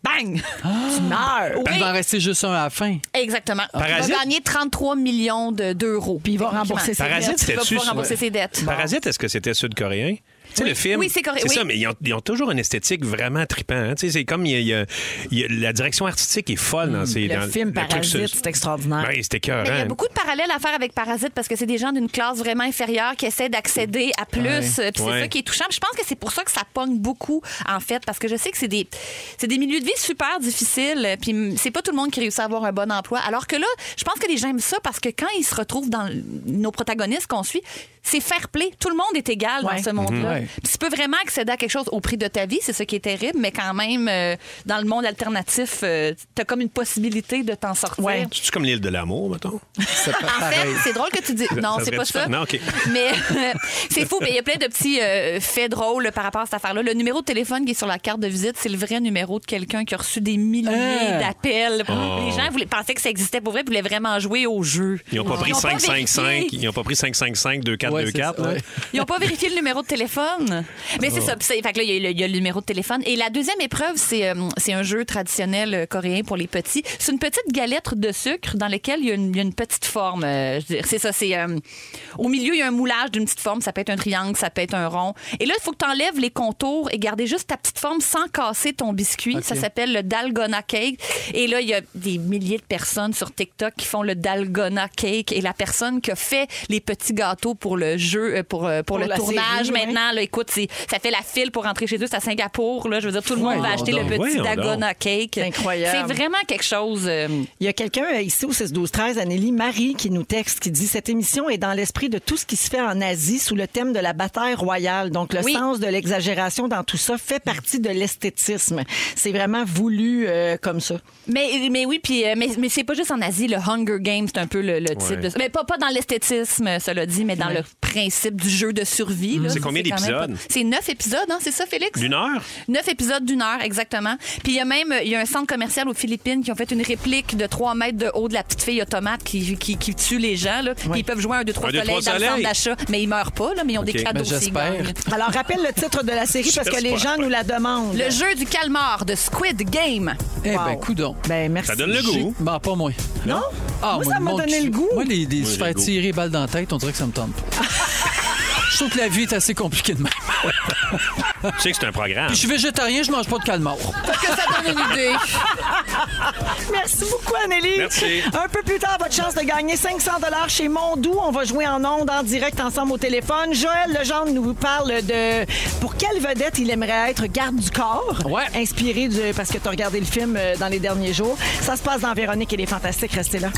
Speaker 7: Bang!
Speaker 4: Tu meurs.
Speaker 7: Oui,
Speaker 6: Il va en rester juste un à la fin.
Speaker 7: exactement. Il
Speaker 3: Parasite?
Speaker 7: va gagner 33 millions de- d'euros.
Speaker 4: Puis il va rembourser ses
Speaker 3: Parasite,
Speaker 4: dettes.
Speaker 7: Il va
Speaker 3: C'était-tu
Speaker 7: pouvoir
Speaker 3: sur-
Speaker 7: rembourser ses dettes.
Speaker 3: Parasite, est-ce que c'était sud-coréen? Tu sais, le film.
Speaker 7: Oui, c'est coréen, oui.
Speaker 3: ça, mais ils ont, ils ont toujours une esthétique vraiment trippant. hein. Tu sais, c'est comme il y a- il y a- il y a- la direction artistique est folle dans ces. dans-
Speaker 4: Le film
Speaker 3: truc Ben-
Speaker 4: Parasite,
Speaker 3: sud-
Speaker 4: c'est extraordinaire.
Speaker 3: Ouais, c'était
Speaker 7: Mais il y a
Speaker 3: écœurant.
Speaker 7: beaucoup de parallèles à faire avec Parasite parce que c'est des gens d'une classe vraiment inférieure qui essaient d'accéder à plus. euh, Puis
Speaker 3: Ouais.
Speaker 7: c'est ça qui est touchant. Puis Je pense que c'est pour ça que ça pogne beaucoup, en fait, parce que je sais que c'est des, c'est des milieux de vie super difficiles. euh, Puis mm, c'est pas tout le monde qui réussit à avoir un bon emploi. Alors que là, je pense que les gens aiment ça parce que quand ils se retrouvent dans l- nos protagonistes qu'on suit, c'est fair play. Tout le monde est égal
Speaker 4: Ouais.
Speaker 7: dans ce
Speaker 3: Mhm.
Speaker 7: monde-là.
Speaker 6: Ouais.
Speaker 7: Puis tu peux vraiment accéder à quelque chose au prix de ta vie, c'est ça qui est terrible, mais quand même, euh, dans le monde alternatif, euh, t'as comme une possibilité de t'en sortir.
Speaker 4: Ouais.
Speaker 3: C'est-tu comme l'île de l'amour, mettons?
Speaker 6: C'est pas
Speaker 7: En fait,
Speaker 6: pareil.
Speaker 7: c'est drôle que tu dis. Non,
Speaker 3: ça
Speaker 7: c'est
Speaker 3: serait
Speaker 7: pas
Speaker 3: différent.
Speaker 7: ça.
Speaker 3: Non, OK.
Speaker 7: Mais euh, c'est fou. Mais il y a plein de petits euh, faits drôles par rapport à cette affaire-là. Le numéro de téléphone qui est sur la carte de visite, c'est le vrai numéro de quelqu'un qui a reçu des milliers
Speaker 6: Hein?
Speaker 7: d'appels.
Speaker 3: Oh.
Speaker 7: Les gens voulaient, pensaient que ça existait pour vrai, puis voulaient vraiment jouer au jeu.
Speaker 3: Ils n'ont pas pris
Speaker 7: Ils ont pas
Speaker 3: 5-5-5,
Speaker 7: vérifié.
Speaker 3: ils n'ont pas pris 5-5-5, 2-4-2-4.
Speaker 6: Ouais, c'est ça,
Speaker 3: là.
Speaker 6: ouais.
Speaker 7: Ils n'ont pas vérifié le numéro de téléphone. Mais c'est ça. Puis c'est- Fait que là, il y, a eu le- il y a le numéro de téléphone. Et la deuxième épreuve, c'est euh, c'est un jeu traditionnel euh, coréen pour les petits. C'est une petite galette de sucre dans laquelle il y a une, il y a une petite forme. euh, je veux dire. c'est ça. C'est euh, au milieu, il y a un moulage d'une petite forme. Ça peut être un triangle, ça peut être un rond. Et là, il faut que tu enlèves les contours et garder juste ta petite forme sans casser ton biscuit. Ça s'appelle le dalgona cake. Et là, il y a des milliers de personnes sur TikTok qui font le dalgona cake. Et la personne qui a fait les petits gâteaux pour le jeu, euh, pour, euh, pour pour
Speaker 4: Pour
Speaker 7: le
Speaker 4: la
Speaker 7: tournage
Speaker 4: série, ouais.
Speaker 7: maintenant. Là, écoute, c'est- ça fait la file pour rentrer chez eux. C'est à Singapour. Là, je veux dire, tout le monde va
Speaker 6: Voyons
Speaker 7: acheter le
Speaker 6: donc.
Speaker 7: petit
Speaker 3: Voyons
Speaker 7: Dagona Cake.
Speaker 4: C'est incroyable.
Speaker 7: C'est vraiment quelque chose. euh,
Speaker 4: Il y a quelqu'un euh, ici au 6-12-13, Anélie Marie, qui nous texte, qui dit Cette émission est dans l'esprit de tout ce qui se fait en Asie sous le thème de la bataille royale. Donc, le
Speaker 7: Oui.
Speaker 4: sens de l'exagération dans tout ça fait partie de l'esthétisme. C'est vraiment voulu euh, comme ça.
Speaker 7: Mais, mais oui, puis euh, mais, mais c'est pas juste en Asie. Le Hunger Games, c'est un peu le, le type de ça. Mais pas, pas dans l'esthétisme, cela dit, mais dans le principe du jeu de survie. là.
Speaker 3: C'est combien
Speaker 7: quand même pas-
Speaker 3: d'épisodes?
Speaker 7: C'est neuf épisodes, hein, c'est ça, Félix?
Speaker 3: D'une heure?
Speaker 7: Neuf épisodes d'une heure, exactement. Puis il y a même il y a un centre commercial aux Philippines qui ont fait une réplique de 3 mètres de haut de la petite fille automate qui, qui, qui tue les gens. Là. Puis ils peuvent jouer un 2-3
Speaker 3: Un, deux,
Speaker 7: soleil
Speaker 3: trois
Speaker 7: dans le centre
Speaker 3: soleil.
Speaker 7: d'achat. Mais ils meurent pas, là, mais ils ont
Speaker 3: OK.
Speaker 7: des cadeaux
Speaker 6: Ben,
Speaker 7: s'ils
Speaker 6: j'espère.
Speaker 7: gagnent.
Speaker 4: Alors, rappelle le titre de la série parce que les
Speaker 3: J'espère.
Speaker 4: gens nous la demandent.
Speaker 7: Le jeu du calmar de Squid Game.
Speaker 6: Eh
Speaker 4: Wow.
Speaker 6: ben, coudon.
Speaker 4: Ben, merci.
Speaker 3: Ça donne le
Speaker 6: J'ai-
Speaker 3: goût.
Speaker 6: Ben, pas moi.
Speaker 4: Non? moi, ça
Speaker 6: le
Speaker 4: m'a
Speaker 6: monde
Speaker 4: donné
Speaker 6: qui-
Speaker 4: le goût.
Speaker 6: Moi, les, les
Speaker 3: j'ai
Speaker 6: se
Speaker 3: le
Speaker 6: faire
Speaker 3: goût.
Speaker 6: tirer balle dans la tête, on dirait que ça me tente pas. Je trouve que la vie est assez compliquée de même.
Speaker 3: Tu sais que c'est un programme.
Speaker 6: Je suis végétarien, je mange pas de calmar.
Speaker 4: Oh
Speaker 7: que ça donne une idée.
Speaker 4: Merci beaucoup, Anélie.
Speaker 3: Merci.
Speaker 4: Un peu plus tard, votre chance de gagner 500 chez Mondou. On va jouer en ondes, en direct, ensemble au téléphone. Joël Legendre nous parle de pour quelle vedette il aimerait être garde du corps.
Speaker 6: Ouais.
Speaker 4: Inspiré du, parce que tu as regardé le film euh, dans les derniers jours. Ça se passe dans Véronique et les Fantastiques. Restez là.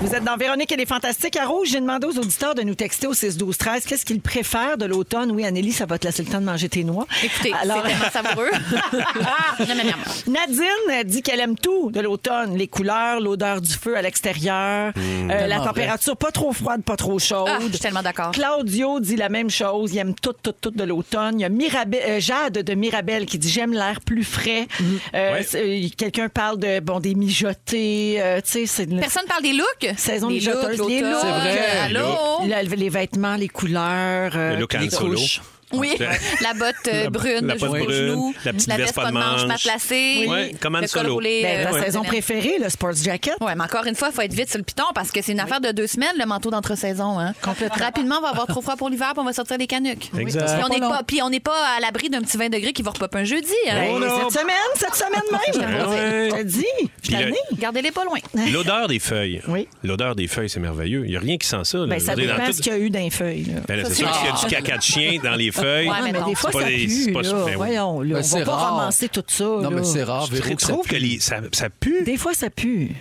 Speaker 4: Vous êtes dans Véronique et les Fantastiques à Rouge. J'ai demandé aux auditeurs de nous texter au 6 12 13 qu'est-ce qu'ils préfèrent de l'automne. Oui, Anneli, ça va te laisser le temps de manger tes noix.
Speaker 7: Écoutez, c'est tellement savoureux. Miam, miam, miam.
Speaker 4: Nadine dit qu'elle aime tout de l'automne. Les couleurs, l'odeur du feu à
Speaker 3: Mmh.
Speaker 4: l'extérieur, euh, la
Speaker 6: Tellement
Speaker 4: température pas trop froide, pas trop chaude.
Speaker 7: Ah, je suis tellement d'accord.
Speaker 4: Claudio dit la même chose. Il aime tout, tout, tout de l'automne. Il y a Mirabe- euh, Jade de Mirabel qui dit j'aime l'air plus frais. Euh,
Speaker 3: Mmh. Ouais.
Speaker 4: c'est- euh, Quelqu'un parle de bon des mijotés. euh, tu sais, c'est une-
Speaker 7: Personne parle des looks.
Speaker 4: Saison
Speaker 7: des
Speaker 4: mijoteuse,
Speaker 7: looks,
Speaker 4: les
Speaker 7: l'automne.
Speaker 4: looks. C'est
Speaker 6: vrai,
Speaker 7: Allô?
Speaker 4: le- les vêtements, les couleurs. euh,
Speaker 3: Le look
Speaker 6: les
Speaker 3: Han Solo.
Speaker 6: couches.
Speaker 7: Oui, la botte euh,
Speaker 3: La-
Speaker 7: brune,
Speaker 3: la
Speaker 7: le
Speaker 3: botte
Speaker 7: genou,
Speaker 3: brune, la petite veste pas de manche.
Speaker 7: pas placée,
Speaker 3: Oui, comme Han
Speaker 7: le col
Speaker 3: Solo.
Speaker 7: roulé.
Speaker 4: ben,
Speaker 7: euh,
Speaker 4: ta
Speaker 7: ouais.
Speaker 4: saison préférée, le sports jacket.
Speaker 3: Oh
Speaker 7: Ouais, mais encore une fois, il faut être vite sur le piton parce que c'est une affaire de deux semaines, le manteau d'entre-saison. Hein. Rapidement, on va avoir trop froid pour l'hiver, puis on va sortir des canucks.
Speaker 3: Exact.
Speaker 7: Puis on
Speaker 6: Pas
Speaker 7: n'est
Speaker 6: long.
Speaker 7: pas, puis on n'est pas à l'abri d'un petit 20 degrés qui va repopper un jeudi. hein.
Speaker 4: Ben,
Speaker 3: Oh non.
Speaker 4: cette semaine, cette semaine même.
Speaker 3: Ah Ouais.
Speaker 4: Je te dis, je
Speaker 3: Puis le-
Speaker 4: t'année.
Speaker 7: Gardez-les pas loin.
Speaker 3: L'odeur des feuilles.
Speaker 4: Oui.
Speaker 3: L'odeur des feuilles, c'est merveilleux. Il n'y a rien qui sent ça. là.
Speaker 4: Ben, ça
Speaker 3: Je veux dire, dans
Speaker 4: dépend
Speaker 3: tout-
Speaker 4: ce qu'il y a eu dans les feuilles. là.
Speaker 3: Ben là, c'est sûr qu'il y a du caca de chien dans les feuilles.
Speaker 7: Ouais,
Speaker 4: Ah, mais
Speaker 7: mettons.
Speaker 4: des fois,
Speaker 3: C'est
Speaker 4: ça
Speaker 3: pas des-
Speaker 4: pue,
Speaker 3: c'est pas-
Speaker 4: là.
Speaker 3: ben oui.
Speaker 4: Voyons, là,
Speaker 6: Ben,
Speaker 4: on va
Speaker 6: c'est
Speaker 4: pas
Speaker 6: rare.
Speaker 4: ramasser tout ça.
Speaker 6: Non,
Speaker 4: là.
Speaker 6: mais c'est rare,
Speaker 3: Je
Speaker 6: Ah, Véro, que ça
Speaker 3: trouve que
Speaker 6: pue.
Speaker 3: les- ça, ça pue.
Speaker 4: Des fois, ça pue.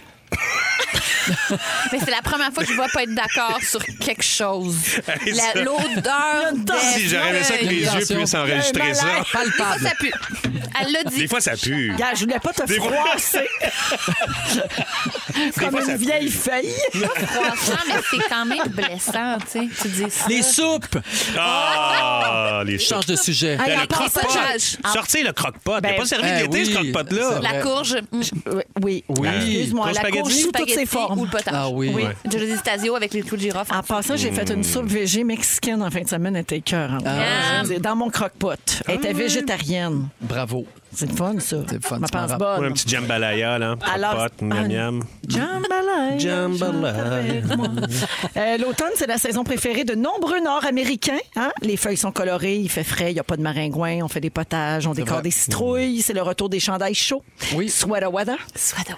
Speaker 7: Mais c'est la première fois que je vois pas être d'accord sur quelque chose.
Speaker 3: Hey,
Speaker 7: La-
Speaker 3: ça-
Speaker 7: L'odeur. des
Speaker 3: Si j'aurais aimé ça que
Speaker 7: feuilles.
Speaker 3: les yeux
Speaker 6: Attention.
Speaker 3: puissent enregistrer ça.
Speaker 7: Des fois,
Speaker 6: Palpable.
Speaker 7: ça pue. Elle l'a dit.
Speaker 3: Des fois, ça pue.
Speaker 4: Gars, je voulais pas te
Speaker 3: Des fois-
Speaker 4: froisser comme
Speaker 3: fois, ça
Speaker 4: une
Speaker 3: pue.
Speaker 4: vieille feuille.
Speaker 7: Franchement, mais c'est quand même blessant, tu sais. Tu dis ça.
Speaker 6: Les soupes.
Speaker 3: Ah, les
Speaker 6: Change de sujet.
Speaker 4: Hey,
Speaker 3: Ben,
Speaker 4: en
Speaker 3: le
Speaker 4: passant,
Speaker 3: croque-pot.
Speaker 7: je-
Speaker 3: Sortez le croque-pot. T'as
Speaker 4: Ben,
Speaker 3: pas servi
Speaker 6: ben
Speaker 3: d'été, ce
Speaker 6: oui,
Speaker 3: croque-pot-là.
Speaker 6: c'est
Speaker 7: La courge. mm,
Speaker 4: Oui, oui.
Speaker 6: Oui.
Speaker 4: Ah, Excuse-moi,
Speaker 3: Courge
Speaker 4: la
Speaker 3: spaghetti?
Speaker 4: courge sous toutes ses
Speaker 7: spaghetti Ou
Speaker 4: formes. Ah,
Speaker 7: le potage.
Speaker 6: Ah oui. Ouais. Mm.
Speaker 7: Je dis stasio avec les clous de girofle.
Speaker 4: En passant, j'ai fait une soupe végé mexicaine en fin de semaine. Elle était écœurante.
Speaker 7: Ah.
Speaker 4: Je veux dire, Dans mon croque-pot. Elle était végétarienne.
Speaker 6: Bravo.
Speaker 4: C'est le fun, ça.
Speaker 6: Ah C'est le fun,
Speaker 4: Ma
Speaker 6: tu m'en
Speaker 4: pense
Speaker 6: rappelles.
Speaker 4: bonne.
Speaker 3: Ouais, un petit jambalaya, là.
Speaker 4: Alors,
Speaker 3: Croque-pot, miam,
Speaker 4: ah,
Speaker 3: miam.
Speaker 4: Jambalaya.
Speaker 3: Jambalaya.
Speaker 4: Euh, L'automne, c'est la saison préférée de nombreux Nord-Américains. hein. Les feuilles sont colorées, il fait frais, il n'y a pas de maringouin, on fait des potages, on décore
Speaker 6: vrai. Mm.
Speaker 4: des citrouilles, c'est le retour des chandails chauds.
Speaker 6: Oui.
Speaker 4: Sweater weather.
Speaker 7: Soit de-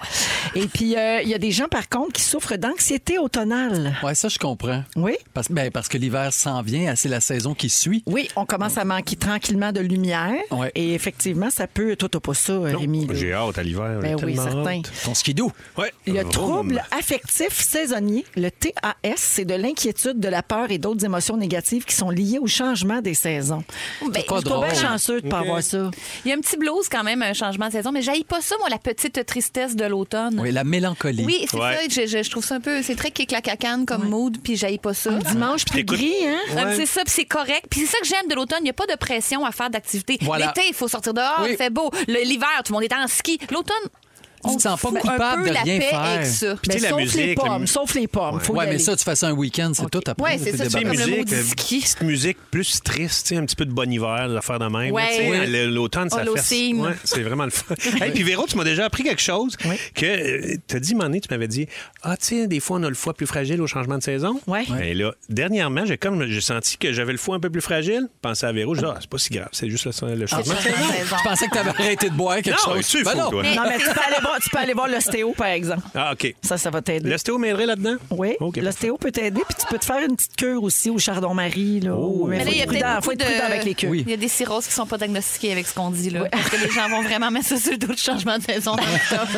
Speaker 7: ouais.
Speaker 4: Et puis, euh, il y a des gens, par contre, qui souffrent d'anxiété automnale.
Speaker 6: Ouais, ça, je comprends.
Speaker 4: Oui?
Speaker 6: Parce, ben, parce que l'hiver s'en vient, hein, c'est la saison qui suit.
Speaker 4: Oui, on commence à manquer tranquillement de lumière.
Speaker 6: Ouais.
Speaker 4: Et effectivement, ça peut. Toi, t'as pas ça, Rémi. là.
Speaker 3: J'ai hâte à l'hiver.
Speaker 4: Ben
Speaker 3: j'ai
Speaker 4: oui,
Speaker 3: tellement
Speaker 4: certain.
Speaker 3: hâte.
Speaker 6: Ton skidou.
Speaker 3: Ouais.
Speaker 4: Le
Speaker 3: Vroom.
Speaker 4: trouble affectif saisonnier, le TAS, c'est de l'inquiétude, de la peur et d'autres émotions négatives qui sont liées au changement des saisons.
Speaker 7: Ben,
Speaker 6: pas
Speaker 4: Je suis
Speaker 6: drôle.
Speaker 4: bien chanceux de ne pas avoir ça.
Speaker 7: Il y a un petit blues quand même, un changement de saison, mais j'aille pas ça, moi, la petite tristesse de l'automne.
Speaker 6: Oui, la mélancolie.
Speaker 7: Oui, c'est
Speaker 3: Ouais.
Speaker 7: ça. Je, je- je trouve ça un peu. C'est très kick-la-cacane comme mood, puis j'aille pas ça.
Speaker 4: Dimanche, plus
Speaker 3: t'écoutes-
Speaker 4: gris, hein?
Speaker 7: Ah, mais C'est ça, puis c'est correct. Puis c'est ça que j'aime de l'automne. Il n'y a pas de pression à faire d'activité.
Speaker 6: Voilà.
Speaker 7: L'été, il faut sortir dehors,
Speaker 6: Oui.
Speaker 7: il fait beau. Le- L'hiver, tout le monde est en ski. L'automne,
Speaker 6: Tu
Speaker 7: on
Speaker 6: te sens pas
Speaker 7: fout un
Speaker 6: coupable
Speaker 7: peu
Speaker 6: de
Speaker 7: la
Speaker 6: rien
Speaker 7: paix
Speaker 6: faire.
Speaker 7: avec ça.
Speaker 3: Puis tu sais,
Speaker 4: sauf
Speaker 3: la
Speaker 4: les
Speaker 3: musique. la
Speaker 4: pommes,
Speaker 3: mu-
Speaker 4: sauf les pommes. Faut y
Speaker 6: Ouais, mais
Speaker 4: aller.
Speaker 6: ça, tu fais ça un week-end, c'est tout après.
Speaker 7: Ouais, c'est
Speaker 6: t'es
Speaker 7: ça, tu
Speaker 3: Tu sais,
Speaker 6: débarrassé.
Speaker 7: Comme le mot
Speaker 3: musique,
Speaker 7: du
Speaker 3: euh,
Speaker 7: ski.
Speaker 3: petite musique plus triste, tu sais, un petit peu de bon hiver, des affaires de même.
Speaker 7: Ouais.
Speaker 3: là, tu sais,
Speaker 7: Oui.
Speaker 3: le- L'automne, ça fait.
Speaker 7: Holocene.
Speaker 3: Ouais, c'est vraiment le fun. Et puis Véro, tu m'as déjà appris quelque chose que tu as dit, Mané, tu m'avais dit Ah, tu sais, des fois, on a le foie plus fragile au changement de saison.
Speaker 4: Ouais.
Speaker 3: Ben là, dernièrement, j'ai comme j'ai senti que j'avais le foie un peu plus fragile. Je pensais à Véro, je dis Ah, c'est pas si grave, c'est juste le, le changement de saison.
Speaker 6: Je pensais que tu avais arrêté de boire quelque
Speaker 3: Non,
Speaker 6: chose.
Speaker 3: tu es
Speaker 6: Ben
Speaker 3: fou,
Speaker 6: non.
Speaker 3: toi.
Speaker 4: Non, mais tu peux aller voir, tu peux aller voir l'ostéo, par exemple.
Speaker 3: Ah, OK.
Speaker 4: Ça, ça va t'aider.
Speaker 3: L'ostéo m'aiderait là-dedans?
Speaker 4: Oui,
Speaker 3: OK.
Speaker 4: l'ostéo peut t'aider, puis tu peux te faire une petite cure aussi au chardon-marie. Là, mais
Speaker 7: Mais
Speaker 4: faut
Speaker 7: là, il y a
Speaker 4: être
Speaker 7: peut-être
Speaker 4: prudent, faut
Speaker 7: beaucoup
Speaker 4: être prudent
Speaker 7: de-
Speaker 4: avec les cures.
Speaker 6: Oh. Oui.
Speaker 7: Il y a des cirrhoses qui sont pas diagnostiquées avec ce qu'on dit. Là, Parce que les gens vont vraiment mettre ça sur le dos de changement de saison. dans le top.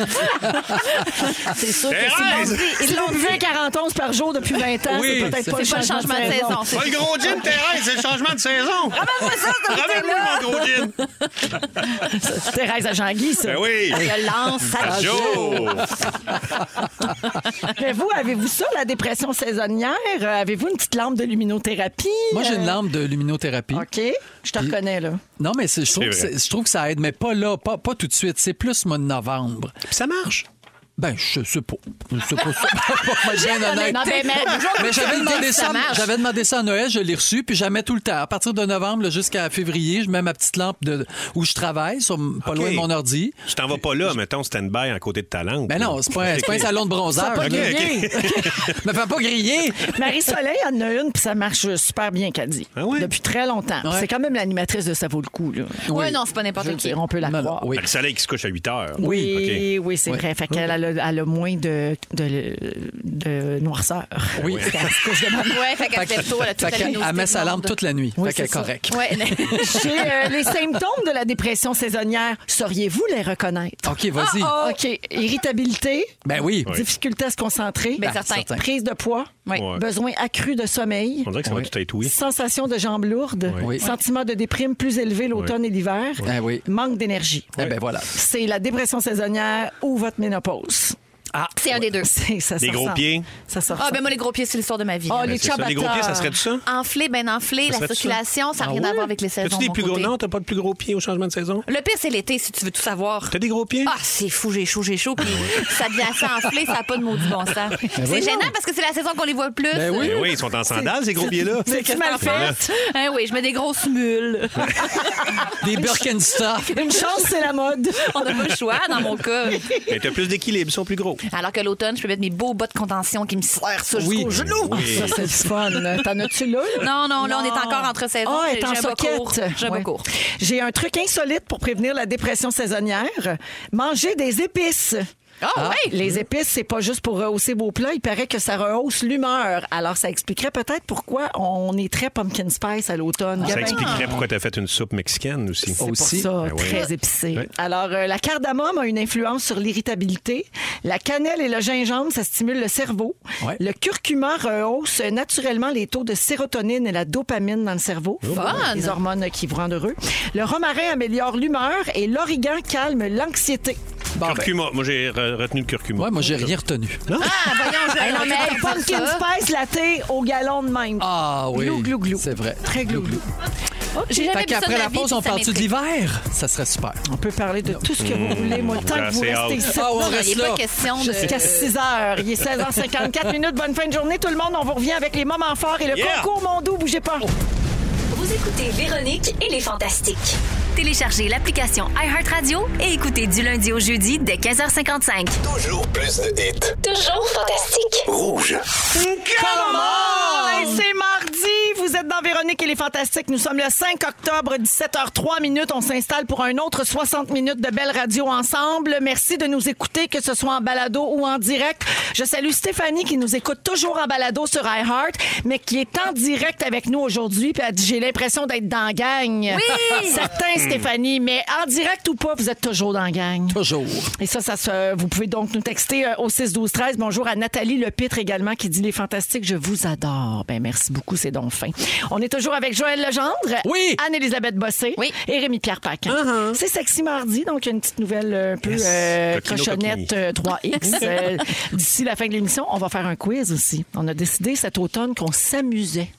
Speaker 4: C'est sûr
Speaker 6: Eh,
Speaker 4: que
Speaker 3: Thérèse!
Speaker 4: si l'on- ils l'ont bu à 40 onces par jour depuis 20 ans,
Speaker 6: Oui,
Speaker 4: c'est peut-être
Speaker 6: c'est-
Speaker 4: pas,
Speaker 7: C'est pas le changement de saison. c'est-
Speaker 3: Pas le gros gin, Thérèse, c'est le changement de saison. Ramène-moi mon gros gin.
Speaker 4: Thérèse à Jean-Guy, ça.
Speaker 3: Ben oui. Ah,
Speaker 7: Je lance ça.
Speaker 3: Joe.
Speaker 4: Mais vous, avez-vous ça, la dépression saisonnière? Euh, Avez-vous une petite lampe de luminothérapie?
Speaker 6: Moi, j'ai une
Speaker 4: Euh,
Speaker 6: lampe de luminothérapie.
Speaker 4: OK, je te reconnais, là.
Speaker 6: Non, mais c'est- je trouve,
Speaker 3: C'est
Speaker 6: que
Speaker 3: vrai.
Speaker 6: c'est- je trouve que ça aide, mais pas là, pas, pas tout de suite. C'est plus mois de novembre.
Speaker 3: Puis ça marche.
Speaker 6: Ben, je sais pas. Je sais pas. Pour être bien honnête.
Speaker 4: Non, mais-
Speaker 6: Mais j'avais demandé ça,
Speaker 7: marche.
Speaker 6: j'avais demandé ça à Noël, je l'ai reçu, puis jamais tout le temps. À partir de novembre là, jusqu'à février, je mets ma petite lampe de, où je travaille, sur, pas
Speaker 3: OK.
Speaker 6: loin de mon ordi.
Speaker 3: Je t'en vas pas là, mettons, stand-by à côté de ta langue.
Speaker 6: Ben non, c'est pas, un- c'est pas un salon de bronzage.
Speaker 4: pas
Speaker 6: là.
Speaker 4: grillé.
Speaker 6: Me fais pas griller.
Speaker 4: Marie-Soleil en a une, puis ça marche super bien, qu'elle dit.
Speaker 3: Ah oui?
Speaker 4: Depuis très longtemps.
Speaker 6: Ouais.
Speaker 4: C'est quand même l'animatrice de Ça vaut le coup, là.
Speaker 7: Ouais, non, c'est pas n'importe
Speaker 4: Je veux
Speaker 7: qui.
Speaker 4: dire, on peut la
Speaker 6: Non, non,
Speaker 4: croire.
Speaker 6: oui.
Speaker 7: Oh,
Speaker 3: Le soleil qui se couche à 8 heures.
Speaker 4: Oui,
Speaker 3: OK. Ben,
Speaker 4: oui, c'est vrai. Fait qu'elle elle elle a, elle a moins de, de, de noirceur.
Speaker 6: Oui.
Speaker 4: C'est à cause de ma mère.
Speaker 7: Ouais, fait qu'elle se lève tôt, elle a toute
Speaker 6: Fait
Speaker 7: la
Speaker 6: qu'elle-
Speaker 7: luminosité
Speaker 6: elle met
Speaker 7: du
Speaker 6: sa lampe
Speaker 7: monde.
Speaker 6: toute la nuit.
Speaker 4: Oui,
Speaker 6: fait qu'elle est
Speaker 4: c'est ça.
Speaker 6: correcte.
Speaker 7: Ouais.
Speaker 4: J'ai euh, les symptômes de la dépression saisonnière. Sauriez-vous les reconnaître? Ah,
Speaker 6: OK, vas-y.
Speaker 7: Oh,
Speaker 4: OK. Irritabilité,
Speaker 6: Ben oui.
Speaker 4: difficulté à se concentrer,
Speaker 7: Ben,
Speaker 6: Ben,
Speaker 7: certain.
Speaker 6: certain.
Speaker 4: prise de poids,
Speaker 7: Ouais.
Speaker 3: Ouais.
Speaker 4: besoin accru de sommeil.
Speaker 3: On dirait que ça
Speaker 6: Oui.
Speaker 3: va tout être oui.
Speaker 4: Sensation de jambes lourdes,
Speaker 6: Oui.
Speaker 4: sentiment de déprime plus élevé l'automne et l'hiver,
Speaker 6: Ah oui.
Speaker 4: manque d'énergie.
Speaker 6: Eh ben voilà.
Speaker 4: C'est la dépression saisonnière ou votre ménopause.
Speaker 7: C'est un des deux.
Speaker 4: C'est- Ça
Speaker 3: Des
Speaker 4: se
Speaker 3: gros
Speaker 4: ressemble.
Speaker 3: pieds.
Speaker 4: Ça sort.
Speaker 7: Ah, ben moi, les gros pieds, c'est l'histoire de ma vie.
Speaker 4: Oh,
Speaker 7: là.
Speaker 4: les
Speaker 3: Ben, c'est ça. Les gros
Speaker 4: ciabattas.
Speaker 3: pieds, ça serait de ça?
Speaker 7: Enflé, ben enflé,
Speaker 3: Ça
Speaker 7: la
Speaker 3: serait ça?
Speaker 7: circulation, ça n'a
Speaker 3: Ah
Speaker 7: rien à
Speaker 3: ouais?
Speaker 7: voir avec les saisons.
Speaker 3: T'as-tu
Speaker 7: de
Speaker 3: des
Speaker 7: mon
Speaker 3: plus gros?
Speaker 7: côté.
Speaker 3: Non, t'as pas de plus gros pieds au changement de saison?
Speaker 7: Le pire, c'est l'été, si tu veux tout savoir.
Speaker 3: T'as des gros pieds?
Speaker 7: Ah, c'est fou, j'ai chaud, j'ai chaud, puis ça devient assez enflé, ça n'a pas de maudit bon sens. C'est gênant parce que c'est la saison qu'on les voit le plus.
Speaker 6: Ben oui.
Speaker 3: Ben oui, ils sont en sandales, ces gros pieds-là.
Speaker 4: C'est mal fait.
Speaker 7: Hein, oui, je mets des grosses mules.
Speaker 6: Des Birkenstock.
Speaker 4: Une chance, c'est la mode.
Speaker 7: On n'a pas le choix dans mon cas.
Speaker 3: Mais t'as plus d'équilibre, ils sont plus gros.
Speaker 7: Alors que l'automne, je peux mettre mes beaux bas de contention qui me serrent ça jusqu'au
Speaker 6: Oui.
Speaker 7: genou.
Speaker 3: Oui.
Speaker 4: Ça, c'est le fun. T'en as-tu là?
Speaker 7: Non, non, là, on est encore entre saisons.
Speaker 4: Ah, elle est
Speaker 7: J'ai-
Speaker 4: en
Speaker 7: j'ai un bas court.
Speaker 4: soquette.
Speaker 7: J'ai un bas
Speaker 4: Ouais.
Speaker 7: court.
Speaker 4: J'ai un truc insolite pour prévenir la dépression saisonnière. Manger des épices.
Speaker 7: Ah, ouais.
Speaker 4: Les épices, c'est pas juste pour rehausser vos plats. Il paraît que ça rehausse l'humeur. Alors, ça expliquerait peut-être pourquoi on est très pumpkin spice à l'automne. Il y a
Speaker 3: Ça
Speaker 4: bien-
Speaker 3: expliquerait pourquoi t'as fait une soupe mexicaine aussi.
Speaker 4: C'est
Speaker 6: aussi.
Speaker 4: pour ça,
Speaker 3: Ben oui.
Speaker 4: très épicé.
Speaker 3: Oui.
Speaker 4: Alors, euh, la cardamome a une influence sur l'irritabilité. La cannelle et le gingembre, ça stimule le cerveau.
Speaker 6: Ouais.
Speaker 4: Le curcuma rehausse naturellement les taux de sérotonine et la dopamine dans le cerveau.
Speaker 3: Oh.
Speaker 7: Fun!
Speaker 4: Les hormones qui vous rendent heureux. Le romarin améliore l'humeur et l'origan calme l'anxiété.
Speaker 6: Bon, ben,
Speaker 3: Curcuma. Moi, j'ai re- retenu le curcuma.
Speaker 6: ouais, moi, j'ai rien retenu.
Speaker 7: Ah, voyons, je
Speaker 4: Hey,
Speaker 7: vais en
Speaker 4: on met
Speaker 7: mettre
Speaker 4: du
Speaker 7: pour
Speaker 4: pumpkin
Speaker 7: ça.
Speaker 4: spice latte au galon de même.
Speaker 6: Ah oui.
Speaker 4: Glou, glou, glou.
Speaker 6: C'est vrai.
Speaker 4: Très glou-glou.
Speaker 7: J'ai jamais
Speaker 6: Fait
Speaker 7: vu ça de
Speaker 6: qu'après
Speaker 7: ma
Speaker 6: la
Speaker 7: vie,
Speaker 6: pause,
Speaker 7: puis
Speaker 6: on
Speaker 7: ça
Speaker 6: part-tu de
Speaker 7: m'intrigue.
Speaker 6: l'hiver? Ça serait super.
Speaker 4: On peut parler de tout ce que
Speaker 3: Mm.
Speaker 4: vous voulez, moi, tant
Speaker 3: J'ai
Speaker 4: que vous
Speaker 3: assez
Speaker 4: restez
Speaker 3: hâte.
Speaker 4: ici.
Speaker 6: Ah, on
Speaker 7: Non,
Speaker 6: reste
Speaker 7: Il n'est
Speaker 6: là.
Speaker 7: pas question de...
Speaker 4: Jusqu'à 6 heures. Il est 16h54 minutes. Bonne fin de journée, tout le monde. On vous revient avec les moments forts et le
Speaker 3: Yeah!
Speaker 4: concours Mondo. Bougez pas.
Speaker 2: Vous écoutez Véronique et les Fantastiques.
Speaker 1: Téléchargez l'application iHeartRadio et écoutez du lundi au jeudi dès 15h55.
Speaker 8: Toujours plus de hits.
Speaker 2: Toujours fantastique.
Speaker 8: Rouge.
Speaker 4: Hey, c'est mardi. Vous êtes dans Véronique et les Fantastiques. Nous sommes le 5 octobre, 17h03 minutes. On s'installe pour un autre 60 minutes de belle radio ensemble. Merci de nous écouter, que ce soit en balado ou en direct. Je salue Stéphanie qui nous écoute toujours en balado sur iHeart, mais qui est en direct avec nous aujourd'hui. Puis elle dit, j'ai l'impression d'être dans la gang.
Speaker 7: Oui!
Speaker 4: Certain, Stéphanie, mais en direct ou pas, vous êtes toujours dans la gang.
Speaker 6: Toujours.
Speaker 4: Et ça, ça se- vous pouvez donc nous texter euh, au 6 12 13. Bonjour à Nathalie Lepitre également qui dit les fantastiques, je vous adore. Ben merci beaucoup, c'est donc fin. On est toujours avec Joël Legendre,
Speaker 6: Oui. Uh-huh.
Speaker 4: Anne-Elisabeth Bossé
Speaker 7: Oui.
Speaker 4: et Rémi Pierre Paquin. C'est sexy mardi, donc il y a une petite nouvelle euh, un peu
Speaker 3: Yes.
Speaker 4: euh,
Speaker 3: Coquino,
Speaker 4: cochonnette
Speaker 3: coquini.
Speaker 4: euh, 3X. Euh, D'ici la fin de l'émission, on va faire un quiz aussi. On a décidé cet automne qu'on s'amusait.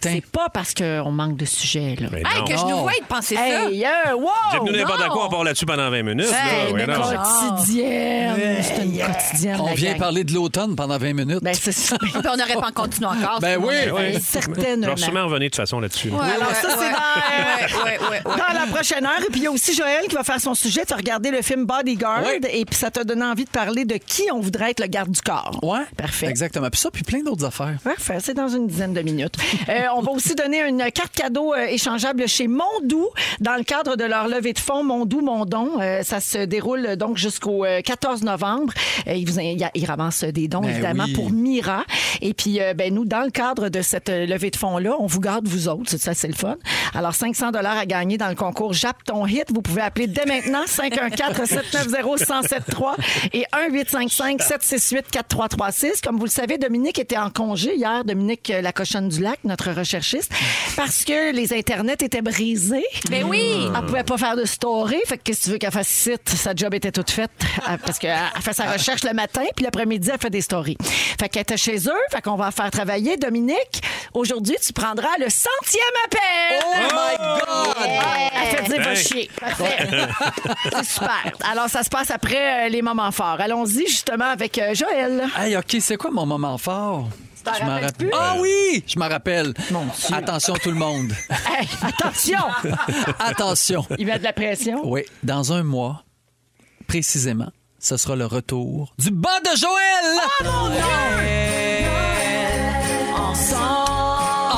Speaker 6: Tiens.
Speaker 4: C'est pas parce qu'on manque de sujets là.
Speaker 3: Ben
Speaker 7: Hey,
Speaker 3: non.
Speaker 7: que je nous
Speaker 6: Non.
Speaker 7: vois être penser ça.
Speaker 4: Hey, euh, wow!
Speaker 3: Dites-nous n'importe
Speaker 7: non.
Speaker 3: quoi, on part là-dessus pendant 20 minutes. là.
Speaker 4: Hey,
Speaker 3: Ouais,
Speaker 4: une
Speaker 3: non.
Speaker 4: quotidienne. C'est une quotidienne.
Speaker 6: On
Speaker 4: la
Speaker 6: vient
Speaker 4: gang.
Speaker 6: parler de l'automne pendant 20 minutes.
Speaker 4: Ben, c'est ça.
Speaker 7: Puis on n'aurait pas en continué encore.
Speaker 6: Ben
Speaker 7: sinon
Speaker 6: oui.
Speaker 7: on aurait-
Speaker 3: Ouais. Je
Speaker 4: Certainement.
Speaker 3: vais sûrement revenir de toute façon là-dessus.
Speaker 7: Ouais,
Speaker 4: Alors,
Speaker 7: ouais,
Speaker 4: ça, c'est
Speaker 7: ouais.
Speaker 4: dans, euh,
Speaker 7: Ouais, ouais, ouais, ouais.
Speaker 4: Dans la prochaine heure. Et puis, il y a aussi Joël qui va faire son sujet. Tu as regardé le film Bodyguard.
Speaker 6: Ouais.
Speaker 4: Et puis, ça t'a donné envie de parler de qui on voudrait être le garde du corps.
Speaker 6: Ouais.
Speaker 4: Parfait.
Speaker 6: Exactement. Puis ça, puis plein d'autres affaires.
Speaker 4: Parfait, c'est dans une dizaine de minutes. Euh, on va aussi donner une carte cadeau euh, échangeable chez Mondou dans le cadre de leur levée de fonds Mondou Mondon. Euh, ça se déroule euh, donc jusqu'au euh, 14 novembre. Euh, ils, vous, ils- ils ramassent des dons
Speaker 6: Ben
Speaker 4: évidemment
Speaker 6: oui.
Speaker 4: pour Mira. Et puis euh, ben nous dans le cadre de cette euh, levée de fonds là, on vous garde vous autres, C'est- ça c'est le fun. Alors 500 dollars à gagner dans le concours Jappe ton hit. Vous pouvez appeler dès maintenant 514 790 1073 et 1 855 768 4336. Comme vous le savez, Dominique était en congé hier, Dominique euh, la cochonne du lac, notre recherchiste, parce que les internets étaient brisés.
Speaker 7: Ben oui.
Speaker 4: Elle pouvait pas faire de story. Fait que qu'est-ce que tu veux qu'elle fasse ici? Sa job était toute faite. Elle- Parce qu'elle elle fait sa recherche le matin, puis l'après-midi, elle fait des stories. Fait qu'elle était chez eux. Fait qu'on va la faire travailler. Dominique, aujourd'hui, tu prendras le centième appel.
Speaker 6: Oh my God!
Speaker 4: Elle fait dire, va
Speaker 3: Hey.
Speaker 4: chier. Parfait. C'est super. Alors, ça se passe après euh, les moments forts. Allons-y, justement, avec euh, Joël.
Speaker 6: Hey, OK, c'est quoi mon moment fort?
Speaker 4: t'en
Speaker 6: Je m'en
Speaker 4: rappelles
Speaker 6: rappelle.
Speaker 4: plus?
Speaker 6: Ah oui! Je m'en rappelle.
Speaker 4: Mon Dieu.
Speaker 6: Attention tout le monde.
Speaker 4: Hey, attention!
Speaker 6: Attention.
Speaker 4: Il met de la pression.
Speaker 6: Oui, dans un mois, précisément, ce sera le retour du bas de Joël! Ah mon Dieu! Ensemble,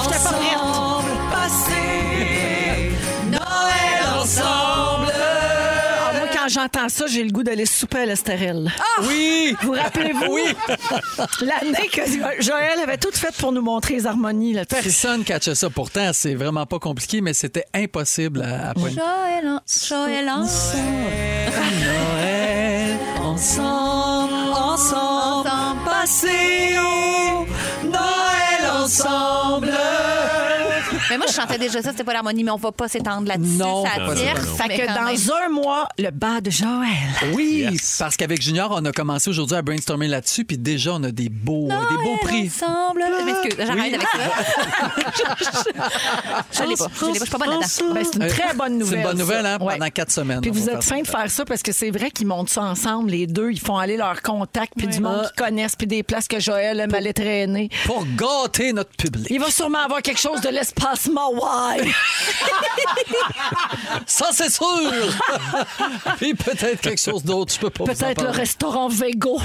Speaker 4: J'étais pas prête.
Speaker 6: ensemble, passer Noël ensemble.
Speaker 4: Ah, moi, quand j'en- j'entends ça, j'ai le goût d'aller souper à l'Estérel.
Speaker 7: Ah!
Speaker 6: Oui!
Speaker 4: Vous rappelez-vous?
Speaker 6: Oui!
Speaker 4: L'année que Joël avait tout fait pour nous montrer les harmonies là-dessus.
Speaker 6: Personne catchait ça. Pourtant, c'est vraiment pas compliqué, mais c'était impossible à, à pointer.
Speaker 7: Joël, en- Joël, en-
Speaker 6: Noël, ensemble, ensemble, passé au Noël ensemble.
Speaker 7: Mais moi, je chantais déjà ça, c'était pas l'harmonie, mais on va pas s'étendre là-dessus.
Speaker 6: Non,
Speaker 7: ça
Speaker 6: non,
Speaker 7: attire.
Speaker 3: non, non.
Speaker 4: Fait
Speaker 7: mais
Speaker 4: que
Speaker 7: quand
Speaker 4: dans
Speaker 7: même.
Speaker 4: un mois, le bas de Joël.
Speaker 6: Oui, parce qu'avec Junior, on a commencé aujourd'hui à brainstormer là-dessus, puis déjà, on a des beaux, des beaux
Speaker 7: Noël
Speaker 6: prix.
Speaker 7: Ensemble. Je m'excuse, j'arrête avec ça. je l'ai pas. Je l'ai pas, je suis pas bonne là-dedans.
Speaker 4: Ben, c'est une
Speaker 6: Euh,
Speaker 4: très bonne nouvelle.
Speaker 6: C'est une bonne
Speaker 4: ça.
Speaker 6: nouvelle, hein, pendant
Speaker 4: Ouais.
Speaker 6: quatre semaines.
Speaker 4: Puis
Speaker 6: on
Speaker 4: vous
Speaker 6: va
Speaker 4: êtes
Speaker 6: faire
Speaker 4: fin de faire ça parce que c'est vrai qu'ils montent ça ensemble, les deux. Ils font aller leurs contacts, puis du
Speaker 7: Ah.
Speaker 4: monde qu'ils connaissent, puis des places que Joël aime aller traîner.
Speaker 6: ça. Pour gâter notre public.
Speaker 4: Il va sûrement avoir quelque chose de l'espace Mawai.
Speaker 6: Ça, c'est sûr! Puis peut-être quelque chose d'autre, je peux pas vous en
Speaker 4: Peut-être le
Speaker 6: parler.
Speaker 4: restaurant Vego.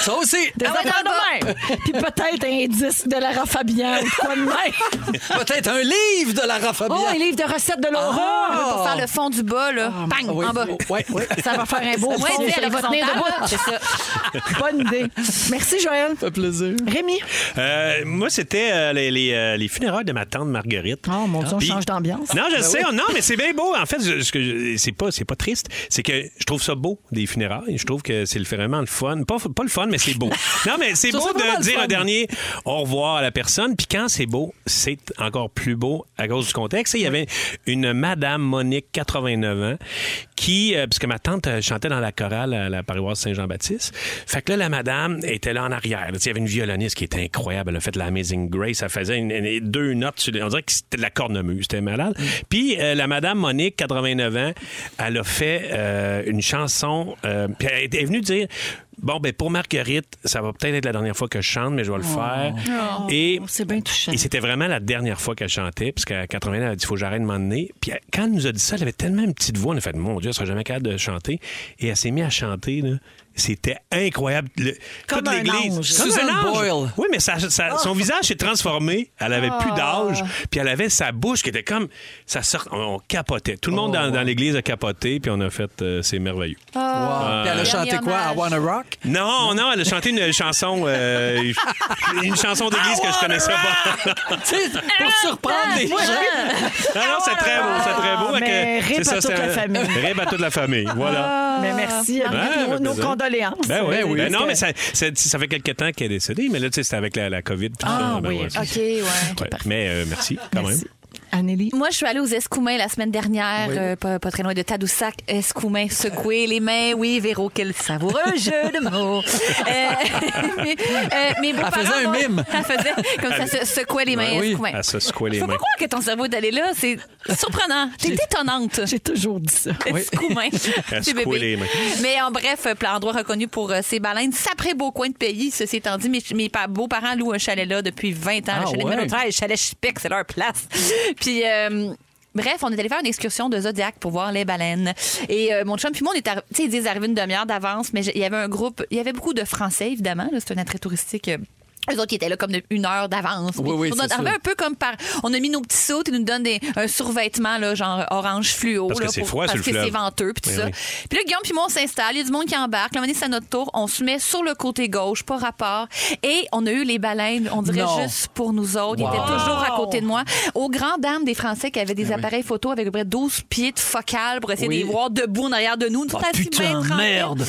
Speaker 6: Ça aussi!
Speaker 4: Des
Speaker 7: Ah ouais,
Speaker 4: affaires
Speaker 7: dans
Speaker 4: de même. Puis peut-être un disque de Lara Fabian ou quoi de même.
Speaker 6: Peut-être un livre de Lara Fabian.
Speaker 4: Oh, un livre de recettes de Laura.
Speaker 6: Ah!
Speaker 7: Pour faire le fond du bas, là.
Speaker 4: Oh,
Speaker 7: Bang,
Speaker 6: Oui.
Speaker 7: en bas.
Speaker 6: Oui, oui.
Speaker 4: Ça va faire un beau
Speaker 7: Au moins,
Speaker 4: fond,
Speaker 7: elle
Speaker 4: ça
Speaker 7: est
Speaker 4: va tenir
Speaker 7: horizontale,
Speaker 4: debout.
Speaker 7: C'est ça.
Speaker 4: Bonne idée. Merci, Joël.
Speaker 6: Ça fait plaisir.
Speaker 4: Rémi.
Speaker 3: Euh, moi, c'était euh, les, les, euh, les funérailles de ma tante Marguerite.
Speaker 4: Oh, mon Dieu, on
Speaker 3: Puis-
Speaker 4: change d'ambiance.
Speaker 3: Non,
Speaker 6: Ben
Speaker 3: je le sais. Non, mais c'est bien beau. En fait, je- ce que je- c'est pas, c'est pas triste. C'est que je trouve ça beau des funérailles. Je trouve que c'est le- vraiment le fun. Pas, pas le fun, mais c'est beau. Non, mais c'est
Speaker 6: Ça,
Speaker 3: beau
Speaker 6: c'est pas mal
Speaker 3: de
Speaker 6: le
Speaker 3: dire
Speaker 6: fun.
Speaker 3: un dernier au revoir à la personne. Puis quand c'est beau, c'est encore plus beau à cause du contexte. Et Il y avait une Madame Monique, 89 ans, qui, euh, puisque ma tante euh, chantait dans la chorale à la paroisse Saint-Jean-Baptiste, fait que là, la Madame était là en arrière. Tu sais, Il y avait une violoniste qui était incroyable. Elle a ben, fait de l'Amazing Grace. Elle faisait une- une- deux notes. sur les- On dirait que c'était de la cornemuse. C'était malade. Puis euh, la Madame Monique, 89 ans, elle a fait euh, une chanson. euh, puis elle est venue dire... Bon, ben pour Marguerite, ça va peut-être être la dernière fois que je chante, mais je vais le faire. Et
Speaker 4: C'est bien touchant.
Speaker 3: et c'était vraiment la dernière fois qu'elle chantait, parce qu'à 80 ans, elle a dit faut que j'arrête de m'emmener. Puis elle- quand elle nous a dit ça, elle avait tellement une petite voix, on a fait mon Dieu, elle sera jamais capable de chanter. Et elle s'est mise à chanter, là. C'était incroyable. Le-
Speaker 4: Comme
Speaker 3: toute
Speaker 4: un
Speaker 3: l'église.
Speaker 4: ange. Ah.
Speaker 3: Comme
Speaker 6: Susan
Speaker 3: un ange.
Speaker 6: Boyle.
Speaker 3: Oui, mais sa- sa- son visage s'est transformé. Elle avait plus d'âge. Puis elle avait sa bouche qui était comme. Ça sort, on, on capotait. Tout le
Speaker 4: Oh,
Speaker 3: monde dans, dans l'église a capoté, puis on a fait euh, c'est merveilleux.
Speaker 4: Ah.
Speaker 3: Ah.
Speaker 6: Wow. Puis elle a chanté quoi? I Wanna Rock?
Speaker 3: Non, non, elle a chanté une chanson. euh, une chanson d'église que je connaissais pas.
Speaker 6: Tu sais, pour
Speaker 7: ah,
Speaker 6: surprendre les gens.
Speaker 3: Non, non, c'est très beau, c'est très beau.
Speaker 4: Ah, mais
Speaker 3: Fait que-
Speaker 4: rip
Speaker 3: c'est
Speaker 4: à toute
Speaker 3: c'est
Speaker 4: la
Speaker 3: un-
Speaker 4: famille.
Speaker 3: Rip à toute la famille, voilà.
Speaker 4: Mais merci.
Speaker 3: Ouais,
Speaker 4: Ah. nos,
Speaker 3: avec
Speaker 4: nos
Speaker 3: plaisir.
Speaker 4: condoléances.
Speaker 3: Ben oui,
Speaker 6: Ben oui.
Speaker 3: Ben non, mais ça, ça- ça fait quelques temps qu'elle est décédée, mais là, tu sais, c'était avec la, la COVID. puis tout
Speaker 4: Ah,
Speaker 3: ça, ben
Speaker 4: oui,
Speaker 3: ouais,
Speaker 4: ok.
Speaker 3: c'est-
Speaker 7: OK, ouais.
Speaker 3: ouais. Mais euh, merci, quand
Speaker 4: Merci.
Speaker 3: même.
Speaker 4: Anneli.
Speaker 7: Moi, je suis allée aux Escoumins la semaine dernière, euh, pas, pas très loin de Tadoussac. Escoumins, secouer les mains. Oui, Véro, quel savoureux jeu de mots. Euh, mais, euh, mes beaux-parents
Speaker 6: faisait un
Speaker 7: m'ont-
Speaker 6: mime.
Speaker 7: Elle faisait comme ça, se secouait les mains,
Speaker 6: Ouais, oui.
Speaker 7: Escoumins.
Speaker 3: À se secouer
Speaker 7: Je
Speaker 3: les
Speaker 7: peux
Speaker 3: mains.
Speaker 7: pas croire que ton cerveau d'aller là. C'est surprenant. T'es étonnante.
Speaker 4: J'ai toujours dit ça.
Speaker 6: Oui.
Speaker 7: Escoumins.
Speaker 3: Elle
Speaker 7: C'est
Speaker 3: secouait
Speaker 7: bébé.
Speaker 3: les mains.
Speaker 7: Mais en bref, plein endroit reconnu pour euh, ses baleines. Sacré beau coin de pays, ceci étant dit. Mes, mes pa- beaux-parents louent un chalet là depuis 20 ans.
Speaker 6: Ah
Speaker 7: le chalet
Speaker 6: ouais.
Speaker 7: de Mélotrail, le chalet Chipic, c'est leur place. Puis... euh, Bref, on est allé faire une excursion de Zodiac pour voir les baleines. Et euh, mon chum puis moi, on est arri- tu sais, ils disent arriver une demi-heure d'avance, mais j'ai- il y avait un groupe, il y avait beaucoup de Français, évidemment. là, C'est un attrait touristique. euh, Eux autres, ils étaient là comme de- une heure d'avance.
Speaker 6: Oui,
Speaker 7: Puis
Speaker 6: oui,
Speaker 7: on
Speaker 6: c'est
Speaker 7: est arrivé
Speaker 6: sûr.
Speaker 7: un peu comme par... On a mis nos petits sauts, ils nous donnent des, un survêtement, là, genre orange fluo.
Speaker 3: Parce que
Speaker 7: là,
Speaker 3: c'est
Speaker 7: pour-
Speaker 3: froid
Speaker 7: parce
Speaker 3: sur le
Speaker 7: que c'est
Speaker 3: fleuve.
Speaker 7: venteux, puis tout ça.
Speaker 3: Oui, oui.
Speaker 7: Puis là, Guillaume puis moi, on s'installe. Il y a du monde qui embarque. Là, un moment donné, c'est à notre tour. On se met sur le côté gauche, pas rapport. Et on a eu les baleines, on dirait
Speaker 6: Non.
Speaker 7: juste pour nous autres. Ils étaient toujours à côté de moi. Aux grands dames des Français qui avaient
Speaker 3: Ben
Speaker 7: des appareils photo avec à peu près 12 pieds de focale pour essayer
Speaker 6: Oui.
Speaker 7: de les voir debout en arrière de nous. Nous,
Speaker 4: Ah,
Speaker 6: Oh,
Speaker 7: on était assis bien
Speaker 6: putain,
Speaker 7: tranquilles.
Speaker 6: merde!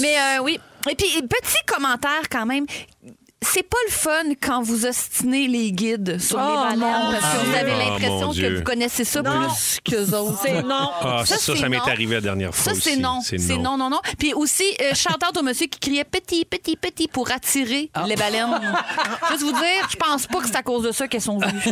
Speaker 7: Mais euh, oui. Et puis, petit commentaire quand même. C'est pas le fun quand vous ostinez les guides sur
Speaker 4: Oh,
Speaker 7: les
Speaker 4: mon
Speaker 7: baleines parce que vous
Speaker 4: Dieu.
Speaker 7: avez
Speaker 3: Oh,
Speaker 7: l'impression
Speaker 3: mon Dieu.
Speaker 7: que vous connaissez ça plus qu'eux autres.
Speaker 4: C'est non.
Speaker 3: Ah, ça, ça,
Speaker 7: c'est
Speaker 3: ça m'est
Speaker 7: non.
Speaker 3: arrivé la dernière fois.
Speaker 7: Ça, c'est
Speaker 3: aussi.
Speaker 7: non. C'est non. non, non, Puis aussi, euh, chantante au monsieur qui criait petit, petit, petit pour attirer
Speaker 6: Ah.
Speaker 7: les baleines. Juste vous dire, je pense pas que c'est à cause de ça qu'elles sont venues.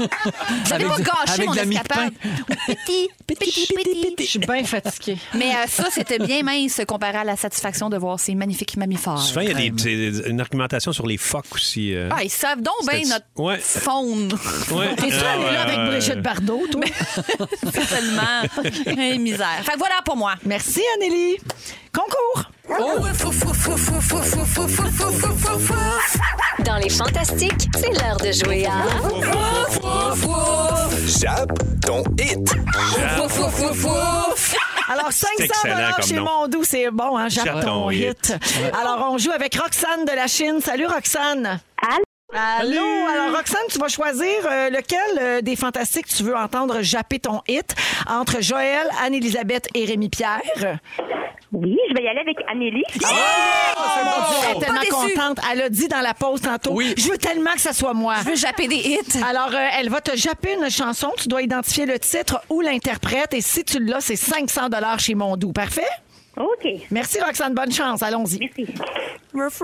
Speaker 7: Vous avez
Speaker 6: Avec
Speaker 7: pas
Speaker 6: du-
Speaker 7: gâché
Speaker 6: avec
Speaker 7: mon
Speaker 6: de la mie de
Speaker 7: escapade. Petit, petit, petit,
Speaker 4: Je
Speaker 7: petit.
Speaker 4: suis bien fatiguée.
Speaker 7: Mais euh, ça, c'était bien mince comparé à la satisfaction de voir ces magnifiques mammifères.
Speaker 3: Souvent, il y a des, c'est une argumentation sur les phoques aussi. euh.
Speaker 7: Ah, ils savent donc bien
Speaker 3: C'était-
Speaker 7: notre
Speaker 3: Ouais.
Speaker 7: faune.
Speaker 3: Ouais.
Speaker 4: T'es sûr,
Speaker 3: Ah,
Speaker 4: elle est là
Speaker 3: ouais,
Speaker 4: avec
Speaker 3: ouais,
Speaker 4: Brigitte
Speaker 3: ouais.
Speaker 4: Bardot, toi?
Speaker 7: Seulement. Hein, misère. Fait que voilà pour moi.
Speaker 4: Merci, Anneli. Concours.
Speaker 6: Oh.
Speaker 2: Dans les fantastiques, c'est l'heure de jouer à
Speaker 5: Jappe ton hit.
Speaker 2: Fouf, fouf, fouf, fouf.
Speaker 4: Alors, 500
Speaker 3: excellent
Speaker 4: dollars
Speaker 3: comme
Speaker 4: chez
Speaker 3: nom.
Speaker 4: Mondou, c'est bon, hein? J'attends
Speaker 3: J'attends
Speaker 4: ton
Speaker 3: ton
Speaker 4: hit. Alors, on joue avec Roxane de la Chine. Salut, Roxane. Allô? Alors, Roxane, tu vas choisir euh, lequel euh, des fantastiques tu veux entendre japper ton hit entre Joël, Anne-Élisabeth et Rémi-Pierre.
Speaker 8: Oui, je vais y aller avec Amélie.
Speaker 4: Ah, Elle est
Speaker 7: Pas
Speaker 4: tellement
Speaker 7: déçue.
Speaker 4: contente. Elle a dit dans la pause tantôt,
Speaker 6: Oui.
Speaker 4: je veux tellement que ça soit moi.
Speaker 7: Je veux japper des hits.
Speaker 4: Alors, euh, elle va te japper une chanson. Tu dois identifier le titre ou l'interprète. Et si tu l'as, c'est 500 dollars chez Mondou. Parfait?
Speaker 8: OK.
Speaker 4: Merci, Roxane. Bonne chance. Allons-y.
Speaker 8: Merci.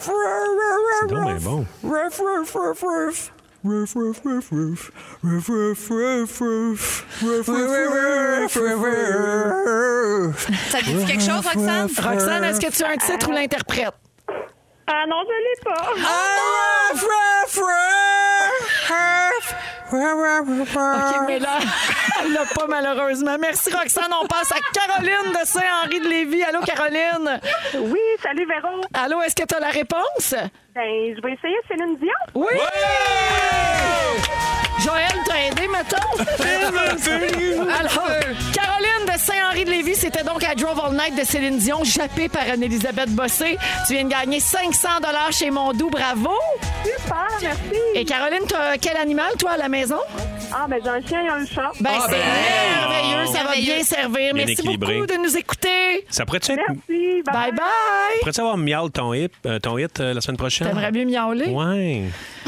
Speaker 3: C'est donc bien bon.
Speaker 7: Ça te dit quelque chose, Roxane?
Speaker 4: Roxane, est-ce que tu as un
Speaker 8: Euh,
Speaker 4: titre ou l'interprète?
Speaker 8: Ah non, je l'ai pas.
Speaker 6: Ah,
Speaker 4: OK, mais là, elle l'a pas malheureusement. Merci, Roxane. On passe à Caroline de Saint-Henri-de-Lévis. Allô, Caroline?
Speaker 8: Oui, salut Véro.
Speaker 4: Allô, est-ce que tu as la réponse?
Speaker 8: Ben, je vais essayer Céline Dion.
Speaker 4: Oui! Joël, t'as aidé, mettons? Alors, Caroline de Saint-Henri-de-Lévis, c'était donc à Drove All Night de Céline Dion, jappée par Anne-Elisabeth Bossé. Tu viens de gagner 500 chez Mondou, bravo!
Speaker 8: Super, merci.
Speaker 4: Et Caroline, t'as quel animal, toi, à la maison?
Speaker 8: Ah, ben j'ai un chien et un chat.
Speaker 4: Ben,
Speaker 6: Ah,
Speaker 4: c'est
Speaker 6: ben,
Speaker 4: merveilleux, ça va
Speaker 7: Merveilleux.
Speaker 4: bien servir.
Speaker 3: Bien
Speaker 4: Merci
Speaker 3: équilibré.
Speaker 4: beaucoup de nous écouter.
Speaker 3: Ça pourrait-tu être-
Speaker 8: Merci.
Speaker 4: Bye bye!
Speaker 3: pourrais-tu avoir miaule ton hit, euh, ton hit euh, la semaine prochaine?
Speaker 4: T'aimerais mieux miauler?
Speaker 3: Ouais.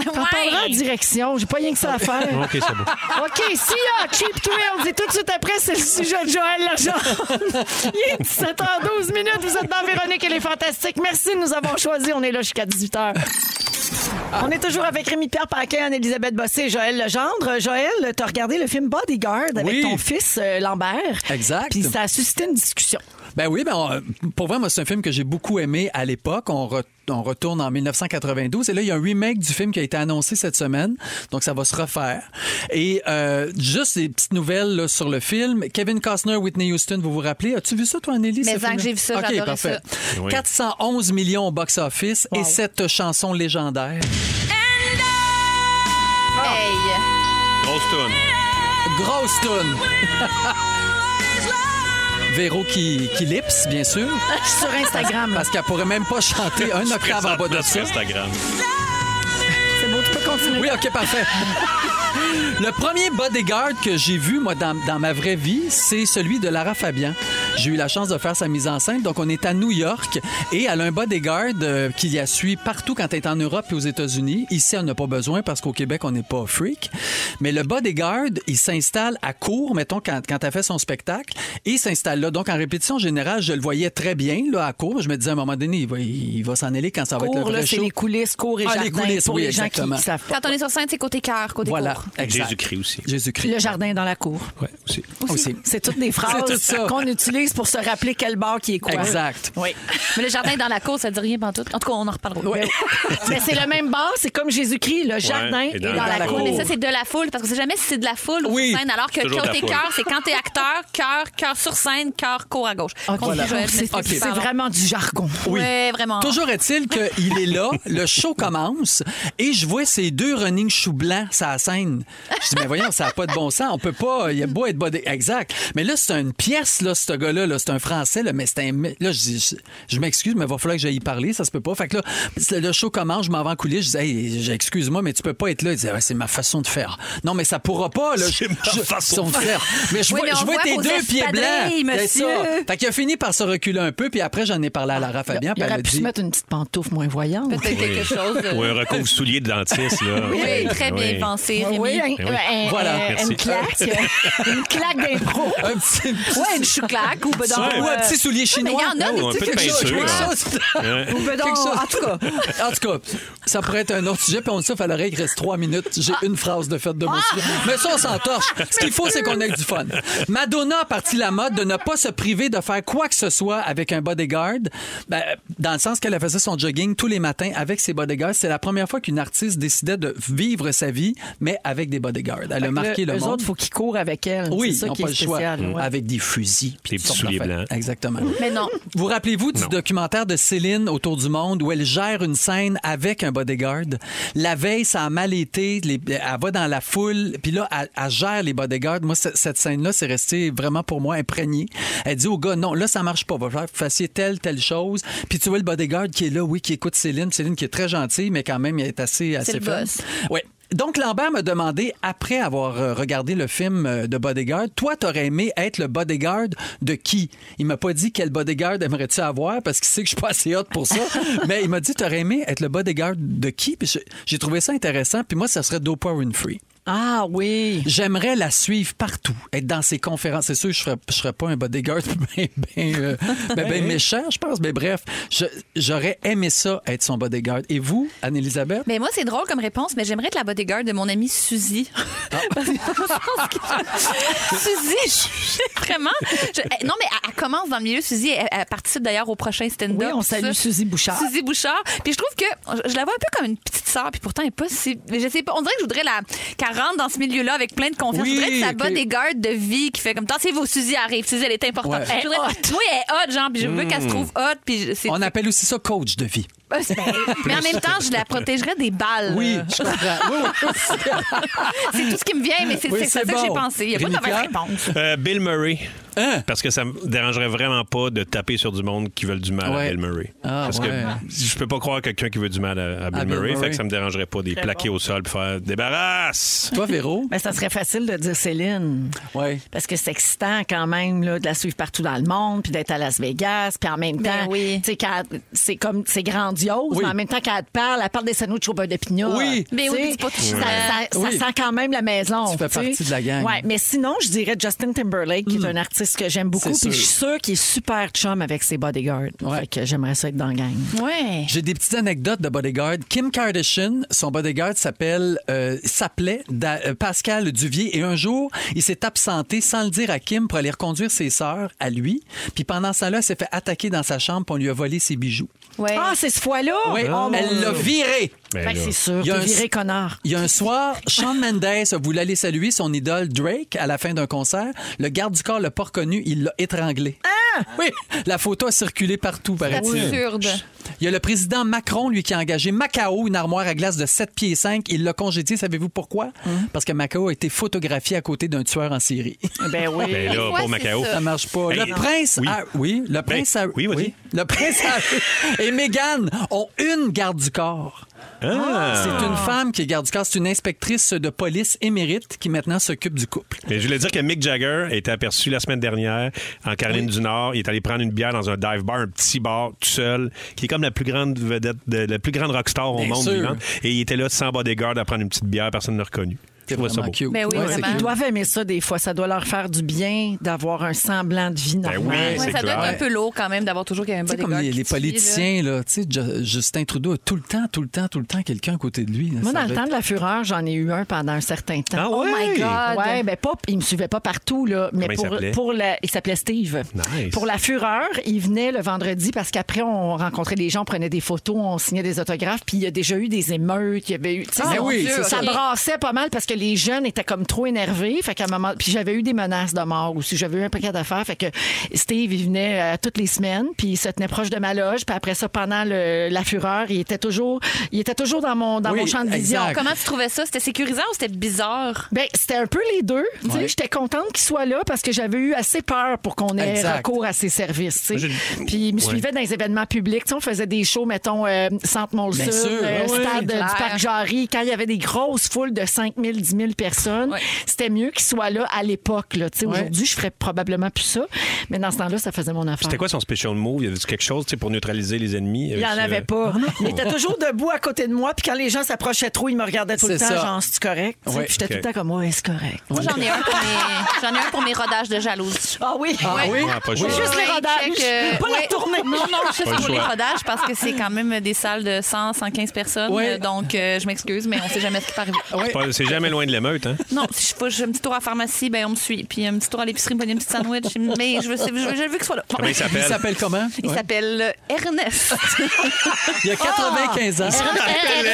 Speaker 4: T'en parleras en direction, j'ai pas rien que ça à faire.
Speaker 3: OK, c'est bon.
Speaker 4: OK, si y a Cheap Thrills et tout de suite après, c'est le sujet de Joël Legendre. Il est 17h12 minutes. Vous êtes dans Véronique et les Fantastiques. Merci de nous avoir choisis. On est là jusqu'à 18h. On est toujours avec Rémi-Pierre Paquin, Anne-Elisabeth Bossé et Joël Legendre. Euh, Joël, t'as regardé le film Bodyguard avec
Speaker 6: Oui.
Speaker 4: ton fils euh, Lambert.
Speaker 6: Exact.
Speaker 4: Puis ça a suscité une discussion.
Speaker 6: Ben oui, ben on- pour vrai, moi, c'est un film que j'ai beaucoup aimé à l'époque. On, re- on retourne en 1992. Et là, il y a un remake du film qui a été annoncé cette semaine. Donc, ça va se refaire. Et euh, juste des petites nouvelles là, sur le film. Kevin Costner, Whitney Houston, vous vous rappelez? As-tu vu ça, toi, Anneli?
Speaker 7: Mais
Speaker 6: ce
Speaker 7: Zach,
Speaker 6: film-là?
Speaker 7: j'ai vu ça,
Speaker 6: OK,
Speaker 7: j'adorais
Speaker 6: parfait.
Speaker 3: Oui.
Speaker 6: 411 millions au box-office et cette chanson légendaire.
Speaker 7: Hey!
Speaker 3: Grosse toune.
Speaker 6: Grosse toune! Véro qui, qui lipse, bien sûr,
Speaker 4: Sur Instagram. là.
Speaker 6: parce qu'elle pourrait même pas chanter un octave en bas de
Speaker 3: Présente-le sur
Speaker 6: ça.
Speaker 3: Instagram.
Speaker 4: C'est beau, tu peux continuer.
Speaker 6: Oui, OK, parfait. Le premier bodyguard que j'ai vu, moi, dans, dans ma vraie vie, c'est celui de Lara Fabian. J'ai eu la chance de faire sa mise en scène. Donc, on est à New York et elle a un bodyguard euh, qui la suit partout quand elle est en Europe et aux États-Unis. Ici, on n'a pas besoin parce qu'au Québec, on n'est pas freak. Mais le bodyguard, il s'installe à court, mettons, quand, quand elle fait son spectacle, et il s'installe là. Donc, en répétition générale, je le voyais très bien, là, à court. Je me disais, à un moment donné, il va, il va s'en aller quand ça va être
Speaker 4: Cours,
Speaker 6: le
Speaker 4: là,
Speaker 6: vrai
Speaker 4: c'est
Speaker 6: show.
Speaker 4: les coulisses, cours et
Speaker 6: Ah, les
Speaker 4: jardin.
Speaker 6: coulisses,
Speaker 4: pour
Speaker 6: oui,
Speaker 4: les gens
Speaker 6: exactement.
Speaker 4: qui savent pas.
Speaker 7: Quand on est sur scène, c'est côté cœur, côté
Speaker 6: Voilà.
Speaker 7: cours.
Speaker 6: exact.
Speaker 3: Jésus-Christ aussi.
Speaker 6: Jésus-Christ.
Speaker 4: Le jardin dans la cour.
Speaker 3: Ouais, aussi.
Speaker 6: Aussi.
Speaker 4: C'est toutes des
Speaker 6: Oh, C'est
Speaker 4: phrases
Speaker 6: tout ça.
Speaker 4: qu'on utilise pour se rappeler quel bar qui est quoi.
Speaker 6: Exact.
Speaker 4: Oui.
Speaker 7: Mais le jardin dans la cour, ça dit rien pantoute. En tout cas, on en reparlera.
Speaker 4: Mais c'est le même bar, c'est comme Jésus-Christ, le jardin
Speaker 3: et
Speaker 4: et dans,
Speaker 3: dans
Speaker 4: la,
Speaker 7: la
Speaker 4: cour.
Speaker 7: cour. Mais ça, c'est de la foule, parce qu'on sait jamais si c'est de la foule ou
Speaker 6: Oui.
Speaker 7: sur scène, alors que
Speaker 3: C'est toujours de la
Speaker 7: côté
Speaker 3: foule.
Speaker 7: cœur, c'est quand t'es acteur, cœur, cœur sur scène, cœur, cours à gauche.
Speaker 4: Ok,
Speaker 7: Continue, Joël,
Speaker 4: donc, c'est
Speaker 7: laisse-moi
Speaker 6: Ok.
Speaker 7: te
Speaker 4: c'est
Speaker 7: parler.
Speaker 4: vraiment du jargon.
Speaker 7: Ouais, vraiment.
Speaker 6: Toujours est-il qu'il est là, le show commence et je vois ces deux running choux blancs sur la scène. Je dis, mais voyons, ça n'a pas de bon sens. On peut pas, il y a beau être body. Exact. Mais là, c'est une pièce, là, ce gars-là. là. c'est un français, là, mais c'est un. Là, je dis, je, je m'excuse, mais il va falloir que j'aille y parler. Ça se peut pas. Fait que là, le- le show commence, je m'en vais en coulisses. Je dis, hey, j- excuse-moi, mais tu peux pas être là. Il dit, Ah, c'est ma façon de faire. Non, mais ça pourra pas, là.
Speaker 3: C'est ma
Speaker 6: Je-
Speaker 3: façon de
Speaker 6: faire. Mais je
Speaker 7: Oui,
Speaker 6: vois,
Speaker 7: mais
Speaker 6: je
Speaker 7: on
Speaker 6: vois
Speaker 7: voit
Speaker 6: tes
Speaker 7: vos
Speaker 6: deux pieds
Speaker 7: espadrilles,
Speaker 6: blancs. C'est ça.
Speaker 7: monsieur.
Speaker 6: Fait qu'il a fini par se reculer un peu, puis après, j'en ai parlé à Lara Fabian.
Speaker 4: Il
Speaker 6: puis elle
Speaker 4: aurait pu
Speaker 6: a ben, dit-
Speaker 4: se mettre une petite pantoufle moins voyante.
Speaker 7: Peut-être quelque chose de...
Speaker 3: Ou un recouvre soulier de dentiste. Là.
Speaker 7: Oui, très bien
Speaker 3: Oui.
Speaker 7: pensé, Rémi.
Speaker 4: Oui, un-
Speaker 3: Eh oui.
Speaker 4: un-
Speaker 6: Voilà,
Speaker 4: un-
Speaker 3: merci.
Speaker 4: une claque. une claque d'impro.
Speaker 6: Un petit,
Speaker 7: Ouais, une chouclaque ou bedon.
Speaker 3: Ouais.
Speaker 6: ou un petit soulier chinois.
Speaker 7: mais il y en a,
Speaker 3: Ou Oh, un
Speaker 7: tu sais,
Speaker 3: peu de
Speaker 7: quelque chose,
Speaker 3: peinture.
Speaker 7: quelque
Speaker 3: hein.
Speaker 7: chose.
Speaker 3: Ouais.
Speaker 6: Quelque chose. en tout cas. ça pourrait être un autre sujet, puis on le souffle à l'oreille, il reste trois minutes. J'ai
Speaker 4: Ah.
Speaker 6: une phrase de fête de mon sujet. Mais ça, on s'en torche. Ce qu'il faut, c'est qu'on ait du fun. Madonna a parti la mode de ne pas se priver de faire quoi que ce soit avec un bodyguard. Ben, dans le sens qu'elle faisait son jogging tous les matins avec ses bodyguards. C'est la première fois qu'une artiste décidait de vivre sa vie, mais avec des bodyguards. Elle a marqué le,
Speaker 4: eux
Speaker 6: monde.
Speaker 4: autres, il faut qu'ils courent avec elle. c'est
Speaker 6: Oui, ils
Speaker 4: ça
Speaker 6: n'ont
Speaker 4: qui
Speaker 6: pas
Speaker 4: est
Speaker 6: le choix.
Speaker 4: spécial. ouais.
Speaker 6: Avec des fusils. puis
Speaker 3: Des
Speaker 6: tout
Speaker 3: petit soulier
Speaker 6: parfait.
Speaker 3: blanc.
Speaker 6: Exactement.
Speaker 7: Mais non.
Speaker 6: Vous rappelez-vous du
Speaker 3: Non.
Speaker 6: documentaire de Céline Autour du monde où elle gère une scène avec un bodyguard? La veille, ça a mal été. les- elle va dans la foule, puis là, elle, elle gère les bodyguards. Moi, c- cette scène-là, c'est resté vraiment pour moi imprégnée. Elle dit au gars, non, là, ça marche pas. Va faire, fassiez telle, telle chose. Puis tu vois le bodyguard qui est là, oui, qui écoute Céline. Céline qui est très gentille, mais quand même, elle est assez, assez
Speaker 7: le
Speaker 6: fun.
Speaker 7: boss.
Speaker 6: Oui. Donc, Lambert m'a demandé, après avoir euh, regardé le film euh, de Bodyguard, toi, t'aurais aimé être le bodyguard de qui? Il m'a pas dit quel bodyguard aimerais-tu avoir parce qu'il sait que je suis pas assez hot pour ça. mais il m'a dit, t'aurais aimé être le bodyguard de qui? Puis je- j'ai trouvé ça intéressant. Puis moi, ça serait Dopa Winfrey.
Speaker 4: Ah oui.
Speaker 6: J'aimerais la suivre partout, être dans ses conférences. C'est sûr, je serais, je serais pas un bodyguard ben, ben, euh, ben, ben méchant, je pense. Mais bref, je- j'aurais aimé ça, être son bodyguard. Et vous, Anne-Elisabeth?
Speaker 7: Mais moi, c'est drôle comme réponse, mais j'aimerais être la bodyguard de mon amie Suzy. Parce que je pense que- Suzy, je- vraiment. je- elle- non, mais elle, elle commence dans le milieu. Suzy, elle, elle participe d'ailleurs au prochain stand-up.
Speaker 4: Oui, on
Speaker 7: tout
Speaker 4: salue
Speaker 7: ça.
Speaker 4: Suzy Bouchard.
Speaker 7: Suzy Bouchard. Puis je trouve que je la vois un peu comme une petite sœur, puis pourtant elle est pas si. mais Je sais pas. On dirait que je voudrais la qu'elle rentre dans ce milieu-là avec plein de confiance.
Speaker 6: Oui,
Speaker 7: je voudrais que sa
Speaker 6: ok.
Speaker 7: bodyguard de vie qui fait comme tassez-vous, Suzy arrive. Suzy, elle est importante.
Speaker 6: Ouais.
Speaker 7: Je voudrais- oui, elle est hot, genre, puis je veux qu'elle se trouve hot, puis je- c'est.
Speaker 6: On appelle aussi ça coach de vie.
Speaker 7: Ben, c'est- Mais en même temps, je la protégerais des balles.
Speaker 6: Oui,
Speaker 7: là.
Speaker 6: je comprends. Oui, oui.
Speaker 7: C'est tout ce qui me vient, mais c'est
Speaker 6: Oui,
Speaker 7: c'est ça
Speaker 6: c'est
Speaker 7: que j'ai
Speaker 6: bon.
Speaker 7: pensé. Il n'y a pas de mauvaise
Speaker 6: Rémi-Pierre?
Speaker 7: réponse.
Speaker 3: Euh, Bill Murray.
Speaker 6: Hein?
Speaker 3: Parce que ça me dérangerait vraiment pas de taper sur du monde qui veulent du mal
Speaker 6: Ouais.
Speaker 3: à Bill Murray.
Speaker 6: Ah,
Speaker 3: Parce
Speaker 6: ouais.
Speaker 3: que je peux pas croire quelqu'un qui veut du mal à, à Bill,
Speaker 6: Bill
Speaker 3: Murray,
Speaker 6: Murray.
Speaker 3: Fait que ça me dérangerait pas de les plaquer au sol pour faire débarrasse.
Speaker 6: Toi, Véro?
Speaker 4: Mais ça serait facile de dire Céline.
Speaker 6: Oui.
Speaker 4: Parce que c'est excitant quand même là, de la suivre partout dans le monde, puis d'être à Las Vegas, puis en même
Speaker 7: Ben
Speaker 4: temps,
Speaker 7: oui.
Speaker 4: tu sais, qu'elle- c'est comme c'est grandiose,
Speaker 6: Oui.
Speaker 4: mais en même temps qu'elle te parle, elle parle des sandwichs au beurre de pignol.
Speaker 6: Oui.
Speaker 7: Mais Ben oui,
Speaker 4: Tu sais,
Speaker 7: puis c'est pas tout
Speaker 4: ça,
Speaker 7: ça.
Speaker 4: ça-
Speaker 6: Oui.
Speaker 4: ça sent quand même la maison.
Speaker 6: Tu fais
Speaker 4: sais.
Speaker 6: partie de la gang. Mm.
Speaker 4: Ouais, mais sinon, je dirais Justin Timberlake, qui est un artiste que j'aime beaucoup,
Speaker 6: C'est
Speaker 4: puis je suis sûre qu'il est super chum avec ses bodyguards.
Speaker 6: Ouais.
Speaker 4: Fait que j'aimerais ça être dans la gang.
Speaker 7: Ouais.
Speaker 6: J'ai des petites anecdotes de bodyguard. Kim Kardashian, son bodyguard s'appelle euh, s'appelait Da- euh, Pascal Duvier et un jour, il s'est absenté sans le dire à Kim pour aller reconduire ses sœurs à lui. Puis pendant ça là, elle s'est fait attaquer dans sa chambre, puis on lui a volé ses bijoux.
Speaker 7: Ouais.
Speaker 4: Ah, c'est ce fois-là!
Speaker 6: Oui,
Speaker 4: Oh, mon
Speaker 6: elle l'a
Speaker 4: Dieu.
Speaker 6: viré.
Speaker 3: Mais
Speaker 4: Fait que
Speaker 3: Ben là,
Speaker 4: c'est sûr,
Speaker 6: Il y a
Speaker 4: t'es
Speaker 6: un-
Speaker 4: viré connard.
Speaker 6: Il y a un soir, Sean Mendes a voulu aller saluer son idole Drake à la fin d'un concert. Le garde du corps l'a pas reconnu, il l'a étranglé. Ah! Oui, la photo a circulé partout, paraît-il.
Speaker 7: absurde.
Speaker 6: Il y a le président Macron, lui, qui a engagé Macao, une armoire à glace de 7 pieds 5. Il l'a congédié, savez-vous pourquoi? Parce que Macao a été photographié à côté d'un tueur en Syrie.
Speaker 4: Ben oui.
Speaker 3: mais là,
Speaker 7: Des fois,
Speaker 3: pour Macao.
Speaker 7: c'est
Speaker 6: Ça marche pas.
Speaker 3: Hey,
Speaker 6: le prince
Speaker 3: oui. Ben,
Speaker 6: Har- oui, le prince Har-
Speaker 3: oui, vas-y.
Speaker 6: le prince Harry et Meghan ont une garde du corps.
Speaker 3: Ah!
Speaker 6: C'est une femme qui est garde du corps, c'est une inspectrice de police émérite qui maintenant s'occupe du couple.
Speaker 3: Mais je voulais dire que Mick Jagger a été aperçu la semaine dernière en Caroline du Nord. Il est allé prendre une bière dans un dive bar, un petit bar, tout seul, qui est comme la plus grande vedette, de- la plus grande rockstar au
Speaker 6: Bien
Speaker 3: monde
Speaker 6: sûr.
Speaker 3: vivant. Et il était là sans bodyguard à prendre une petite bière, personne ne l'a reconnu. Je
Speaker 6: C'est
Speaker 3: trouvais ça
Speaker 6: vraiment
Speaker 3: beau.
Speaker 6: cute.
Speaker 7: Ben oui,
Speaker 6: Ouais,
Speaker 7: vraiment.
Speaker 6: c'est
Speaker 4: Ils
Speaker 6: cute.
Speaker 4: doivent aimer ça des fois. Ça doit leur faire du bien d'avoir un semblant de vie
Speaker 6: Ben
Speaker 4: normale.
Speaker 3: oui,
Speaker 7: Ouais,
Speaker 3: c'est
Speaker 7: ça doit
Speaker 3: clair.
Speaker 7: être un peu lourd quand même d'avoir toujours un
Speaker 6: Tu sais,
Speaker 7: bodyguard.
Speaker 6: comme les,
Speaker 7: qui
Speaker 6: les
Speaker 7: te suit, là.
Speaker 6: politiciens, là, tu sais, Ju- Justin Trudeau a tout le temps, tout le temps, tout le temps quelqu'un à côté de lui. là.
Speaker 4: Moi,
Speaker 6: Ça
Speaker 4: dans le
Speaker 6: doit
Speaker 4: temps
Speaker 6: être-
Speaker 4: de la fureur, j'en ai eu un pendant un certain temps.
Speaker 3: Ah ouais?
Speaker 7: my God.
Speaker 4: Ouais, ben pas, il me suivait pas partout là, mais
Speaker 3: Comment il
Speaker 4: pour
Speaker 3: s'appelait?
Speaker 4: pour la- il s'appelait Steve.
Speaker 3: Nice.
Speaker 4: Pour la fureur, il venait le vendredi parce qu'après on rencontrait des gens, on prenait des photos, on signait des autographes, puis il y a déjà eu des émeutes, il y avait eu tu sais,
Speaker 6: Ah,
Speaker 4: ça-
Speaker 6: ben oui,
Speaker 4: ça,
Speaker 6: c'est
Speaker 7: ça.
Speaker 4: brassait pas mal parce que les jeunes étaient comme trop énervés, fait qu'à un moment puis j'avais eu des menaces de mort aussi, j'avais eu un paquet d'affaires, fait que Steve il venait euh, toutes les semaines, puis il se tenait proche de ma loge, puis après ça pendant le- la fureur, il était toujours il était toujours dans mon dans
Speaker 6: Oui,
Speaker 4: mon champ de vision.
Speaker 6: exact.
Speaker 7: Comment tu trouvais ça? C'était sécurisant ou c'était bizarre?
Speaker 4: Ben, c'était un peu les deux. Tu sais,
Speaker 6: Ouais.
Speaker 4: J'étais contente qu'il soit là parce que j'avais eu assez peur pour qu'on ait
Speaker 6: Exact.
Speaker 4: recours à ses services. tu sais.
Speaker 3: Moi, j'ai-
Speaker 4: Puis il me
Speaker 3: Ouais.
Speaker 4: suivait dans les événements publics. Tu sais, on faisait des shows, mettons, euh, Centre
Speaker 6: Bien
Speaker 4: Molson,
Speaker 6: sûr,
Speaker 4: euh,
Speaker 6: oui.
Speaker 4: Stade
Speaker 7: Claire.
Speaker 4: du Parc Jarry. Quand il y avait des grosses foules de 5 000, 10 000 personnes,
Speaker 7: Ouais.
Speaker 4: c'était mieux qu'il soit là à l'époque. là. Tu sais,
Speaker 6: Ouais.
Speaker 4: Aujourd'hui, je ferais probablement plus ça. Mais dans ce temps-là, ça faisait mon affaire.
Speaker 3: C'était quoi son special move? Il y avait quelque chose tu sais, pour neutraliser les ennemis?
Speaker 4: Il n'y en
Speaker 3: Avec,
Speaker 4: avait
Speaker 3: euh,
Speaker 4: pas.
Speaker 6: Ah,
Speaker 4: Il était toujours debout à côté de moi. Puis quand les gens s'approchaient trop, il me regardait tout le
Speaker 6: C'est
Speaker 4: temps,
Speaker 6: ça.
Speaker 4: genre, c'est correct. Tu sais,
Speaker 6: Ouais.
Speaker 4: Puis j'étais
Speaker 3: OK.
Speaker 4: tout le temps comme, ouais, c'est correct.
Speaker 7: Moi, j'en ai un pour mes, j'en ai un pour mes rodages de jalousie.
Speaker 4: Ah oui.
Speaker 6: Ah oui?
Speaker 3: Ah, pas
Speaker 4: Oui,
Speaker 3: le choix.
Speaker 4: juste les
Speaker 7: Ouais,
Speaker 4: rodages,
Speaker 7: check, euh,
Speaker 4: pas la
Speaker 7: ouais.
Speaker 4: tournée.
Speaker 7: Non, non, juste
Speaker 3: Pas le
Speaker 7: pour les
Speaker 3: choix.
Speaker 7: rodages parce que c'est quand même des salles de 100, 115 personnes.
Speaker 6: Ouais.
Speaker 7: Donc, euh, je m'excuse, mais on sait jamais ce qui peut arriver.
Speaker 6: Ouais.
Speaker 3: Pas- C'est jamais loin de l'émeute, hein?
Speaker 7: Non, si je fais j'ai un petit tour à la pharmacie, ben on me suit. Puis un petit tour à l'épicerie, me donner un petit sandwich. Mais je veux, je veux, je veux qu'il soit là. Bon.
Speaker 3: Comment il s'appelle?
Speaker 6: Il s'appelle comment?
Speaker 7: Il
Speaker 6: Ouais.
Speaker 7: s'appelle Ernest.
Speaker 6: Il a
Speaker 7: Ah!
Speaker 6: 95 ans.
Speaker 3: Il s'appelle
Speaker 7: Il est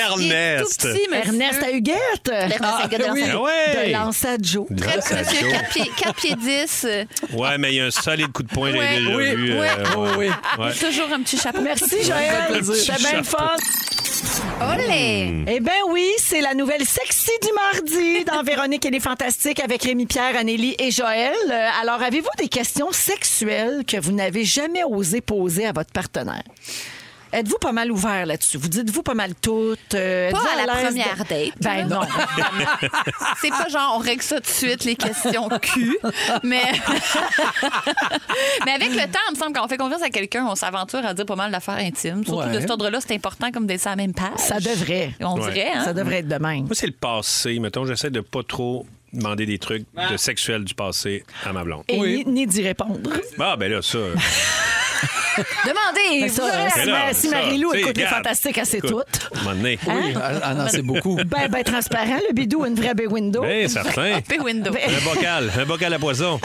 Speaker 3: Ernest.
Speaker 7: Tout petit, mais
Speaker 4: Ernest à Huguette.
Speaker 6: Ah, oui.
Speaker 3: Ah ouais!
Speaker 4: De lance à Joe.
Speaker 7: Très
Speaker 3: Grâce
Speaker 7: petit
Speaker 3: à
Speaker 7: monsieur,
Speaker 3: Joe.
Speaker 7: 4 pieds, 4 pieds 10. euh,
Speaker 3: Ouais, mais il y a un solide coup de poing, j'ai
Speaker 7: Ouais.
Speaker 3: déjà
Speaker 6: Oui,
Speaker 3: vu.
Speaker 7: ouais.
Speaker 3: euh, ouais.
Speaker 6: Oui.
Speaker 3: Ouais.
Speaker 7: Toujours un petit chapeau.
Speaker 4: Merci,
Speaker 6: Ça fait
Speaker 4: Joël.
Speaker 6: plaisir.
Speaker 4: C'est bien le fun.
Speaker 7: Olé!
Speaker 3: Hmm.
Speaker 4: Eh bien oui, c'est la nouvelle sexy du mardi dans Véronique et les Fantastiques avec Rémi-Pierre, Anélie et Joël. Euh, Alors, avez-vous des questions sexuelles que vous n'avez jamais osé poser à votre partenaire? Êtes-vous pas mal ouvert là-dessus? Vous dites-vous pas mal tout? euh,
Speaker 7: Pas
Speaker 4: êtes-vous
Speaker 7: à la
Speaker 4: l'aise de-
Speaker 7: première date,
Speaker 4: Ben non.
Speaker 7: C'est pas genre on règle ça de suite, les questions cul, mais... mais avec le temps, il me semble, quand on fait confiance à quelqu'un, on s'aventure à dire pas mal d'affaires intimes. Surtout
Speaker 6: Ouais.
Speaker 7: de cet ordre-là, c'est important comme d'être sur la même page.
Speaker 4: Ça devrait.
Speaker 7: On
Speaker 3: Ouais.
Speaker 7: dirait, hein?
Speaker 4: Ça devrait être demain.
Speaker 3: Moi, c'est le passé. Mettons, j'essaie de pas trop demander des trucs de sexuels du passé à ma blonde.
Speaker 4: Et
Speaker 6: Oui.
Speaker 4: ni, ni d'y répondre.
Speaker 3: Ah, ben là, ça.
Speaker 7: Demandez!
Speaker 4: Mais Ben, ça,
Speaker 7: vous aurez la-
Speaker 4: si,
Speaker 3: Mais là,
Speaker 4: si
Speaker 3: ça,
Speaker 4: Marie-Lou
Speaker 3: tu sais,
Speaker 4: écoute les
Speaker 3: regarde.
Speaker 4: fantastiques, elle sait
Speaker 3: Écoute,
Speaker 4: toutes.
Speaker 3: à un moment donné.
Speaker 4: Hein?
Speaker 6: Ah non, c'est beaucoup.
Speaker 4: Ben, ben transparent, le bidou, une vraie bay window.
Speaker 3: Ben, certain.
Speaker 7: Coupez window.
Speaker 3: Un bocal, un bocal à poisson.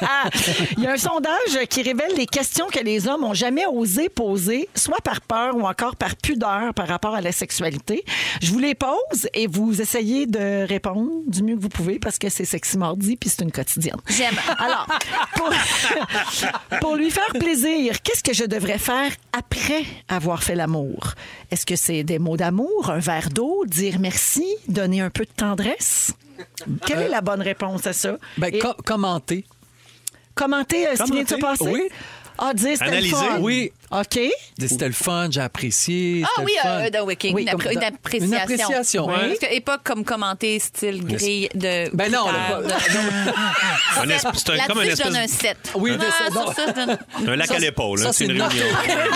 Speaker 4: Ah! Il y a un sondage qui révèle les questions que les hommes ont jamais osé poser, soit par peur ou encore par pudeur par rapport à la sexualité. Je vous les pose et vous essayez de répondre du mieux que vous pouvez parce que c'est sexy mardi puis c'est une quotidienne.
Speaker 7: J'aime.
Speaker 4: Alors, pour, pour lui faire plaisir, qu'est-ce que je devrais faire après avoir fait l'amour? Est-ce que c'est des mots d'amour, un verre d'eau, dire merci, donner un peu de tendresse? Quelle est la bonne réponse à ça?
Speaker 6: Euh, Ben,
Speaker 4: Et-
Speaker 6: co- commenter.
Speaker 4: Commenter euh, ce qui vient de se
Speaker 6: Commenter,
Speaker 4: passer?
Speaker 6: oui.
Speaker 4: Ah, dire c'était le
Speaker 3: Analyser,
Speaker 4: fun.
Speaker 6: oui.
Speaker 4: OK.
Speaker 6: Dis, C'était le fun, j'ai apprécié.
Speaker 7: Ah
Speaker 6: c'était
Speaker 7: oui,
Speaker 6: le fun.
Speaker 7: euh, The Waking,
Speaker 4: Oui,
Speaker 7: une,
Speaker 4: comme
Speaker 7: appré-
Speaker 4: dans-
Speaker 7: une appréciation.
Speaker 6: Une appréciation,
Speaker 7: Oui.
Speaker 6: hein.
Speaker 7: Parce que- Et pas comme commenter style grille de.
Speaker 6: Ben non,
Speaker 7: critères,
Speaker 6: là,
Speaker 7: de-
Speaker 3: Un esp- c'est un-
Speaker 7: Là-dessus,
Speaker 3: comme un
Speaker 7: je
Speaker 3: espèce-
Speaker 7: donne un 7.
Speaker 6: Oui, de-
Speaker 7: ah,
Speaker 6: non.
Speaker 7: sur ça, je donne.
Speaker 3: Un lac à l'épaule,
Speaker 6: ça,
Speaker 3: hein, c'est
Speaker 6: c'est
Speaker 3: une
Speaker 6: notre-
Speaker 3: réunion.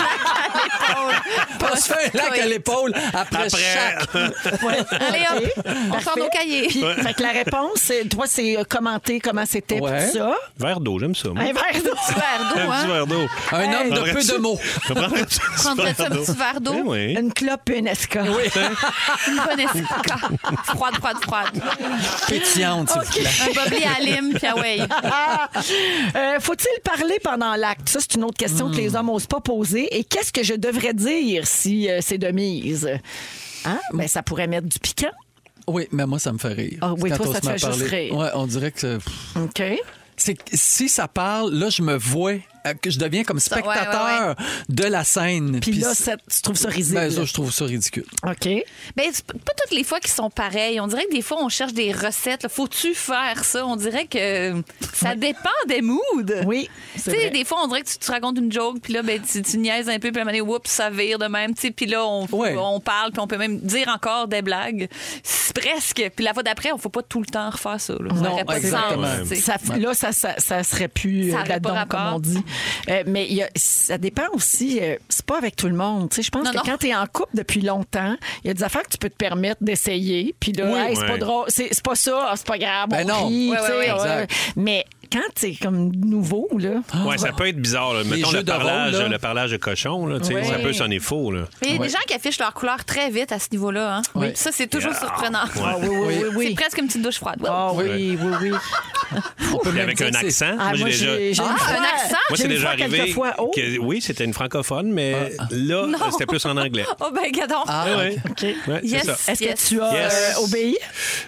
Speaker 6: Pas se faire un lac à l'épaule après, chaque.
Speaker 7: Allez hop, on sort
Speaker 4: Parfait.
Speaker 7: nos cahiers.
Speaker 4: Puis, fait que la réponse, c'est- toi, c'est euh, commenter comment c'était puis
Speaker 6: Ouais.
Speaker 4: tout ça.
Speaker 3: Verre d'eau, j'aime ça. moi.
Speaker 4: Un verre d'eau.
Speaker 7: Petit verre
Speaker 3: Un
Speaker 7: d'eau,
Speaker 3: petit
Speaker 7: hein?
Speaker 3: verre d'eau.
Speaker 6: Un homme de peu de mots.
Speaker 3: Je prendrais-tu un petit
Speaker 7: Prendrais-tu un
Speaker 3: verre d'eau?
Speaker 7: petit verre d'eau?
Speaker 3: Eh Oui.
Speaker 4: Une clope et une escorte.
Speaker 7: Une bonne esca. Froide, froide, froide.
Speaker 6: Pétillante, s'il vous plaît.
Speaker 7: Un bobli à lime, puis ah ouais.
Speaker 4: Ah! Euh, Faut-il parler pendant l'acte? Ça, c'est une autre question que les hommes n'osent pas poser. Et qu'est-ce que je devrais dire si euh, c'est de mise? Hein? Ben, ça pourrait mettre du piquant.
Speaker 6: Oui, mais moi, ça me fait rire.
Speaker 4: Ah oui,
Speaker 6: Quand
Speaker 4: toi,
Speaker 6: on
Speaker 4: ça
Speaker 6: se
Speaker 4: te
Speaker 6: met
Speaker 4: fait
Speaker 6: à
Speaker 4: juste
Speaker 6: parler.
Speaker 4: rire.
Speaker 6: Ouais, on dirait que. pff,
Speaker 4: OK.
Speaker 6: C'est que si ça parle, là, je me vois, euh, que je deviens comme
Speaker 7: ouais, ouais,
Speaker 6: spectateur de la scène.
Speaker 4: Puis là,
Speaker 6: c'est-
Speaker 4: ça- tu trouves ça risible.
Speaker 6: ben, ça, je trouve ça ridicule.
Speaker 4: OK.
Speaker 7: Ben, c'est p- pas toutes les fois qui sont pareilles. On dirait que des fois, on cherche des recettes. là. Faut-tu faire ça? On dirait que ça dépend des moods.
Speaker 4: Oui,
Speaker 7: Tu
Speaker 4: c'est
Speaker 7: sais,
Speaker 4: vrai.
Speaker 7: des fois, on dirait que tu te racontes une joke, puis là, ben, tu, tu niaises un peu, puis à un moment donné, oups, ça vire de même. tu sais, Puis là, on,
Speaker 6: Ouais.
Speaker 7: on parle, puis on peut même dire encore des blagues. C'est Presque. Puis la fois d'après, on faut pas tout le temps refaire ça. Là. Ça
Speaker 4: Non,
Speaker 7: aurait pas de
Speaker 6: exactement.
Speaker 7: sens, tu sais.
Speaker 4: Ça- là, ça, ça, ça serait plus
Speaker 7: Ça
Speaker 4: euh,
Speaker 7: aurait
Speaker 4: la
Speaker 7: pas
Speaker 4: dent,
Speaker 7: rapport.
Speaker 4: comme on dit. Euh, mais il y a- ça dépend aussi, euh, c'est pas avec tout le monde. Tu sais, Je pense
Speaker 7: Non,
Speaker 4: que
Speaker 7: non.
Speaker 4: quand tu es en couple depuis longtemps, il y a des affaires que tu peux te permettre d'essayer. Puis là,
Speaker 3: Oui.
Speaker 4: Hey, c'est pas
Speaker 3: Ouais.
Speaker 4: drôle, c'est c'est pas ça, ah, c'est pas grave,
Speaker 6: Ben
Speaker 4: on
Speaker 6: non.
Speaker 4: rit,
Speaker 7: Ouais,
Speaker 4: tu sais,
Speaker 7: ouais, ouais.
Speaker 4: euh,
Speaker 6: Exact.
Speaker 4: Mais quand c'est comme nouveau, là,
Speaker 3: Ouais, ça peut être bizarre. là. Mettons
Speaker 6: jeux
Speaker 3: le
Speaker 6: de rôle,
Speaker 3: parlage,
Speaker 6: là.
Speaker 3: le parlage de cochon, là, tu sais,
Speaker 4: Ouais.
Speaker 3: ça peut sonner faux. Là.
Speaker 7: Mais il y a des gens qui affichent leur couleur très vite à ce niveau-là. Hein?
Speaker 6: Oui.
Speaker 7: Ça, c'est toujours
Speaker 3: Yeah.
Speaker 7: surprenant.
Speaker 3: Ouais. Ah,
Speaker 4: oui, oui, oui, oui.
Speaker 7: C'est presque une petite douche froide. Ouais.
Speaker 4: ah oui, oui, oui.
Speaker 6: On peut
Speaker 3: Puis
Speaker 6: même
Speaker 3: avec
Speaker 6: dire
Speaker 3: un
Speaker 6: que c'est-
Speaker 3: accent,
Speaker 4: Ah,
Speaker 3: moi, j'ai déjà.
Speaker 4: j'ai- j'ai une
Speaker 7: Ah,
Speaker 4: fois-
Speaker 7: un accent?
Speaker 3: Moi,
Speaker 4: j'ai
Speaker 3: c'est
Speaker 4: une
Speaker 3: déjà
Speaker 4: fois,
Speaker 3: arrivé.
Speaker 4: quelquefois, oh.
Speaker 3: que- oui, c'était une francophone, mais là, euh, c'était plus en anglais.
Speaker 7: Oh ben, gadon.
Speaker 6: Ah,
Speaker 3: Ouais,
Speaker 6: ok.
Speaker 3: ouais. Ouais, c'est
Speaker 7: Yes.
Speaker 3: ça.
Speaker 4: Est-ce
Speaker 7: Yes.
Speaker 4: que tu as
Speaker 3: Yes.
Speaker 4: euh, obéi?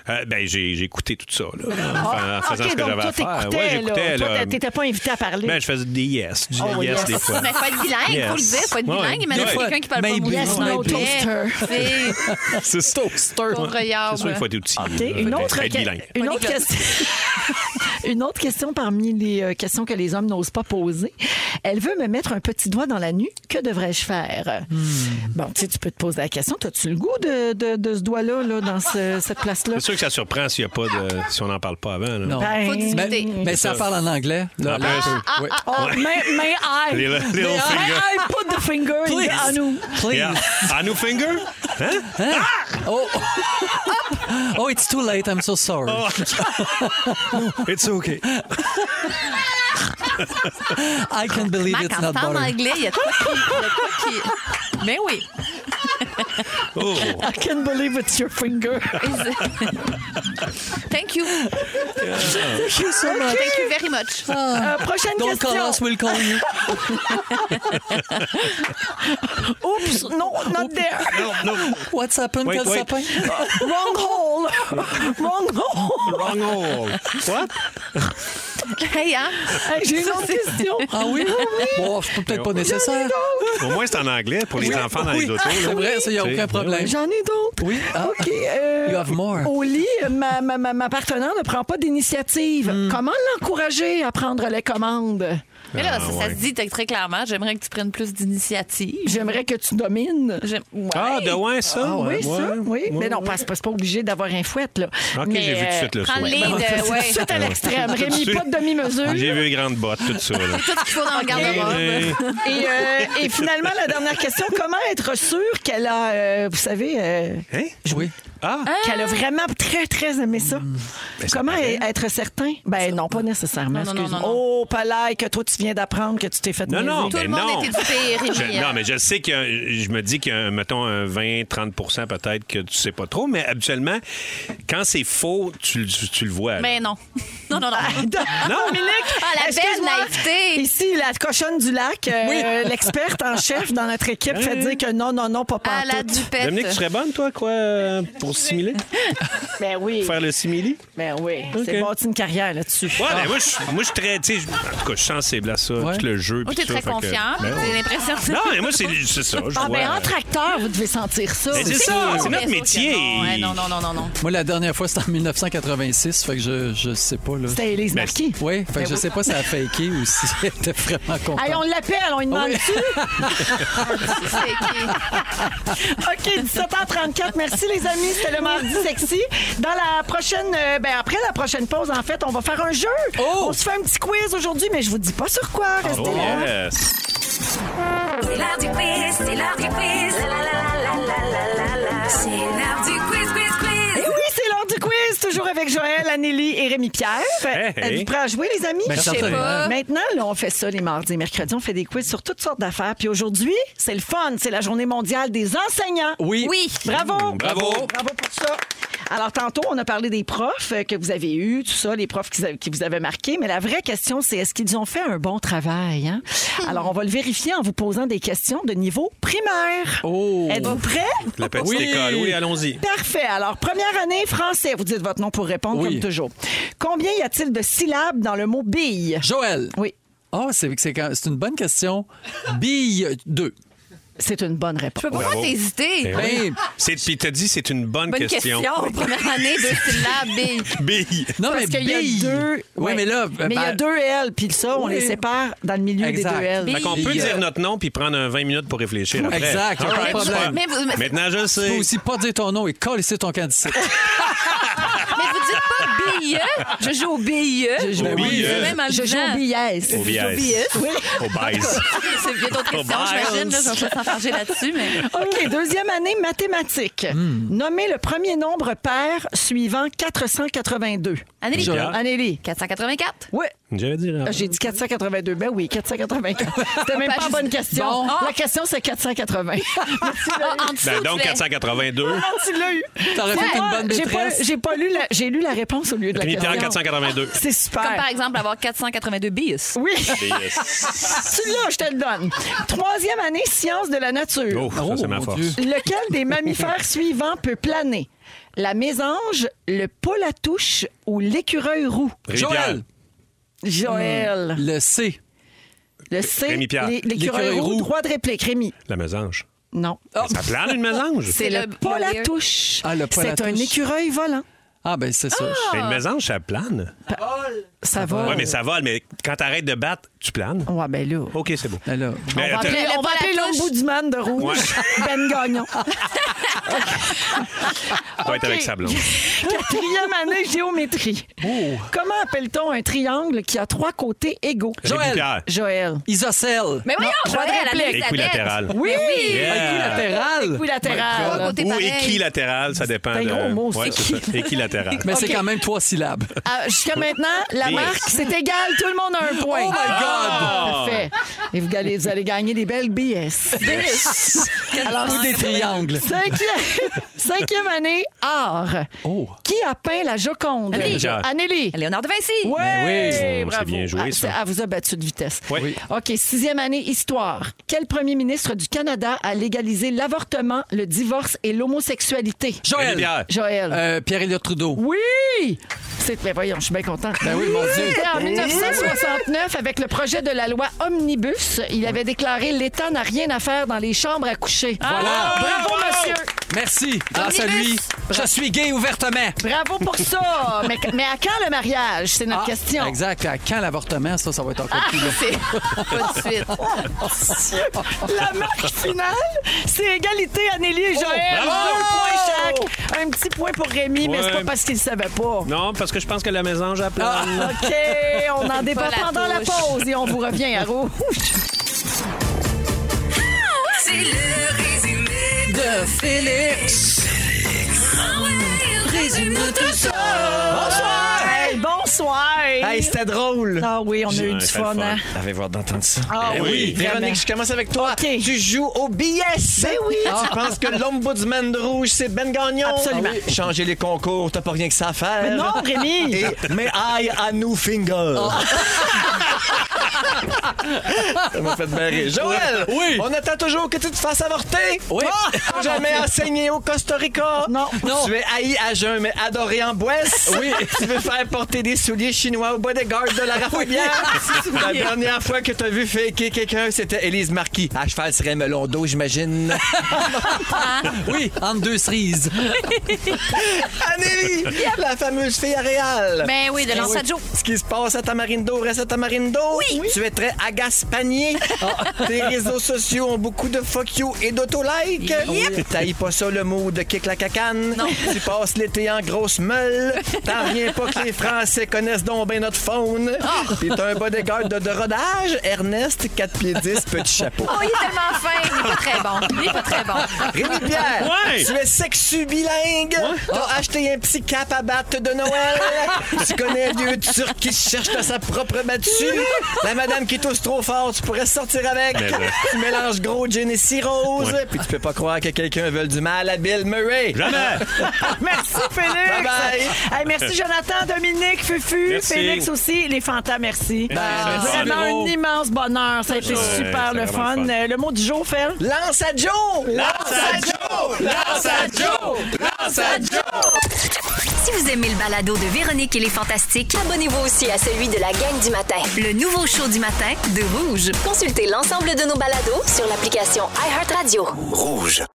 Speaker 3: Euh, ben, j'ai, j'ai écouté tout ça, là, en fa- en,
Speaker 4: Ah,
Speaker 3: faisant
Speaker 4: OK,
Speaker 3: ce que
Speaker 4: donc
Speaker 3: j'avais
Speaker 4: toi,
Speaker 3: à faire.
Speaker 4: t'écoutais.
Speaker 3: Ouais,
Speaker 4: là. Toi,
Speaker 3: j'écoutais. là.
Speaker 4: t'étais- t'étais pas invité à parler.
Speaker 3: Ben, je faisais des yes, du
Speaker 4: Oh,
Speaker 3: yes,
Speaker 4: yes.
Speaker 3: des fois.
Speaker 7: Mais faut être bilingue, faut le
Speaker 3: Yes.
Speaker 7: dire, faut être
Speaker 3: Ouais.
Speaker 7: bilingue.
Speaker 3: Des
Speaker 7: Imagine
Speaker 6: fois,
Speaker 7: quelqu'un qui parle pas
Speaker 6: maybe,
Speaker 7: mouillé
Speaker 4: yes, no toaster.
Speaker 3: C'est ça.
Speaker 7: Pauvre
Speaker 3: C'est sûr, il faut
Speaker 7: Yarb.
Speaker 3: être outil.
Speaker 4: hein. OK.
Speaker 3: là.
Speaker 4: Une autre,
Speaker 3: Faut être
Speaker 4: que-
Speaker 3: bilingue.
Speaker 4: une autre question. Une autre question parmi les euh, questions que les hommes n'osent pas poser. Elle veut me mettre un petit doigt dans la nuit. Que devrais-je faire?
Speaker 3: Hmm.
Speaker 4: Bon, tu sais, tu peux te poser la question. As-tu le goût de, de- de ce doigt-là, là, dans ce- cette place-là?
Speaker 3: C'est sûr que ça surprend s'il y a pas de, si on n'en parle pas avant. là.
Speaker 6: Non.
Speaker 4: Ben,
Speaker 7: Faut
Speaker 6: Mais,
Speaker 7: discuter.
Speaker 6: mais ça parle en anglais. Là,
Speaker 3: En
Speaker 6: là,
Speaker 3: plus.
Speaker 6: un peu. Oui.
Speaker 4: oh, may, may I?
Speaker 3: Little- little
Speaker 4: May I-
Speaker 3: finger.
Speaker 4: I put the finger in the
Speaker 6: Please.
Speaker 4: anu.
Speaker 6: Please.
Speaker 3: Yeah. À nos fingers? Hein?
Speaker 6: Oh. oh, it's too late. I'm so sorry.
Speaker 4: Oh,
Speaker 3: It's okay.
Speaker 6: I can't believe
Speaker 7: Mac,
Speaker 6: it's
Speaker 7: en
Speaker 6: not
Speaker 7: parle
Speaker 6: butter.
Speaker 7: anglais, il y a tout qui. Mais oui.
Speaker 3: Oh!
Speaker 4: I can't believe it's your finger.
Speaker 7: Thank you.
Speaker 6: Thank you so much.
Speaker 7: Thank you very much.
Speaker 4: Euh, prochaine
Speaker 6: Don't
Speaker 4: question.
Speaker 6: call us, we'll call you.
Speaker 4: Oups, no, not there.
Speaker 3: Non, non.
Speaker 6: What's happened,
Speaker 3: Wait,
Speaker 6: quel
Speaker 3: wait.
Speaker 6: sapin?
Speaker 4: Wrong hole. Wrong hole.
Speaker 3: Wrong hole. What?
Speaker 7: Hey, hein?
Speaker 4: Hey, J'ai une autre question.
Speaker 6: Ah oui? Bon, c'est peut-être pas nécessaire.
Speaker 3: Au moins, c'est en anglais pour les
Speaker 6: Oui,
Speaker 3: enfants dans
Speaker 6: oui. Ah,
Speaker 3: les autos. là.
Speaker 6: C'est vrai, ça, il n'y a
Speaker 3: Tu sais,
Speaker 6: aucun problème.
Speaker 4: J'en ai d'autres.
Speaker 6: Oui, ah.
Speaker 4: OK. euh,
Speaker 6: You have more.
Speaker 4: Au lit, ma, ma, ma, ma partenaire ne prend pas d'initiative. Comment l'encourager à prendre les commandes?
Speaker 7: Mais là,
Speaker 3: Ah,
Speaker 7: ça, ça
Speaker 3: ouais.
Speaker 7: se dit très clairement. J'aimerais que tu prennes plus d'initiative.
Speaker 4: J'aimerais que tu domines.
Speaker 7: J'aime- Ouais.
Speaker 3: Ah, de ouais, ça.
Speaker 4: oui,
Speaker 3: ouais,
Speaker 4: ça,
Speaker 3: ouais,
Speaker 4: oui.
Speaker 3: ouais.
Speaker 4: mais non, parce que c'est pas obligé d'avoir un fouet, là.
Speaker 3: OK,
Speaker 4: Mais,
Speaker 3: j'ai vu tout de
Speaker 4: euh,
Speaker 3: suite le
Speaker 7: Prends le
Speaker 3: souhait.
Speaker 7: lead. euh,
Speaker 4: Tout de
Speaker 7: ouais.
Speaker 4: suite à l'extrême. Rémi, pas de
Speaker 3: J'ai
Speaker 4: demi-mesure.
Speaker 3: vu les grandes bottes, tout ça. là.
Speaker 7: Tout ce qu'il faut dans le garde-robe.
Speaker 4: Et, euh, et finalement, la dernière question, comment être sûr qu'elle a, euh, vous savez, euh,
Speaker 3: Hein?
Speaker 6: Oui.
Speaker 3: Ah!
Speaker 4: qu'elle a vraiment très, très aimé ça?
Speaker 7: Mm. Ben,
Speaker 4: Comment être certain? Ben non, pas nécessairement,
Speaker 7: Non, non, non,
Speaker 4: excuse-moi.
Speaker 7: non, non.
Speaker 4: Oh, Palais, que toi, tu viens d'apprendre que tu t'es fait
Speaker 3: Non,
Speaker 4: niaiser.
Speaker 3: non,
Speaker 7: Tout
Speaker 3: mais
Speaker 7: le monde
Speaker 3: non.
Speaker 7: est édupé, Rémi,
Speaker 3: Je-
Speaker 7: hein.
Speaker 3: non, mais je sais que je me dis qu'il y a, mettons, un 20-30 peut-être que tu sais pas trop, mais habituellement, quand c'est faux, tu, le- tu le vois. là.
Speaker 7: Mais non. Non, non, non.
Speaker 3: Non,
Speaker 7: Ah, la belle
Speaker 4: Excuse-moi.
Speaker 7: naïveté.
Speaker 4: Ici, la cochonne du lac, euh, l'experte en chef dans notre équipe, fait dire que non, non, non, pas
Speaker 7: À la
Speaker 4: pantoute.
Speaker 7: dupette.
Speaker 3: Dominique, tu serais bonne, toi, quoi, euh, pour simuler?
Speaker 4: Ben oui,
Speaker 3: Faire le simili?
Speaker 4: ben oui. C'est
Speaker 3: Ok.
Speaker 4: bâti une carrière là-dessus. Ah.
Speaker 3: Ouais, ben moi, je moi, je suis très. tu sais, je- En tout cas, je suis sensible à ça,
Speaker 6: Ouais.
Speaker 3: tout le jeu.
Speaker 7: Moi,
Speaker 3: puis
Speaker 7: Oh, t'es
Speaker 3: ça,
Speaker 7: très
Speaker 3: fait que-
Speaker 7: confiant.
Speaker 3: Ben
Speaker 7: J'ai
Speaker 3: ouais.
Speaker 7: l'impression.
Speaker 3: Non, mais moi, c'est c'est ça. Je
Speaker 4: Ah,
Speaker 3: vois.
Speaker 4: ben, entre acteurs, vous devez sentir ça.
Speaker 3: Mais c'est
Speaker 7: Bien
Speaker 3: ça,
Speaker 7: sûr
Speaker 3: c'est notre
Speaker 7: que
Speaker 3: métier.
Speaker 7: Non, Ouais, non, non, non, non, non.
Speaker 6: Moi, la dernière fois, c'était en 1986, fait que je, je sais pas, là.
Speaker 4: C'était Élise
Speaker 3: Ben,
Speaker 4: Marquis.
Speaker 6: Oui, fait que je sais pas si elle a faké ou si elle était vraiment
Speaker 4: Hey, on
Speaker 6: contente.
Speaker 4: l'appelle, on lui demande
Speaker 6: Oui.
Speaker 4: OK, 17h34. Merci, les amis. C'était le mardi sexy. Dans la prochaine, euh, ben après la prochaine pause, en fait, on va faire un jeu.
Speaker 6: Oh!
Speaker 4: On se fait un petit quiz aujourd'hui, mais je vous dis pas sur quoi. Restez
Speaker 3: Oh,
Speaker 4: là.
Speaker 3: yes.
Speaker 5: C'est l'heure du quiz, c'est l'heure du quiz. La, la, la, la, la, la, la, la. C'est l'heure du quiz, quiz,
Speaker 4: Et
Speaker 5: quiz.
Speaker 4: oui, c'est l'heure du quiz, toujours avec Joël, Anélie et Rémi Pierre.
Speaker 3: Hey, hey.
Speaker 4: Êtes-vous prêts à jouer, les amis?
Speaker 6: Ben, Je sais certainement. pas.
Speaker 4: Maintenant, là, on fait ça les mardis et mercredis. On fait des quiz sur toutes sortes d'affaires. Puis aujourd'hui, c'est le fun. C'est la journée mondiale des enseignants.
Speaker 6: Oui.
Speaker 7: Oui.
Speaker 4: Bravo!
Speaker 3: Mmh, bravo.
Speaker 4: Bravo pour ça! Alors, tantôt, on a parlé des profs euh, que vous avez eus, tout ça, les profs qui, vous avez- qui vous avaient marqué, mais la vraie question, c'est est-ce qu'ils ont fait un bon travail? hein? Alors, on va le vérifier en vous posant des questions de niveau primaire.
Speaker 6: Oh.
Speaker 4: Êtes-vous prêts?
Speaker 3: La petite
Speaker 6: Oui.
Speaker 3: école. Oui, allons-y.
Speaker 4: Parfait. Alors, première année, français. Vous dites votre nom pour répondre,
Speaker 6: Oui.
Speaker 4: comme toujours. Combien y a-t-il de syllabes dans le mot bille?
Speaker 6: Joël.
Speaker 4: Oui,
Speaker 6: Ah, c'est c'est quand- c'est une bonne question. Bille 2.
Speaker 4: c'est une bonne réponse.
Speaker 7: Je peux pas
Speaker 3: Bravo.
Speaker 7: t'hésiter.
Speaker 3: Ben oui. C'est- Puis t'as dit, c'est une bonne,
Speaker 7: Bonne question. Première année, deux syllabes. bille.
Speaker 3: Bille.
Speaker 6: Non,
Speaker 4: Parce
Speaker 6: Ah, mais
Speaker 4: qu'il y a
Speaker 6: bille.
Speaker 4: deux.
Speaker 6: Oui,
Speaker 4: ouais.
Speaker 6: mais là.
Speaker 4: Mais il y a
Speaker 6: ben,
Speaker 4: deux L, puis ça, on
Speaker 6: Oui.
Speaker 4: les sépare dans le milieu
Speaker 6: Exact.
Speaker 4: des deux L.
Speaker 3: Fait qu'on peut
Speaker 6: Bille.
Speaker 3: dire notre nom puis prendre un 20 minutes pour réfléchir après.
Speaker 6: Exact,
Speaker 3: All
Speaker 6: aucun
Speaker 3: right,
Speaker 6: problème.
Speaker 3: super.
Speaker 7: Mais vous- mais-
Speaker 3: Maintenant, je le
Speaker 6: Tu
Speaker 3: sais.
Speaker 6: peux aussi pas dire ton nom et coller ici ton candidat.
Speaker 7: Mais vous dites pas BIE. Je joue au E. BIE.
Speaker 6: Ben
Speaker 7: Je
Speaker 3: joue au BIE.
Speaker 6: euh,
Speaker 7: même en
Speaker 4: Je joue
Speaker 7: disant-
Speaker 4: au BS.
Speaker 3: Au biais.
Speaker 4: Oui.
Speaker 3: Au biais.
Speaker 7: C'est bien d'autres
Speaker 3: Oh,
Speaker 7: questions, j'imagine. là, Je vais pas s'enfarger là-dessus, mais.
Speaker 4: OK, deuxième année, mathématiques.
Speaker 6: Hmm.
Speaker 4: Nommez le premier nombre pair suivant 482.
Speaker 7: Anneli.
Speaker 3: Joël.
Speaker 6: Ah.
Speaker 4: Anélie.
Speaker 7: 484.
Speaker 4: Oui,
Speaker 3: J'avais dit. hein. là.
Speaker 4: Ah, j'ai dit 482. Ben oui, 484. C'était même
Speaker 7: Pas
Speaker 4: pas la
Speaker 7: juste-
Speaker 4: bonne question.
Speaker 7: Bon.
Speaker 4: La question, c'est 480.
Speaker 7: Ah, En dessous,
Speaker 3: Ben, donc,
Speaker 7: tu fais-
Speaker 3: 482.
Speaker 4: tu l'as eu.
Speaker 6: T'aurais fait une bonne
Speaker 4: J'ai pas,
Speaker 6: détresse.
Speaker 4: j'ai pas lu la, j'ai lu la réponse au lieu de la
Speaker 3: Trinitaire,
Speaker 4: question.
Speaker 3: 482.
Speaker 6: Ah,
Speaker 4: C'est
Speaker 7: Comme par
Speaker 4: super.
Speaker 7: exemple avoir 482 BIUS.
Speaker 4: Oui,
Speaker 3: Des, euh,
Speaker 4: celui-là, je te le donne. Troisième année, sciences de la nature.
Speaker 3: Oh, ça, c'est ma
Speaker 6: mon
Speaker 3: force.
Speaker 6: Dieu.
Speaker 4: Lequel des mammifères suivants peut planer? La mésange, le poule à touche ou l'écureuil roux?
Speaker 3: Rémi Pierre.
Speaker 6: Joël.
Speaker 4: Joël.
Speaker 6: Le C.
Speaker 4: Le C,
Speaker 3: Hmm. Rémi Pierre.
Speaker 4: l'é- l'écureuil
Speaker 6: L'écureuil
Speaker 4: roux.
Speaker 6: roux.
Speaker 4: Droit de réplique, Rémi.
Speaker 3: La mésange.
Speaker 4: Non.
Speaker 3: Ça plane une mésange?
Speaker 4: Oh. C'est le,
Speaker 7: le-
Speaker 4: poule
Speaker 7: le
Speaker 4: à
Speaker 7: weird.
Speaker 4: touche.
Speaker 6: Ah, le poule à
Speaker 4: C'est un
Speaker 6: touche.
Speaker 4: écureuil volant.
Speaker 6: Ah, ben c'est ça.
Speaker 3: Mais une mésange, ça plane.
Speaker 4: Ça va.
Speaker 3: Oui, mais ça vole. Mais quand t'arrêtes de battre, tu planes.
Speaker 4: Ouais, ben là.
Speaker 3: OK, c'est beau.
Speaker 6: Ben là.
Speaker 3: Mais
Speaker 4: On va
Speaker 3: attends,
Speaker 4: appeler-
Speaker 7: Le
Speaker 4: on va
Speaker 7: poil à
Speaker 4: appeler
Speaker 7: touche.
Speaker 4: l'ombudsman de rouge, Ben Gagnon.
Speaker 3: on va être avec sa blonde.
Speaker 4: Quatrième année géométrie. Comment appelle-t-on un triangle qui a trois côtés égaux?
Speaker 6: Joël.
Speaker 3: Rémi Pierre.
Speaker 4: Joël.
Speaker 6: Isocèle.
Speaker 7: Mais voyons,
Speaker 4: Non,
Speaker 7: Joël,
Speaker 4: droit de
Speaker 7: la
Speaker 4: réplique.
Speaker 7: Elisabeth.
Speaker 3: Équilatéral.
Speaker 4: Oui!
Speaker 3: Yeah.
Speaker 4: Euh,
Speaker 6: Équilatéral.
Speaker 7: Trois
Speaker 4: Équilatéral.
Speaker 7: côtés
Speaker 3: Ou
Speaker 7: pareils.
Speaker 3: équilatéral, ça dépend.
Speaker 4: C'est un
Speaker 3: de-
Speaker 4: gros mot, ça.
Speaker 3: Ouais, c'est ça. Équilatéral.
Speaker 6: Mais c'est
Speaker 4: Ok.
Speaker 6: quand même trois syllabes.
Speaker 4: Ah, Jusqu'à maintenant, la
Speaker 3: Bille.
Speaker 4: Marc, c'est égal. Tout le monde a un point.
Speaker 6: Oh my God!
Speaker 4: Parfait. Et vous allez, vous allez gagner des belles BS.
Speaker 6: Alors, des triangles.
Speaker 4: Cinquième, cinquième année, art.
Speaker 6: Oh.
Speaker 4: Qui a peint la Joconde?
Speaker 3: Anneli.
Speaker 4: Anneli.
Speaker 7: Léonard de Vinci.
Speaker 4: Ouais,
Speaker 3: Ben oui.
Speaker 4: bravo.
Speaker 3: C'est bien joué,
Speaker 4: Ah,
Speaker 3: ça.
Speaker 4: c'est- Elle vous a battu de vitesse.
Speaker 3: Oui. Oui.
Speaker 4: OK, sixième année, histoire. Quel premier ministre du Canada a légalisé l'avortement, le divorce et l'homosexualité?
Speaker 6: Joël.
Speaker 3: Pierre.
Speaker 4: Joël.
Speaker 6: Euh, Pierre-Éliott Trudeau.
Speaker 4: Oui! C'est mais voyons, je suis bien contente.
Speaker 6: Ben oui, mon Dieu.
Speaker 4: C'était en 1969, avec le projet de la loi Omnibus, il avait déclaré l'État n'a rien à faire dans les chambres à coucher.
Speaker 6: Voilà.
Speaker 4: Bravo, monsieur!
Speaker 6: Merci. Grâce à
Speaker 7: Omnibus.
Speaker 6: lui, je suis gay ouvertement.
Speaker 4: Bravo pour ça! mais, mais à quand le mariage? C'est notre
Speaker 6: Ah,
Speaker 4: question.
Speaker 6: Exact. À Quand l'avortement, ça, ça va être encore plus long.
Speaker 7: Pas de suite.
Speaker 4: La marque finale, c'est égalité, Anélie et Joël. Deux points chaque. Un petit point pour Rémi, mais c'est pas
Speaker 3: Ouais.
Speaker 4: parce qu'il ne savait pas.
Speaker 3: Non, parce que je pense que la mésange a
Speaker 4: Ah,
Speaker 3: plein.
Speaker 4: OK, on en débat
Speaker 7: Pas la
Speaker 4: pendant la
Speaker 7: touche.
Speaker 4: pause et on vous revient à rouge.
Speaker 5: C'est le résumé
Speaker 6: De Félix.
Speaker 5: Résume tout
Speaker 4: Bonsoir! Hey, bonsoir!
Speaker 9: Hey, c'était drôle.
Speaker 4: ah oui, on a eu
Speaker 3: Ouais,
Speaker 4: du
Speaker 3: c'était le
Speaker 4: fun. hein?
Speaker 9: J'avais voir d'entendre ça.
Speaker 4: Ah
Speaker 9: Ben
Speaker 3: oui,
Speaker 4: vraiment.
Speaker 9: Véronique, je commence avec toi.
Speaker 4: OK.
Speaker 9: Tu joues au BS. Ben
Speaker 4: oui.
Speaker 9: Tu penses que l'ombudsman de rouge, c'est Ben Gagnon.
Speaker 4: Absolument.
Speaker 9: Ah oui. Changer les concours, t'as pas rien que ça à faire.
Speaker 4: Mais non, Rémi! Ah.
Speaker 9: Et mais I a new finger. ça m'a fait barrer. Joël,
Speaker 6: Oui.
Speaker 9: on attend toujours que tu te fasses avorter.
Speaker 6: Oui. Ah,
Speaker 9: Toi, jamais enseigné au Costa Rica.
Speaker 4: Non.
Speaker 6: Non.
Speaker 9: Tu es haï à jeun, mais adoré en boisse. Oui. tu veux faire porter des souliers chinois au bodyguard de la
Speaker 6: Ah,
Speaker 9: raffière. La dernière fois que tu as vu faker quelqu'un, c'était Élise Marquis. À cheval serait melon d'eau, j'imagine.
Speaker 6: Oui, entre deux cerises.
Speaker 9: Anélie, la fameuse fille à Réal.
Speaker 7: Ben oui, de lancer à Joe.
Speaker 9: Ce qui se passe à Tamarindo reste à Tamarindo. Oui. Ah. Tu es très agace-panier. Tes réseaux sociaux ont beaucoup de fuck you et d'auto-like. T'haïs pas ça le mot de kick la cacane. Tu passes l'été en grosse meule. T'en reviens pas que les Français connaissent donc bien notre faune. Puis t'as un bodyguard de, de rodage. Ernest, 4 pieds 10, petit chapeau.
Speaker 7: Oh, il est tellement fin. Il est pas très bon. Il est pas très bon.
Speaker 9: Rémi Pierre,
Speaker 3: Ouais.
Speaker 9: tu es sexu bilingue. T'as acheté un petit cap à battre de Noël. tu connais un vieux turc qui se cherche dans sa propre battue. La madame qui tousse trop fort, tu pourrais sortir avec.
Speaker 3: Mais là.
Speaker 9: tu mélanges gros gin et cirrhose. Puis tu peux pas croire que quelqu'un veut du mal à Bill Murray.
Speaker 3: Jamais!
Speaker 4: Merci, Félix.
Speaker 9: Bye bye.
Speaker 4: Hey, merci, Jonathan, Dominique, Fufu,
Speaker 3: Merci.
Speaker 4: Félix aussi, les fantas, merci.
Speaker 3: merci,
Speaker 4: Ben, Vraiment
Speaker 6: Véro.
Speaker 4: un immense bonheur. Ça a été
Speaker 3: Ouais,
Speaker 4: super
Speaker 3: c'est
Speaker 4: le
Speaker 3: vraiment
Speaker 4: fun.
Speaker 3: le fun.
Speaker 4: Euh, Le mot du jour, Fel?
Speaker 9: Lance à Joe! Lance à Joe! Lance à Joe! Lance à Joe!
Speaker 1: Si vous aimez le balado de Véronique et les Fantastiques,
Speaker 2: Abonnez-vous aussi à celui de la gang du matin.
Speaker 1: le nouveau show du matin de Rouge.
Speaker 2: Consultez l'ensemble de nos balados sur l'application iHeartRadio.